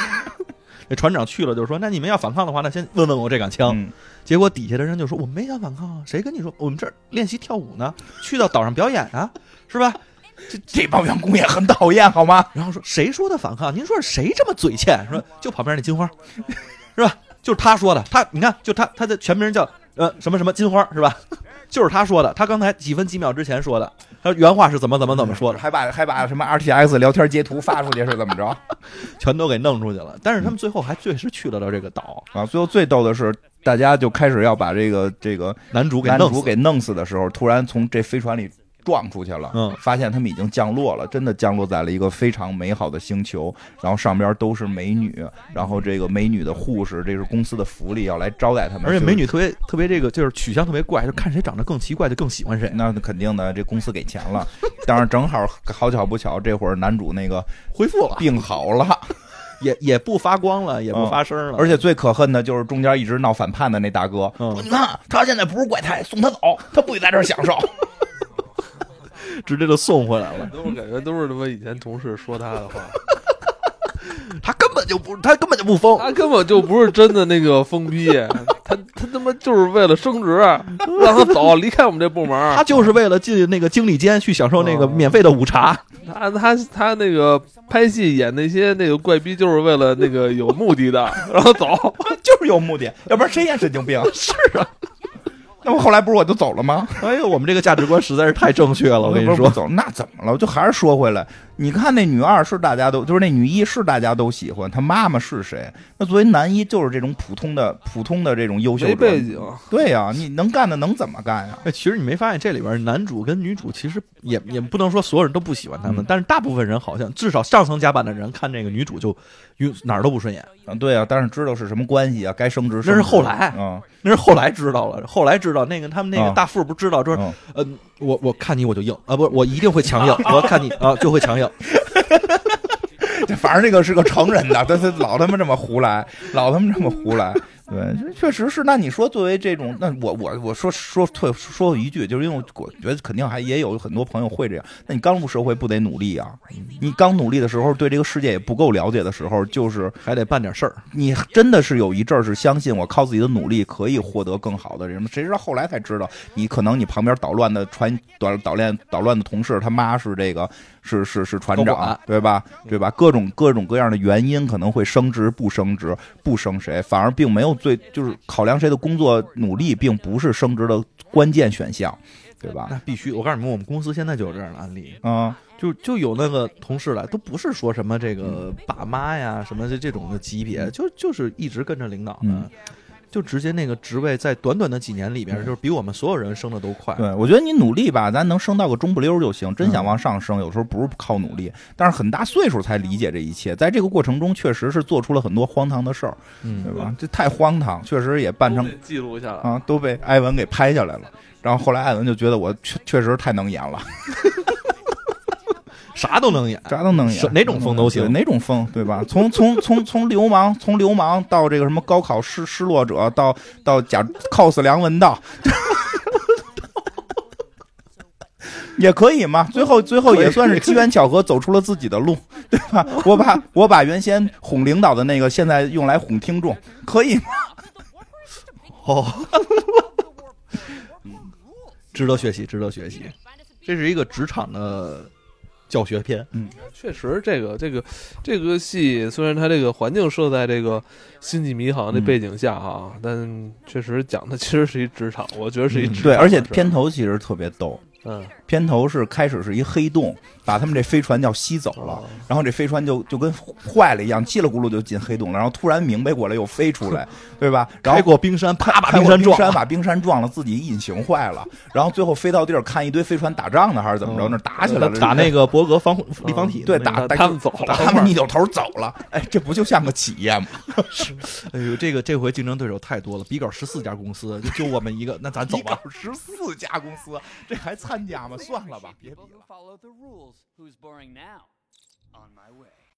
C: 那船长去了就说那你们要反抗的话，那先问问我这杆枪。
B: 嗯，
C: 结果底下的人就说：“我没想反抗啊，谁跟你说我们这儿练习跳舞呢？去到岛上表演啊，是吧
B: 这这帮员工也很讨厌，好吗？？”
C: 然后说：“谁说的反抗？您说是谁这么嘴欠？说就旁边那金花， 是吧？就是他说的。他你看，就他他的全名叫呃什么什么金花，是吧？ 就是他说的。他刚才几分几秒之前说的，他原话是怎么怎么怎么 说的，
B: 还把还把什么 RTX 聊天截图发出去是怎么着？
C: 全都给弄出去了。但是他们最后还确实去了到这个岛，
B: 啊，最后最逗的是，大家就开始要把这个这个
C: 男主给
B: 男
C: 弄
B: 主
C: 死。
B: 给弄死的时候，突然从这飞船里撞出去了，
C: 嗯
B: 发现他们已经降落了，真的降落在了一个非常美好的星球，然后上边都是美女，然后这个美女的护士，这是公司的福利，要来招待他们，
C: 而且
B: 就是
C: 美女特别特别这个就是取向特别怪，就看谁长得更奇怪就更喜欢谁，
B: 那肯定的，这公司给钱了，当然正好好巧不巧，这会儿男主那个
C: 恢复了。哦
B: 病好了，
C: 也也不发光了，也不发声了，
B: 而且最可恨的就是中间一直闹反叛的那大哥，
C: 嗯
B: 说你看他现在不是怪胎，送他走，他不许在这儿享受。
C: 直接就送回来了。
A: 都是感觉都是他妈以前同事说他的话，
C: 他根本就不，他根本就不 疯，
A: 他根本就不是真的那个疯逼，他他他妈就是为了升职，啊让他走离开我们这部门啊儿，
C: 他就是为了进那个经理间去享受那个
A: 嗯
C: 免费的午茶。
A: 他他他那个拍戏演那些那个怪逼，就是为了那个有目的 的，然后走。
B: 就是有目的，要不然谁演神经病？是啊，那我后来不是我就走了吗？
C: 哎呦，我们这个价值观实在是太正确了， 我跟
B: 不
C: 你
B: 是不
C: 说，
B: 走，那怎么了？就还是说回来，你看那女二是大家都，就是那女一是大家都喜欢，她妈妈是谁？那作为男一就是这种普通的、普通的这种优秀
A: 没
B: 者
A: 背景，
B: 对呀、你能干的能怎么干啊呀、
C: 哎，其实你没发现这里边男主跟女主其实也也不能说所有人都不喜欢他们，但是大部分人好像至少上层甲板的人看这个女主就与哪儿都不顺 眼。
B: 啊？对呀、但是知道是什么关系啊？该升职
C: 那是
B: 升职
C: 后来
B: 嗯
C: 那是后来知道了，后来知道那个他们那个
B: 啊
C: 大副不知道，就是
B: 嗯，
C: 嗯，我我看你我就硬啊，不是我一定会强 硬，我看你啊就会强硬。
B: 这反正这个是个成人的，他他老他妈这么胡来，老他妈这么胡来。对，这确实是。那你说，作为这种，那我我我说说退说一句，就是因为我觉得肯定还也有很多朋友会这样。那你刚入社会不得努力啊？你刚努力的时候，对这个世界也不够了解的时候，就是
C: 还得办点事儿。
B: 你真的是有一阵儿是相信我靠自己的努力可以获得更好的人，谁知道后来才知道，你可能你旁边捣乱的船捣捣乱捣乱的同事他妈是这个是是是船
C: 高管嗯
B: 长，对吧？对吧？各种各种各样的原因可能会升职不升职不升谁，反而并没有最就是考量谁的工作努力，并不是升职的关键选项，对吧？
C: 那必须，我告诉你们，我们公司现在就有这样的案例，
B: 嗯，
C: 就就有那个同事来，都不是说什么这个爸妈呀，什么这这种的级别，就就是一直跟着领导呢
B: 嗯。
C: 就直接那个职位在短短的几年里边，就是比我们所有人升的都快。
B: 对，我觉得你努力吧，咱能升到个中不溜儿就行。真想往上升，有时候不是靠努力，但是很大岁数才理解这一切。在这个过程中，确实是做出了很多荒唐的事儿，
C: 嗯
B: 对吧？这太荒唐，确实也办成
A: 都得记录下来。
B: 啊，都被艾文给拍下来了。然后后来艾文就觉得我确确实太能演了，
C: 啥都能演。
B: 啥都能
C: 是
B: 演，
C: 哪种风都行
B: 对哪种风，对吧？ 从从从从流氓，从流氓到这个什么高考失失落者，到到假 cos 梁文道， 也可以嘛。最后最后也算是机缘巧合走出了自己的路，对吧？我把我把原先哄领导的那个，现在用来哄听众，可以吗？
C: 哦，值得学习，值得学习。这是一个职场的教学片，
A: 确实，这个这个这个戏虽然它这个环境设在这个《星际迷航》
B: 嗯
A: 的背景下啊，但确实讲的其实是一职场，我觉得是一职场的事儿、
B: 嗯对，而且片头其实特别逗。
A: 嗯
B: 片头是开始是一黑洞，把他们这飞船叫吸走了
A: 哦，
B: 然后这飞船就就跟坏了一样，叽里咕噜就进黑洞了，然后突然明白过来又飞出 来，对吧？然
C: 开
B: 后
C: 过冰山，啪把
B: 开过
C: 山撞
B: 山
C: 了。
B: 把冰山撞了，自己隐形坏了，然后最后飞到地儿看一堆飞船打仗呢，还是怎么着？
C: 嗯
B: 那打起来了，嗯
C: 打那个伯格方立方体
B: 对
C: 的那个，
B: 打
A: 打他们走了
B: 打他们一扭头走了，哎，这不就像个企业吗？
C: 哎呦，这个这回竞争对手太多了，比稿十四家公司，就就我们一个，那 咱走吧。
B: 十四家公司，这还参加吗？算了吧，别比了。
E: Follow the rules. Who's boring now? On my way.